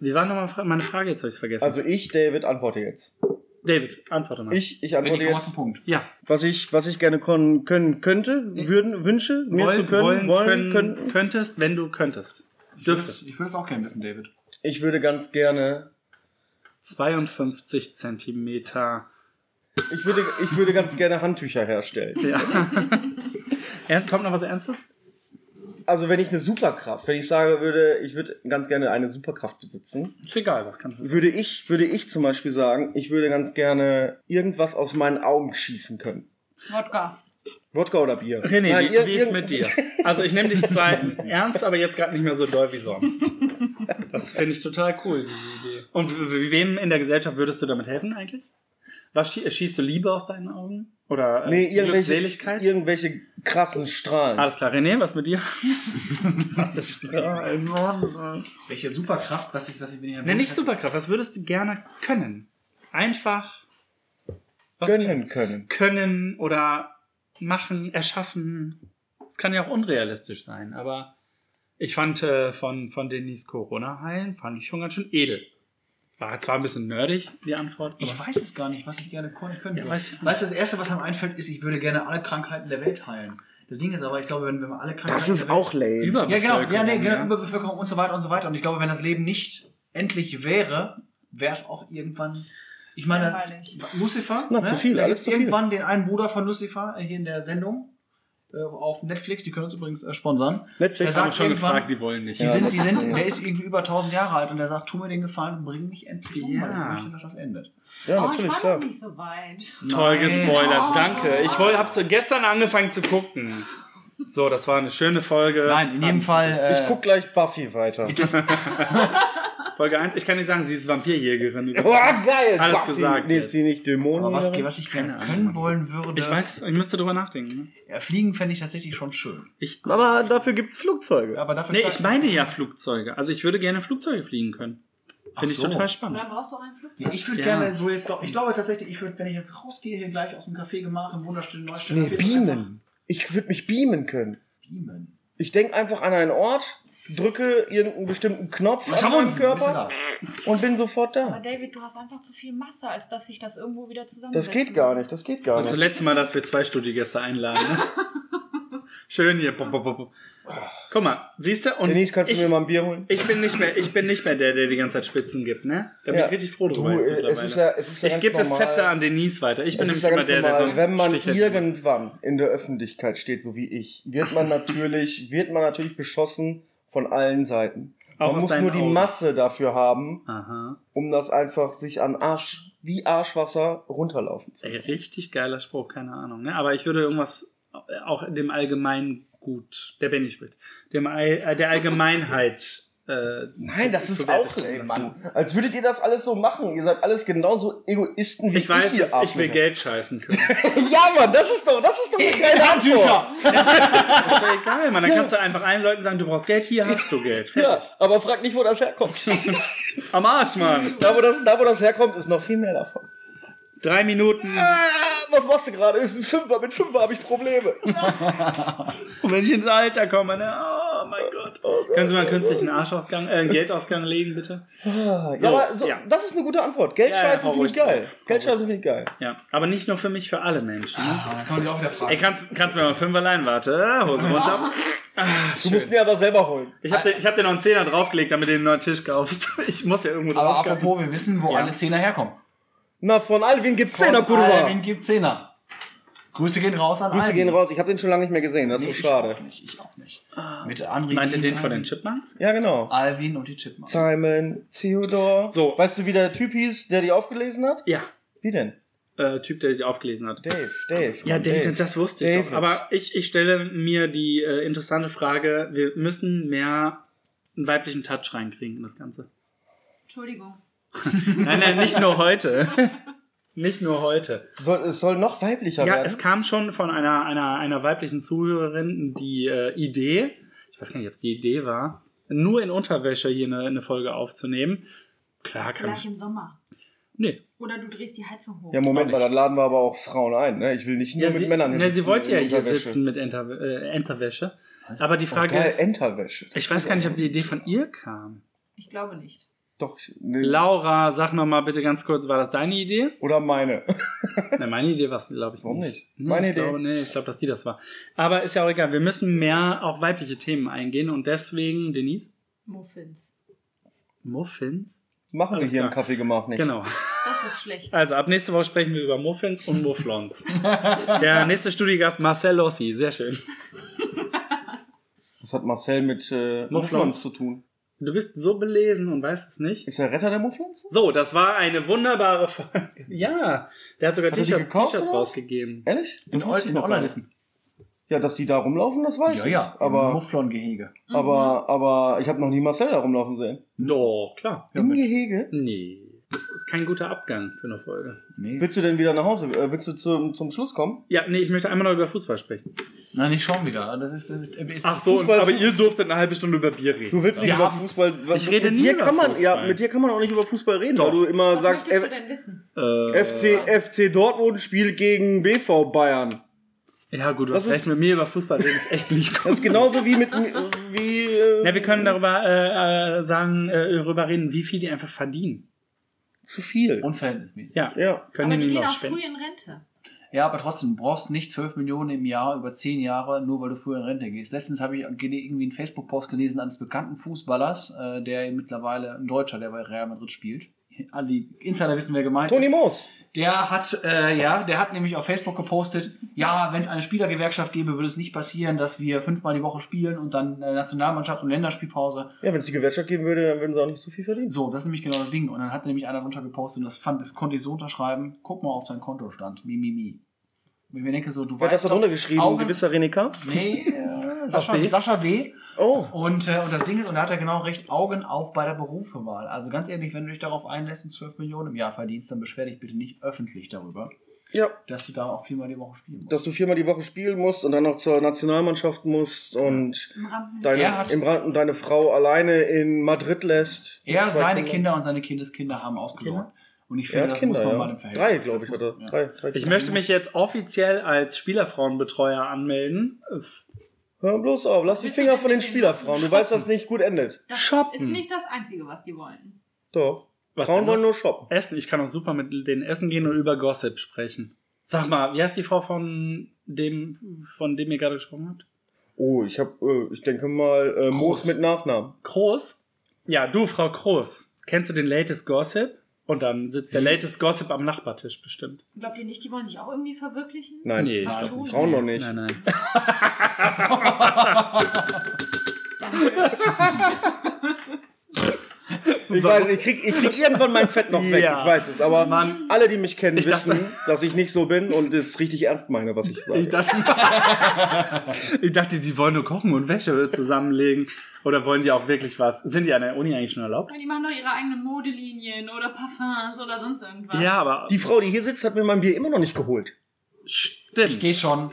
Speaker 2: Wie war nochmal fra- meine Frage? Jetzt habe ich vergessen.
Speaker 1: Also ich, David, antworte jetzt.
Speaker 2: David, antworte mal.
Speaker 1: Ich, ich
Speaker 3: Benny,
Speaker 1: antworte
Speaker 3: komm auf den
Speaker 1: jetzt.
Speaker 3: Punkt.
Speaker 2: ja,
Speaker 1: Was ich, was ich gerne kon, können könnte, würden, wünsche, mir
Speaker 2: Woll-
Speaker 1: zu können, wollen,
Speaker 2: können,
Speaker 1: können.
Speaker 2: könntest, wenn du könntest.
Speaker 3: Ich würde es
Speaker 2: Dürftest.
Speaker 3: ich würd's auch gerne wissen, David.
Speaker 1: Ich würde ganz gerne,
Speaker 2: 52 Zentimeter
Speaker 1: ich würde, ich würde ganz gerne Handtücher herstellen.
Speaker 2: Ja. Ernst, kommt noch was Ernstes?
Speaker 1: Also wenn ich eine Superkraft, wenn ich sage würde, ich würde ganz gerne eine Superkraft besitzen,
Speaker 2: Ist egal, was kannst du.
Speaker 1: würde ich, würde ich zum Beispiel sagen, ich würde ganz gerne irgendwas aus meinen Augen schießen können.
Speaker 4: Wodka.
Speaker 1: Wodka oder Bier?
Speaker 2: René,
Speaker 1: Nein,
Speaker 2: wie,
Speaker 1: ir-
Speaker 2: wie ist
Speaker 1: irgend-
Speaker 2: mit dir? Also ich nehme dich zwar ernst, aber jetzt gerade nicht mehr so doll wie sonst. Das finde ich total cool, diese Idee. Und w- w- wem in der Gesellschaft würdest du damit helfen eigentlich? Was schie schießt du Liebe aus deinen Augen? Oder äh,
Speaker 1: Nee, irgendwelche,
Speaker 2: Glückseligkeit?
Speaker 1: irgendwelche krassen Strahlen.
Speaker 2: Alles klar, René, was mit dir? Krasse Strahlen, Mann.
Speaker 3: Welche Superkraft, was ich, was ich, wenn ich
Speaker 2: Nee, nicht Superkraft, was würdest du gerne können? Einfach was
Speaker 1: Gönnen können.
Speaker 2: können oder machen, erschaffen. Es kann ja auch unrealistisch sein, aber ich fand äh, von, von Denise Corona heilen, fand ich schon ganz schön edel. War zwar ein bisschen nerdig, die Antwort.
Speaker 3: Ich
Speaker 2: aber-
Speaker 3: weiß es gar nicht, was ich gerne können könnte.
Speaker 2: Ja, weiß
Speaker 3: weißt
Speaker 2: ich auch
Speaker 3: du, das Erste, was einem einfällt, ist, ich würde gerne alle Krankheiten der Welt heilen. Das Ding ist aber, ich glaube, wenn wir alle Krankheiten
Speaker 1: Das ist
Speaker 3: der Welt-
Speaker 1: auch lame.
Speaker 3: Ja, genau,
Speaker 2: Überbevölkerung,
Speaker 3: ja, nee, genau,
Speaker 2: ja.
Speaker 3: Überbevölkerung und so weiter und so weiter. Und ich glaube, wenn das Leben nicht endlich wäre, wäre es auch irgendwann. Ich meine,
Speaker 4: Langweilig.
Speaker 3: Lucifer,
Speaker 1: Na, zu viel,
Speaker 3: da
Speaker 1: alles
Speaker 3: gibt's
Speaker 1: zu viel.
Speaker 3: irgendwann den einen Bruder von Lucifer äh, hier in der Sendung äh, auf Netflix, die können uns übrigens äh, sponsern.
Speaker 1: Netflix
Speaker 3: Der
Speaker 2: Haben wir
Speaker 3: sagt
Speaker 2: schon
Speaker 3: irgendwann-
Speaker 2: gefragt, die wollen nicht.
Speaker 3: Die sind, die sind, der ist irgendwie über 1000 Jahre alt und der sagt, tu mir den Gefallen und bring mich endlich um, weil ich
Speaker 2: Ja.
Speaker 3: möchte, dass das endet.
Speaker 1: Ja,
Speaker 4: oh, ich
Speaker 1: natürlich,
Speaker 4: war
Speaker 1: klar.
Speaker 4: noch nicht so weit.
Speaker 2: Toll
Speaker 3: Nein.
Speaker 2: gespoilert, danke. Ich woll- hab so gestern angefangen zu gucken. So, das war eine schöne Folge.
Speaker 3: Nein, in jedem Fall. Äh,
Speaker 1: Ich guck gleich Buffy weiter.
Speaker 2: Folge 1, ich kann nicht sagen, sie ist Vampirjägerin.
Speaker 1: Boah, Ah, geil!
Speaker 2: Alles
Speaker 1: Buffy.
Speaker 2: gesagt
Speaker 1: Nee,
Speaker 2: jetzt.
Speaker 1: ist die nicht Dämonen?
Speaker 3: aber was,
Speaker 1: oder?
Speaker 3: was ich gerne
Speaker 2: Keine
Speaker 3: können
Speaker 2: Ahnung.
Speaker 3: wollen würde,
Speaker 2: Ich weiß, ich müsste drüber nachdenken. ne?
Speaker 3: ja, fliegen fände ich tatsächlich schon schön.
Speaker 2: Ich,
Speaker 1: aber dafür gibt's Flugzeuge.
Speaker 3: Aber dafür
Speaker 2: Nee,
Speaker 3: steigt-
Speaker 2: ich meine ja Flugzeuge. Also ich würde gerne Flugzeuge fliegen können.
Speaker 3: Ach
Speaker 2: Finde ich
Speaker 3: so.
Speaker 2: total
Speaker 4: Und
Speaker 2: spannend.
Speaker 4: dann brauchst du auch einen Flugzeug.
Speaker 3: Ich würde
Speaker 2: Ja.
Speaker 3: gerne so jetzt, glaub, ich glaube tatsächlich, ich würde, wenn ich jetzt rausgehe, hier gleich aus dem Café gemacht, im wunderschönen Neustadt.
Speaker 1: Nee, beamen. Ich würde mich beamen können.
Speaker 3: Beamen.
Speaker 1: Ich denke einfach an einen Ort, drücke irgendeinen bestimmten Knopf an meinem Körper und bin sofort
Speaker 4: Aber
Speaker 1: da.
Speaker 4: David, du hast einfach zu viel Masse, als dass sich das irgendwo wieder
Speaker 1: Das
Speaker 4: zusammensetzt.
Speaker 1: geht gar nicht, das geht gar
Speaker 2: Das ist das
Speaker 1: nicht.
Speaker 2: letzte Mal, dass wir zwei Studiogäste einladen. Ne? Schön hier. Pop, pop, pop, pop. Guck mal, siehst du? Und
Speaker 1: Denise, kannst du
Speaker 2: ich,
Speaker 1: mir mal ein Bier holen?
Speaker 2: ich bin nicht mehr, ich bin nicht mehr der, der die ganze Zeit Spitzen gibt, ne? Da bin
Speaker 1: Ja.
Speaker 2: ich richtig froh drüber
Speaker 1: Du,
Speaker 2: jetzt
Speaker 1: äh, es
Speaker 2: mittlerweile.
Speaker 1: ist ja- es ist ja
Speaker 2: ich
Speaker 1: ganz
Speaker 2: gebe das
Speaker 1: normal.
Speaker 2: Zepter an Denise weiter. Ich bin
Speaker 1: Es ist
Speaker 2: nämlich
Speaker 1: ja
Speaker 2: immer
Speaker 1: ganz
Speaker 2: der, der
Speaker 1: normal,
Speaker 2: sonst
Speaker 1: wenn man
Speaker 2: Stichel-
Speaker 1: irgendwann in der Öffentlichkeit steht, so wie ich, wird man natürlich, wird man natürlich beschossen von allen Seiten. man
Speaker 2: Auch aus
Speaker 1: muss
Speaker 2: deinen
Speaker 1: nur die
Speaker 2: Augen.
Speaker 1: Masse dafür haben,
Speaker 2: Aha.
Speaker 1: um das einfach sich an Arsch, wie Arschwasser runterlaufen zu
Speaker 2: Ey,
Speaker 1: lassen.
Speaker 2: richtig geiler Spruch, keine Ahnung, ne? Aber ich würde irgendwas auch dem allgemeinen Gut, der Benny spielt, dem All, äh, der Allgemeinheit. Äh,
Speaker 1: Nein, das ist
Speaker 2: bewertet
Speaker 1: auch lame,
Speaker 2: werden lassen.
Speaker 1: Mann. Als würdet ihr das alles so machen. Ihr seid alles genauso Egoisten wie
Speaker 2: Ich weiß,
Speaker 1: ihr
Speaker 2: dass ich will
Speaker 1: Arschlöcher.
Speaker 2: Geld scheißen können.
Speaker 1: Ja, Mann, das ist doch, das ist doch eine geile Antwort.
Speaker 2: Das ist ja egal, Mann. Dann kannst du einfach allen Leuten sagen, du brauchst Geld, hier hast du Geld.
Speaker 1: Ja, aber frag nicht, wo das herkommt.
Speaker 2: Am Arsch, Mann.
Speaker 1: da, wo das, da, wo das herkommt, ist noch viel mehr davon.
Speaker 2: Drei Minuten.
Speaker 1: Ah, was machst du gerade? Ist ein Fünfer, mit Fünfer habe ich Probleme.
Speaker 2: Ah, Und wenn ich ins Alter komme, ne? Oh mein Gott. Können Sie mal künstlich einen Arschausgang, äh, einen Geldausgang legen, bitte?
Speaker 1: So, aber so,
Speaker 2: ja.
Speaker 1: das ist eine gute Antwort. Geldscheißen
Speaker 2: Ja, ja, hau
Speaker 1: finde ich
Speaker 2: ruhig
Speaker 1: geil.
Speaker 2: drauf.
Speaker 1: Geldscheißen finde ich geil.
Speaker 2: Ja. Aber nicht nur für mich, für alle Menschen. Ne?
Speaker 3: Ah, da kann man sich auch wieder fragen.
Speaker 2: Ey, kannst, kannst mir mal fünf allein, warte. äh, Hose runter.
Speaker 1: Du musst dir aber selber holen.
Speaker 2: Ich hab, dir, ich hab dir noch einen Zehner draufgelegt, damit du dir einen neuen Tisch kaufst. Ich muss ja irgendwo
Speaker 3: Aber
Speaker 2: draufgehen.
Speaker 3: apropos, wir wissen, wo alle Zehner herkommen.
Speaker 1: Na, von Alvin gibt's
Speaker 3: Von
Speaker 1: Zehner, Kurwa.
Speaker 3: Alvin gibt Zehner. Grüße gehen raus an
Speaker 1: Grüße
Speaker 3: Alvin.
Speaker 1: gehen raus. Ich habe den schon lange nicht mehr gesehen. Das ist
Speaker 3: Nee,
Speaker 1: so
Speaker 3: ich
Speaker 1: schade.
Speaker 3: auch nicht, ich auch nicht. Mit Anri
Speaker 2: Ah. Meint ihr
Speaker 3: Dien,
Speaker 2: den von den
Speaker 3: Alvin.
Speaker 2: Chipmunks?
Speaker 1: Ja, genau.
Speaker 3: Alvin und die Chipmunks.
Speaker 1: Simon, Theodor.
Speaker 2: Ah. So.
Speaker 1: Weißt du, wie der Typ hieß, der die aufgelesen hat?
Speaker 2: Ja.
Speaker 1: Wie denn?
Speaker 2: Äh, typ, der sich aufgelesen hat.
Speaker 1: Dave, Dave.
Speaker 2: Ja,
Speaker 1: Mann,
Speaker 2: David, das wusste ich
Speaker 1: David.
Speaker 2: doch. Aber ich, ich stelle mir die äh, interessante Frage, wir müssen mehr einen weiblichen Touch reinkriegen in das Ganze.
Speaker 4: Entschuldigung.
Speaker 2: Nein, nein, nicht nur heute. nicht nur heute.
Speaker 1: Soll, es soll noch weiblicher
Speaker 2: Ja,
Speaker 1: werden.
Speaker 2: es kam schon von einer, einer, einer weiblichen Zuhörerin die äh, Idee, ich weiß gar nicht, ob es die Idee war, nur in Unterwäsche hier eine, eine Folge aufzunehmen. Klar kann
Speaker 4: Vielleicht
Speaker 2: ich.
Speaker 4: im Sommer.
Speaker 2: Nee.
Speaker 4: Oder du drehst die Heizung hoch.
Speaker 1: ja, Moment
Speaker 2: Auch
Speaker 1: mal,
Speaker 2: nicht.
Speaker 1: dann laden wir aber auch Frauen ein. Ne? Ich will nicht nur
Speaker 2: Ja,
Speaker 1: mit
Speaker 2: sie,
Speaker 1: Männern
Speaker 2: ne, sie
Speaker 1: sitzen
Speaker 2: wollte
Speaker 1: in
Speaker 2: ja hier
Speaker 1: Unterwäsche.
Speaker 2: sitzen mit Enterwä äh, Enterwäsche. Aber die
Speaker 1: Oh,
Speaker 2: Frage
Speaker 1: geil,
Speaker 2: ist,
Speaker 1: Enterwäsche.
Speaker 2: ich weiß gar nicht, ob die Idee von ihr kam.
Speaker 4: Ich glaube nicht.
Speaker 1: Doch, nee.
Speaker 2: Laura, sag nochmal bitte ganz kurz, war das deine Idee?
Speaker 1: Oder meine.
Speaker 2: Nein, meine Idee war es, glaube ich,
Speaker 1: Warum nicht?
Speaker 2: Nee,
Speaker 1: Meine
Speaker 2: ich
Speaker 1: Idee.
Speaker 2: Glaube, nee, ich glaube, dass die das war. Aber ist ja auch egal. Wir müssen mehr auch weibliche Themen eingehen und deswegen, Denise,
Speaker 4: Muffins.
Speaker 2: Muffins?
Speaker 1: Machen wir
Speaker 2: Alles
Speaker 1: hier
Speaker 2: klar.
Speaker 1: im Kaffee gemacht nicht.
Speaker 2: Genau.
Speaker 4: Das ist schlecht.
Speaker 2: Also ab nächste Woche sprechen wir über Muffins und Mufflons. Der nächste Studiogast Marcel Lossi, sehr schön.
Speaker 1: Das hat Marcel mit äh,
Speaker 2: Mufflons.
Speaker 1: Mufflons zu tun.
Speaker 2: Du bist so belesen und weißt es nicht.
Speaker 1: Ist er Retter der Mufflons?
Speaker 2: So, das war eine wunderbare Folge. Ja, der hat sogar
Speaker 1: Hat er die
Speaker 2: T-Shirt-
Speaker 1: gekauft,
Speaker 2: T-Shirts
Speaker 1: oder was?
Speaker 2: rausgegeben.
Speaker 1: Ehrlich?
Speaker 3: In
Speaker 1: wusste ich
Speaker 3: Olden
Speaker 1: noch gar nicht.
Speaker 3: Ollerlissen.
Speaker 1: Ja, dass die da rumlaufen, das weiß
Speaker 3: Ja,
Speaker 1: ich.
Speaker 3: ja. im
Speaker 1: Aber,
Speaker 3: Mufflongehege.
Speaker 1: aber,
Speaker 4: Mhm.
Speaker 1: aber ich habe noch nie Marcel da rumlaufen sehen.
Speaker 2: No, klar.
Speaker 1: Im Gehege?
Speaker 2: Nee, das ist kein guter Abgang für eine Folge.
Speaker 3: Nee.
Speaker 1: Willst du denn wieder nach Hause? Äh, willst du zum, zum Schluss kommen?
Speaker 2: Ja, nee, ich möchte einmal noch über Fußball sprechen.
Speaker 3: Nein, ich schon wieder. Das ist, das ist, ist
Speaker 2: Ach so,
Speaker 1: Fußball-
Speaker 2: aber ihr durftet eine halbe Stunde über Bier reden.
Speaker 1: Du willst nicht
Speaker 2: ja.
Speaker 1: über Fußball.
Speaker 2: Ich rede
Speaker 1: mit
Speaker 2: nie
Speaker 1: dir
Speaker 2: über
Speaker 1: kann man, Ja,
Speaker 2: Fußball.
Speaker 1: mit dir kann man auch nicht über Fußball reden,
Speaker 2: Doch.
Speaker 1: weil du immer
Speaker 4: Was
Speaker 1: sagst, äh,
Speaker 4: möchtest du
Speaker 1: F
Speaker 4: denn wissen?
Speaker 1: FC,
Speaker 2: Äh,
Speaker 1: FC Dortmund spielt gegen BV Bayern.
Speaker 2: ja, gut, du
Speaker 1: Das
Speaker 2: hast
Speaker 1: ist-
Speaker 2: recht, mit mir über Fußball reden ist echt nicht gut.
Speaker 1: Das ist genauso wie mit wie. Äh,
Speaker 2: Ja, wir können darüber äh, äh, sagen, äh, darüber reden, wie viel die einfach verdienen.
Speaker 1: zu viel.
Speaker 3: unverhältnismäßig.
Speaker 2: Ja,
Speaker 1: ja.
Speaker 2: können
Speaker 4: Aber die
Speaker 2: die
Speaker 4: gehen
Speaker 2: noch
Speaker 4: auch früh
Speaker 2: spenden.
Speaker 4: in Rente.
Speaker 3: Ja, aber trotzdem, du brauchst nicht 12 Millionen im Jahr über 10 Jahre, nur weil du früher in Rente gehst. Letztens habe ich gene- irgendwie einen Facebook-Post gelesen eines bekannten Fußballers, äh, der mittlerweile ein Deutscher, der bei Real Madrid spielt. Alle die Insider wissen, wer gemeint
Speaker 1: Toni
Speaker 3: ist.
Speaker 1: Moos.
Speaker 3: Der hat, äh, ja, der hat nämlich auf Facebook gepostet, ja, wenn es eine Spielergewerkschaft gäbe, würde es nicht passieren, dass wir fünfmal die Woche spielen und dann äh, Nationalmannschaft und Länderspielpause.
Speaker 1: Ja, wenn es die Gewerkschaft geben würde, dann würden sie auch nicht so viel verdienen.
Speaker 3: So, das ist nämlich genau das Ding. Und dann hat nämlich einer drunter gepostet und das fand, das konnte ich so unterschreiben. Guck mal auf deinen Kontostand. Mi, mi, mi. Und ich mir denke so, du
Speaker 1: Wer hat das da
Speaker 3: doch,
Speaker 1: drunter geschrieben?
Speaker 3: Augen-
Speaker 1: Gewisser Renika?
Speaker 3: Nee, äh, Sascha,
Speaker 2: Auf B?
Speaker 3: Sascha W.
Speaker 1: Oh.
Speaker 3: Und, äh, und das Ding ist, und da hat er genau recht, Augen auf bei der Berufewahl. Also ganz ehrlich, wenn du dich darauf einlässt und 12 Millionen im Jahr verdienst, dann beschwer dich bitte nicht öffentlich darüber.
Speaker 1: Ja.
Speaker 3: dass du da auch viermal die Woche spielen musst.
Speaker 1: Dass du viermal die Woche spielen musst und dann noch zur Nationalmannschaft musst und
Speaker 4: Im Rampen.
Speaker 1: deine,
Speaker 3: Er hat-
Speaker 1: im Branden deine Frau alleine in Madrid lässt.
Speaker 3: er,
Speaker 1: Zwei
Speaker 3: seine Kinder. und seine Kindeskinder haben ausgesorgt. Und ich
Speaker 1: Er
Speaker 3: finde,
Speaker 1: hat
Speaker 3: das
Speaker 1: Kinder,
Speaker 3: muss man
Speaker 1: ja.
Speaker 3: mal im Verhältnis.
Speaker 1: Drei,
Speaker 3: das
Speaker 1: glaube ich,
Speaker 3: muss-
Speaker 1: oder?
Speaker 3: ja.
Speaker 1: Drei, drei
Speaker 2: Ich
Speaker 1: Kinder.
Speaker 2: möchte mich jetzt offiziell als Spielerfrauenbetreuer anmelden. Äh,
Speaker 1: Hör bloß auf, lass die
Speaker 4: Willst du
Speaker 1: Finger
Speaker 4: denn
Speaker 1: von den
Speaker 4: mit den
Speaker 1: Spielerfrauen. Du
Speaker 2: shoppen?
Speaker 1: weißt, dass nicht gut endet.
Speaker 4: Das
Speaker 2: Shoppen.
Speaker 4: ist nicht das Einzige, was die wollen.
Speaker 1: Doch.
Speaker 2: Was
Speaker 1: Frauen
Speaker 2: denn
Speaker 1: wollen
Speaker 2: noch?
Speaker 1: nur shoppen.
Speaker 2: Essen. Ich kann auch super mit denen essen gehen und über Gossip sprechen. Sag mal, wie heißt die Frau von dem, von dem ihr gerade gesprochen habt?
Speaker 1: Oh, ich habe, äh, ich denke mal, äh, Moos
Speaker 3: Groß.
Speaker 1: mit Nachnamen.
Speaker 2: Groß? Ja, du, Frau Groß. Kennst du den latest Gossip? Und dann sitzt der latest Gossip am Nachbartisch bestimmt.
Speaker 4: Glaubt ihr nicht, die wollen sich auch irgendwie verwirklichen?
Speaker 1: Nein,
Speaker 2: Nee, ich
Speaker 1: Frauen
Speaker 2: glaub
Speaker 4: nicht.
Speaker 1: Frauen noch nicht.
Speaker 2: Nein, nein.
Speaker 1: Ich weiß, ich krieg, ich krieg irgendwann mein Fett noch weg,
Speaker 2: Ja.
Speaker 1: ich weiß es. Aber alle, die mich kennen,
Speaker 2: Ich dachte-
Speaker 1: wissen, dass ich nicht so bin und es richtig ernst meine, was ich sage.
Speaker 2: Ich dachte, ich dachte, die wollen nur kochen und Wäsche zusammenlegen. Oder wollen die auch wirklich was? Sind die an der Uni eigentlich schon erlaubt?
Speaker 4: Weil Die machen doch ihre eigenen Modelinien oder Parfums oder sonst irgendwas.
Speaker 2: Ja, aber
Speaker 1: die Frau, die hier sitzt, hat mir mein Bier immer noch nicht geholt.
Speaker 2: stimmt.
Speaker 3: Ich gehe schon.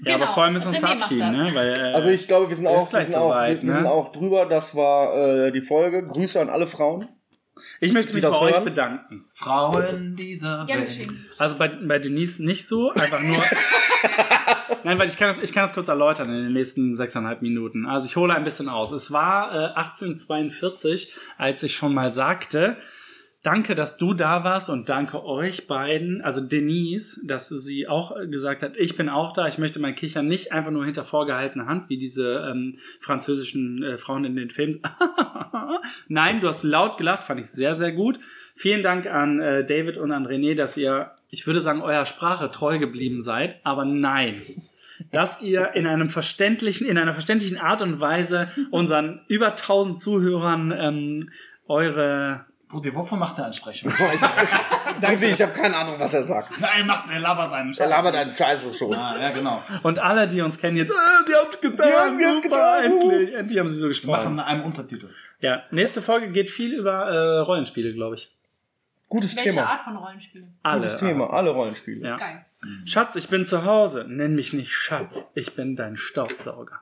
Speaker 2: ja, aber
Speaker 4: Genau.
Speaker 2: vorher müssen wir uns
Speaker 4: René macht
Speaker 2: verabschieden,
Speaker 4: das.
Speaker 2: ne? Weil, äh,
Speaker 1: Also ich glaube, wir sind
Speaker 2: Ist
Speaker 1: auch, wir
Speaker 2: gleich
Speaker 1: sind,
Speaker 2: so
Speaker 1: auch,
Speaker 2: weit,
Speaker 1: wir
Speaker 2: ne?
Speaker 1: sind auch drüber. Das war äh, die Folge. Grüße an alle Frauen.
Speaker 2: ich möchte
Speaker 1: die
Speaker 2: mich
Speaker 1: das
Speaker 2: bei euch
Speaker 1: hören?
Speaker 2: bedanken.
Speaker 3: Frauen dieser
Speaker 4: Gerne
Speaker 3: Welt.
Speaker 4: geschenkt.
Speaker 2: Also bei, bei Denise nicht so, einfach nur. Nein, weil ich kann, das, ich kann das kurz erläutern in den nächsten sechseinhalb Minuten. Also ich hole ein bisschen aus. Es war äh, 1842, als ich schon mal sagte, danke, dass du da warst und danke euch beiden, also Denise, dass sie auch äh, gesagt hat, ich bin auch da, ich möchte mein Kichern nicht einfach nur hinter vorgehaltener Hand, wie diese ähm, französischen äh, Frauen in den Filmen. Nein, du hast laut gelacht, fand ich sehr, sehr gut. Vielen Dank an äh, David und an René, dass ihr, ich würde sagen, eurer Sprache treu geblieben seid, aber nein. Dass ihr in einem verständlichen, in einer verständlichen Art und Weise unseren über 1000 Zuhörern ähm, eure
Speaker 3: Bruder, wovon macht er Ansprechung?
Speaker 1: Danke, ich habe keine Ahnung, was er sagt.
Speaker 3: Nein, macht er labert einen
Speaker 1: Er labert einen Scheiße schon.
Speaker 3: Ah, ja, genau.
Speaker 2: Und alle, die uns kennen, jetzt, äh, die haben's getan,
Speaker 1: Die Ah, haben das
Speaker 2: super,
Speaker 1: getan, uh.
Speaker 2: endlich, endlich haben sie so
Speaker 3: Machen
Speaker 2: gesprochen.
Speaker 3: einen Untertitel.
Speaker 2: Ja, nächste Folge geht viel über äh, Rollenspiele, glaube ich.
Speaker 1: Gutes
Speaker 4: Welche
Speaker 1: Thema.
Speaker 4: Art von Rollenspielen?
Speaker 2: Alle.
Speaker 1: Gutes Thema. Alle Rollenspiele.
Speaker 2: Ja.
Speaker 4: Geil.
Speaker 2: Schatz, ich bin zu Hause. Nenn mich nicht Schatz, ich bin dein Staubsauger.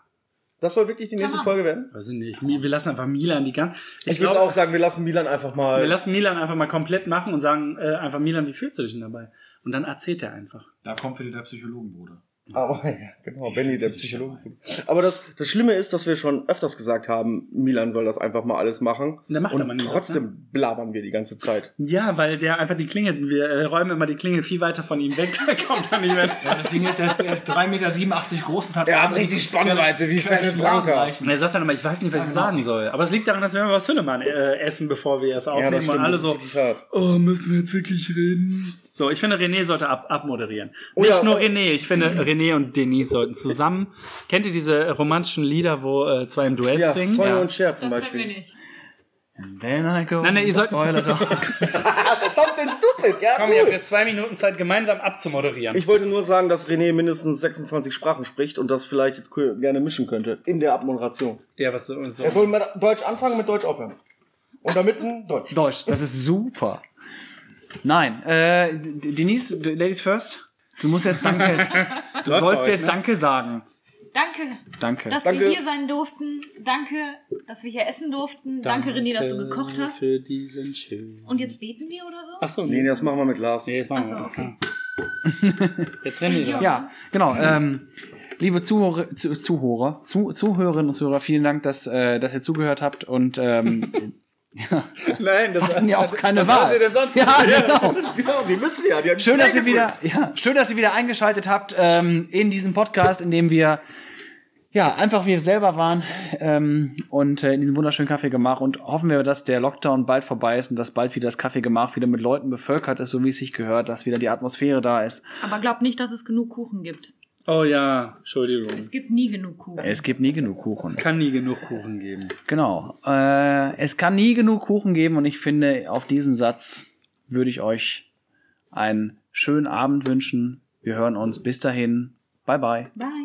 Speaker 1: Das soll wirklich die nächste
Speaker 4: Tamam.
Speaker 1: Folge werden.
Speaker 2: Weiß ich nicht, Mi- wir lassen einfach Milan die ganze...
Speaker 1: Ich,
Speaker 2: glaub,
Speaker 1: würde auch sagen, wir lassen Milan einfach
Speaker 2: Wir
Speaker 1: mal.
Speaker 2: lassen Milan einfach mal komplett machen und sagen äh, einfach, Milan, wie fühlst du dich denn dabei? Und dann erzählt er einfach.
Speaker 3: Da kommt wieder der Psychologenbruder.
Speaker 1: Aber ja, genau, Benny, der
Speaker 3: sitze hier
Speaker 1: Psychologe. Aber das, das Schlimme ist, dass wir schon öfters gesagt haben, Milan soll das einfach mal alles machen.
Speaker 2: Und der macht
Speaker 1: und
Speaker 2: aber nie was,
Speaker 1: trotzdem blabbern wir die ganze Zeit.
Speaker 2: Ja, weil der einfach die Klinge, wir äh, räumen immer die Klinge viel weiter von ihm weg, da kommt er nicht mehr.
Speaker 3: Ja, das Ding ist, er ist, er ist 3,87 Meter groß und hat.
Speaker 1: Er hat richtig Spannweite, wie Fenne Branca.
Speaker 2: Und er sagt dann immer, ich weiß nicht, was ich sagen soll. Aber es liegt daran, dass wir immer was Hüllemann äh, essen, bevor wir es aufnehmen. und alle
Speaker 1: genau. das ist
Speaker 2: so,
Speaker 1: richtig hart.
Speaker 2: oh, müssen wir jetzt wirklich reden? So, ich finde, René sollte ab, abmoderieren.
Speaker 1: Oh ja.
Speaker 2: Nicht nur René, ich finde, René und Denise sollten zusammen. Kennt ihr diese romantischen Lieder, wo äh, zwei im Duett
Speaker 1: Ja,
Speaker 2: singen?
Speaker 1: Sonne und Cher zum
Speaker 4: Das können wir
Speaker 1: Beispiel.
Speaker 4: nicht.
Speaker 3: Then I go.
Speaker 2: Nein, nein, ihr sollt-
Speaker 3: Spoiler doch.
Speaker 1: Something stupid, ja.
Speaker 2: Komm, ihr habt jetzt zwei Minuten Zeit, gemeinsam abzumoderieren.
Speaker 1: Ich wollte nur sagen, dass René mindestens 26 Sprachen spricht und das vielleicht jetzt cool- gerne mischen könnte in der Abmoderation.
Speaker 2: ja, was so, so.
Speaker 1: Er soll mit Deutsch anfangen, mit Deutsch aufhören. Und da mitten Deutsch.
Speaker 3: Deutsch, das ist super. Nein, äh, D- Denise, D- Ladies first. Du musst jetzt Danke. Du sollst
Speaker 1: ne?
Speaker 3: jetzt Danke sagen.
Speaker 4: Danke,
Speaker 3: Danke.
Speaker 4: dass
Speaker 1: Danke.
Speaker 4: wir hier sein durften. Danke, dass wir hier essen durften. Danke, René, dass du gekocht hast.
Speaker 2: Für diesen schönen.
Speaker 4: Und jetzt beten wir oder so?
Speaker 2: Achso,
Speaker 1: Nee, das machen wir mit Lars.
Speaker 2: Nee, jetzt machen
Speaker 4: Achso,
Speaker 2: wir.
Speaker 4: okay.
Speaker 2: Jetzt rennen wir.
Speaker 3: ja, genau. Ähm, liebe Zuhörer, zu, Zuhörer, zu, Zuhörerinnen und Zuhörer, vielen Dank, dass, äh, dass ihr zugehört habt und ähm,
Speaker 2: Nein, das
Speaker 3: hatten ja auch keine
Speaker 2: was
Speaker 3: Wahl.
Speaker 2: sollen sie denn sonst
Speaker 3: ja, genau.
Speaker 1: Genau, die müssen ja. Die haben
Speaker 3: Schön, dass ihr
Speaker 1: Pläne
Speaker 3: wieder, ja, schön, dass ihr wieder eingeschaltet habt ähm, in diesem Podcast, in dem wir ja einfach wir selber waren ähm, und äh, in diesem wunderschönen Kaffeegemach und hoffen wir, dass der Lockdown bald vorbei ist und dass bald wieder das Kaffeegemach wieder mit Leuten bevölkert ist, so wie es sich gehört, dass wieder die Atmosphäre da ist.
Speaker 4: Aber glaubt nicht, dass es genug Kuchen gibt.
Speaker 2: Oh ja, Entschuldigung.
Speaker 4: Es gibt nie genug Kuchen.
Speaker 3: Es gibt nie genug Kuchen.
Speaker 2: Es kann nie genug Kuchen geben.
Speaker 3: Genau. Äh, es kann nie genug Kuchen geben und ich finde, auf diesem Satz würde ich euch einen schönen Abend wünschen. Wir hören uns. Bis dahin. Bye bye.
Speaker 4: Bye.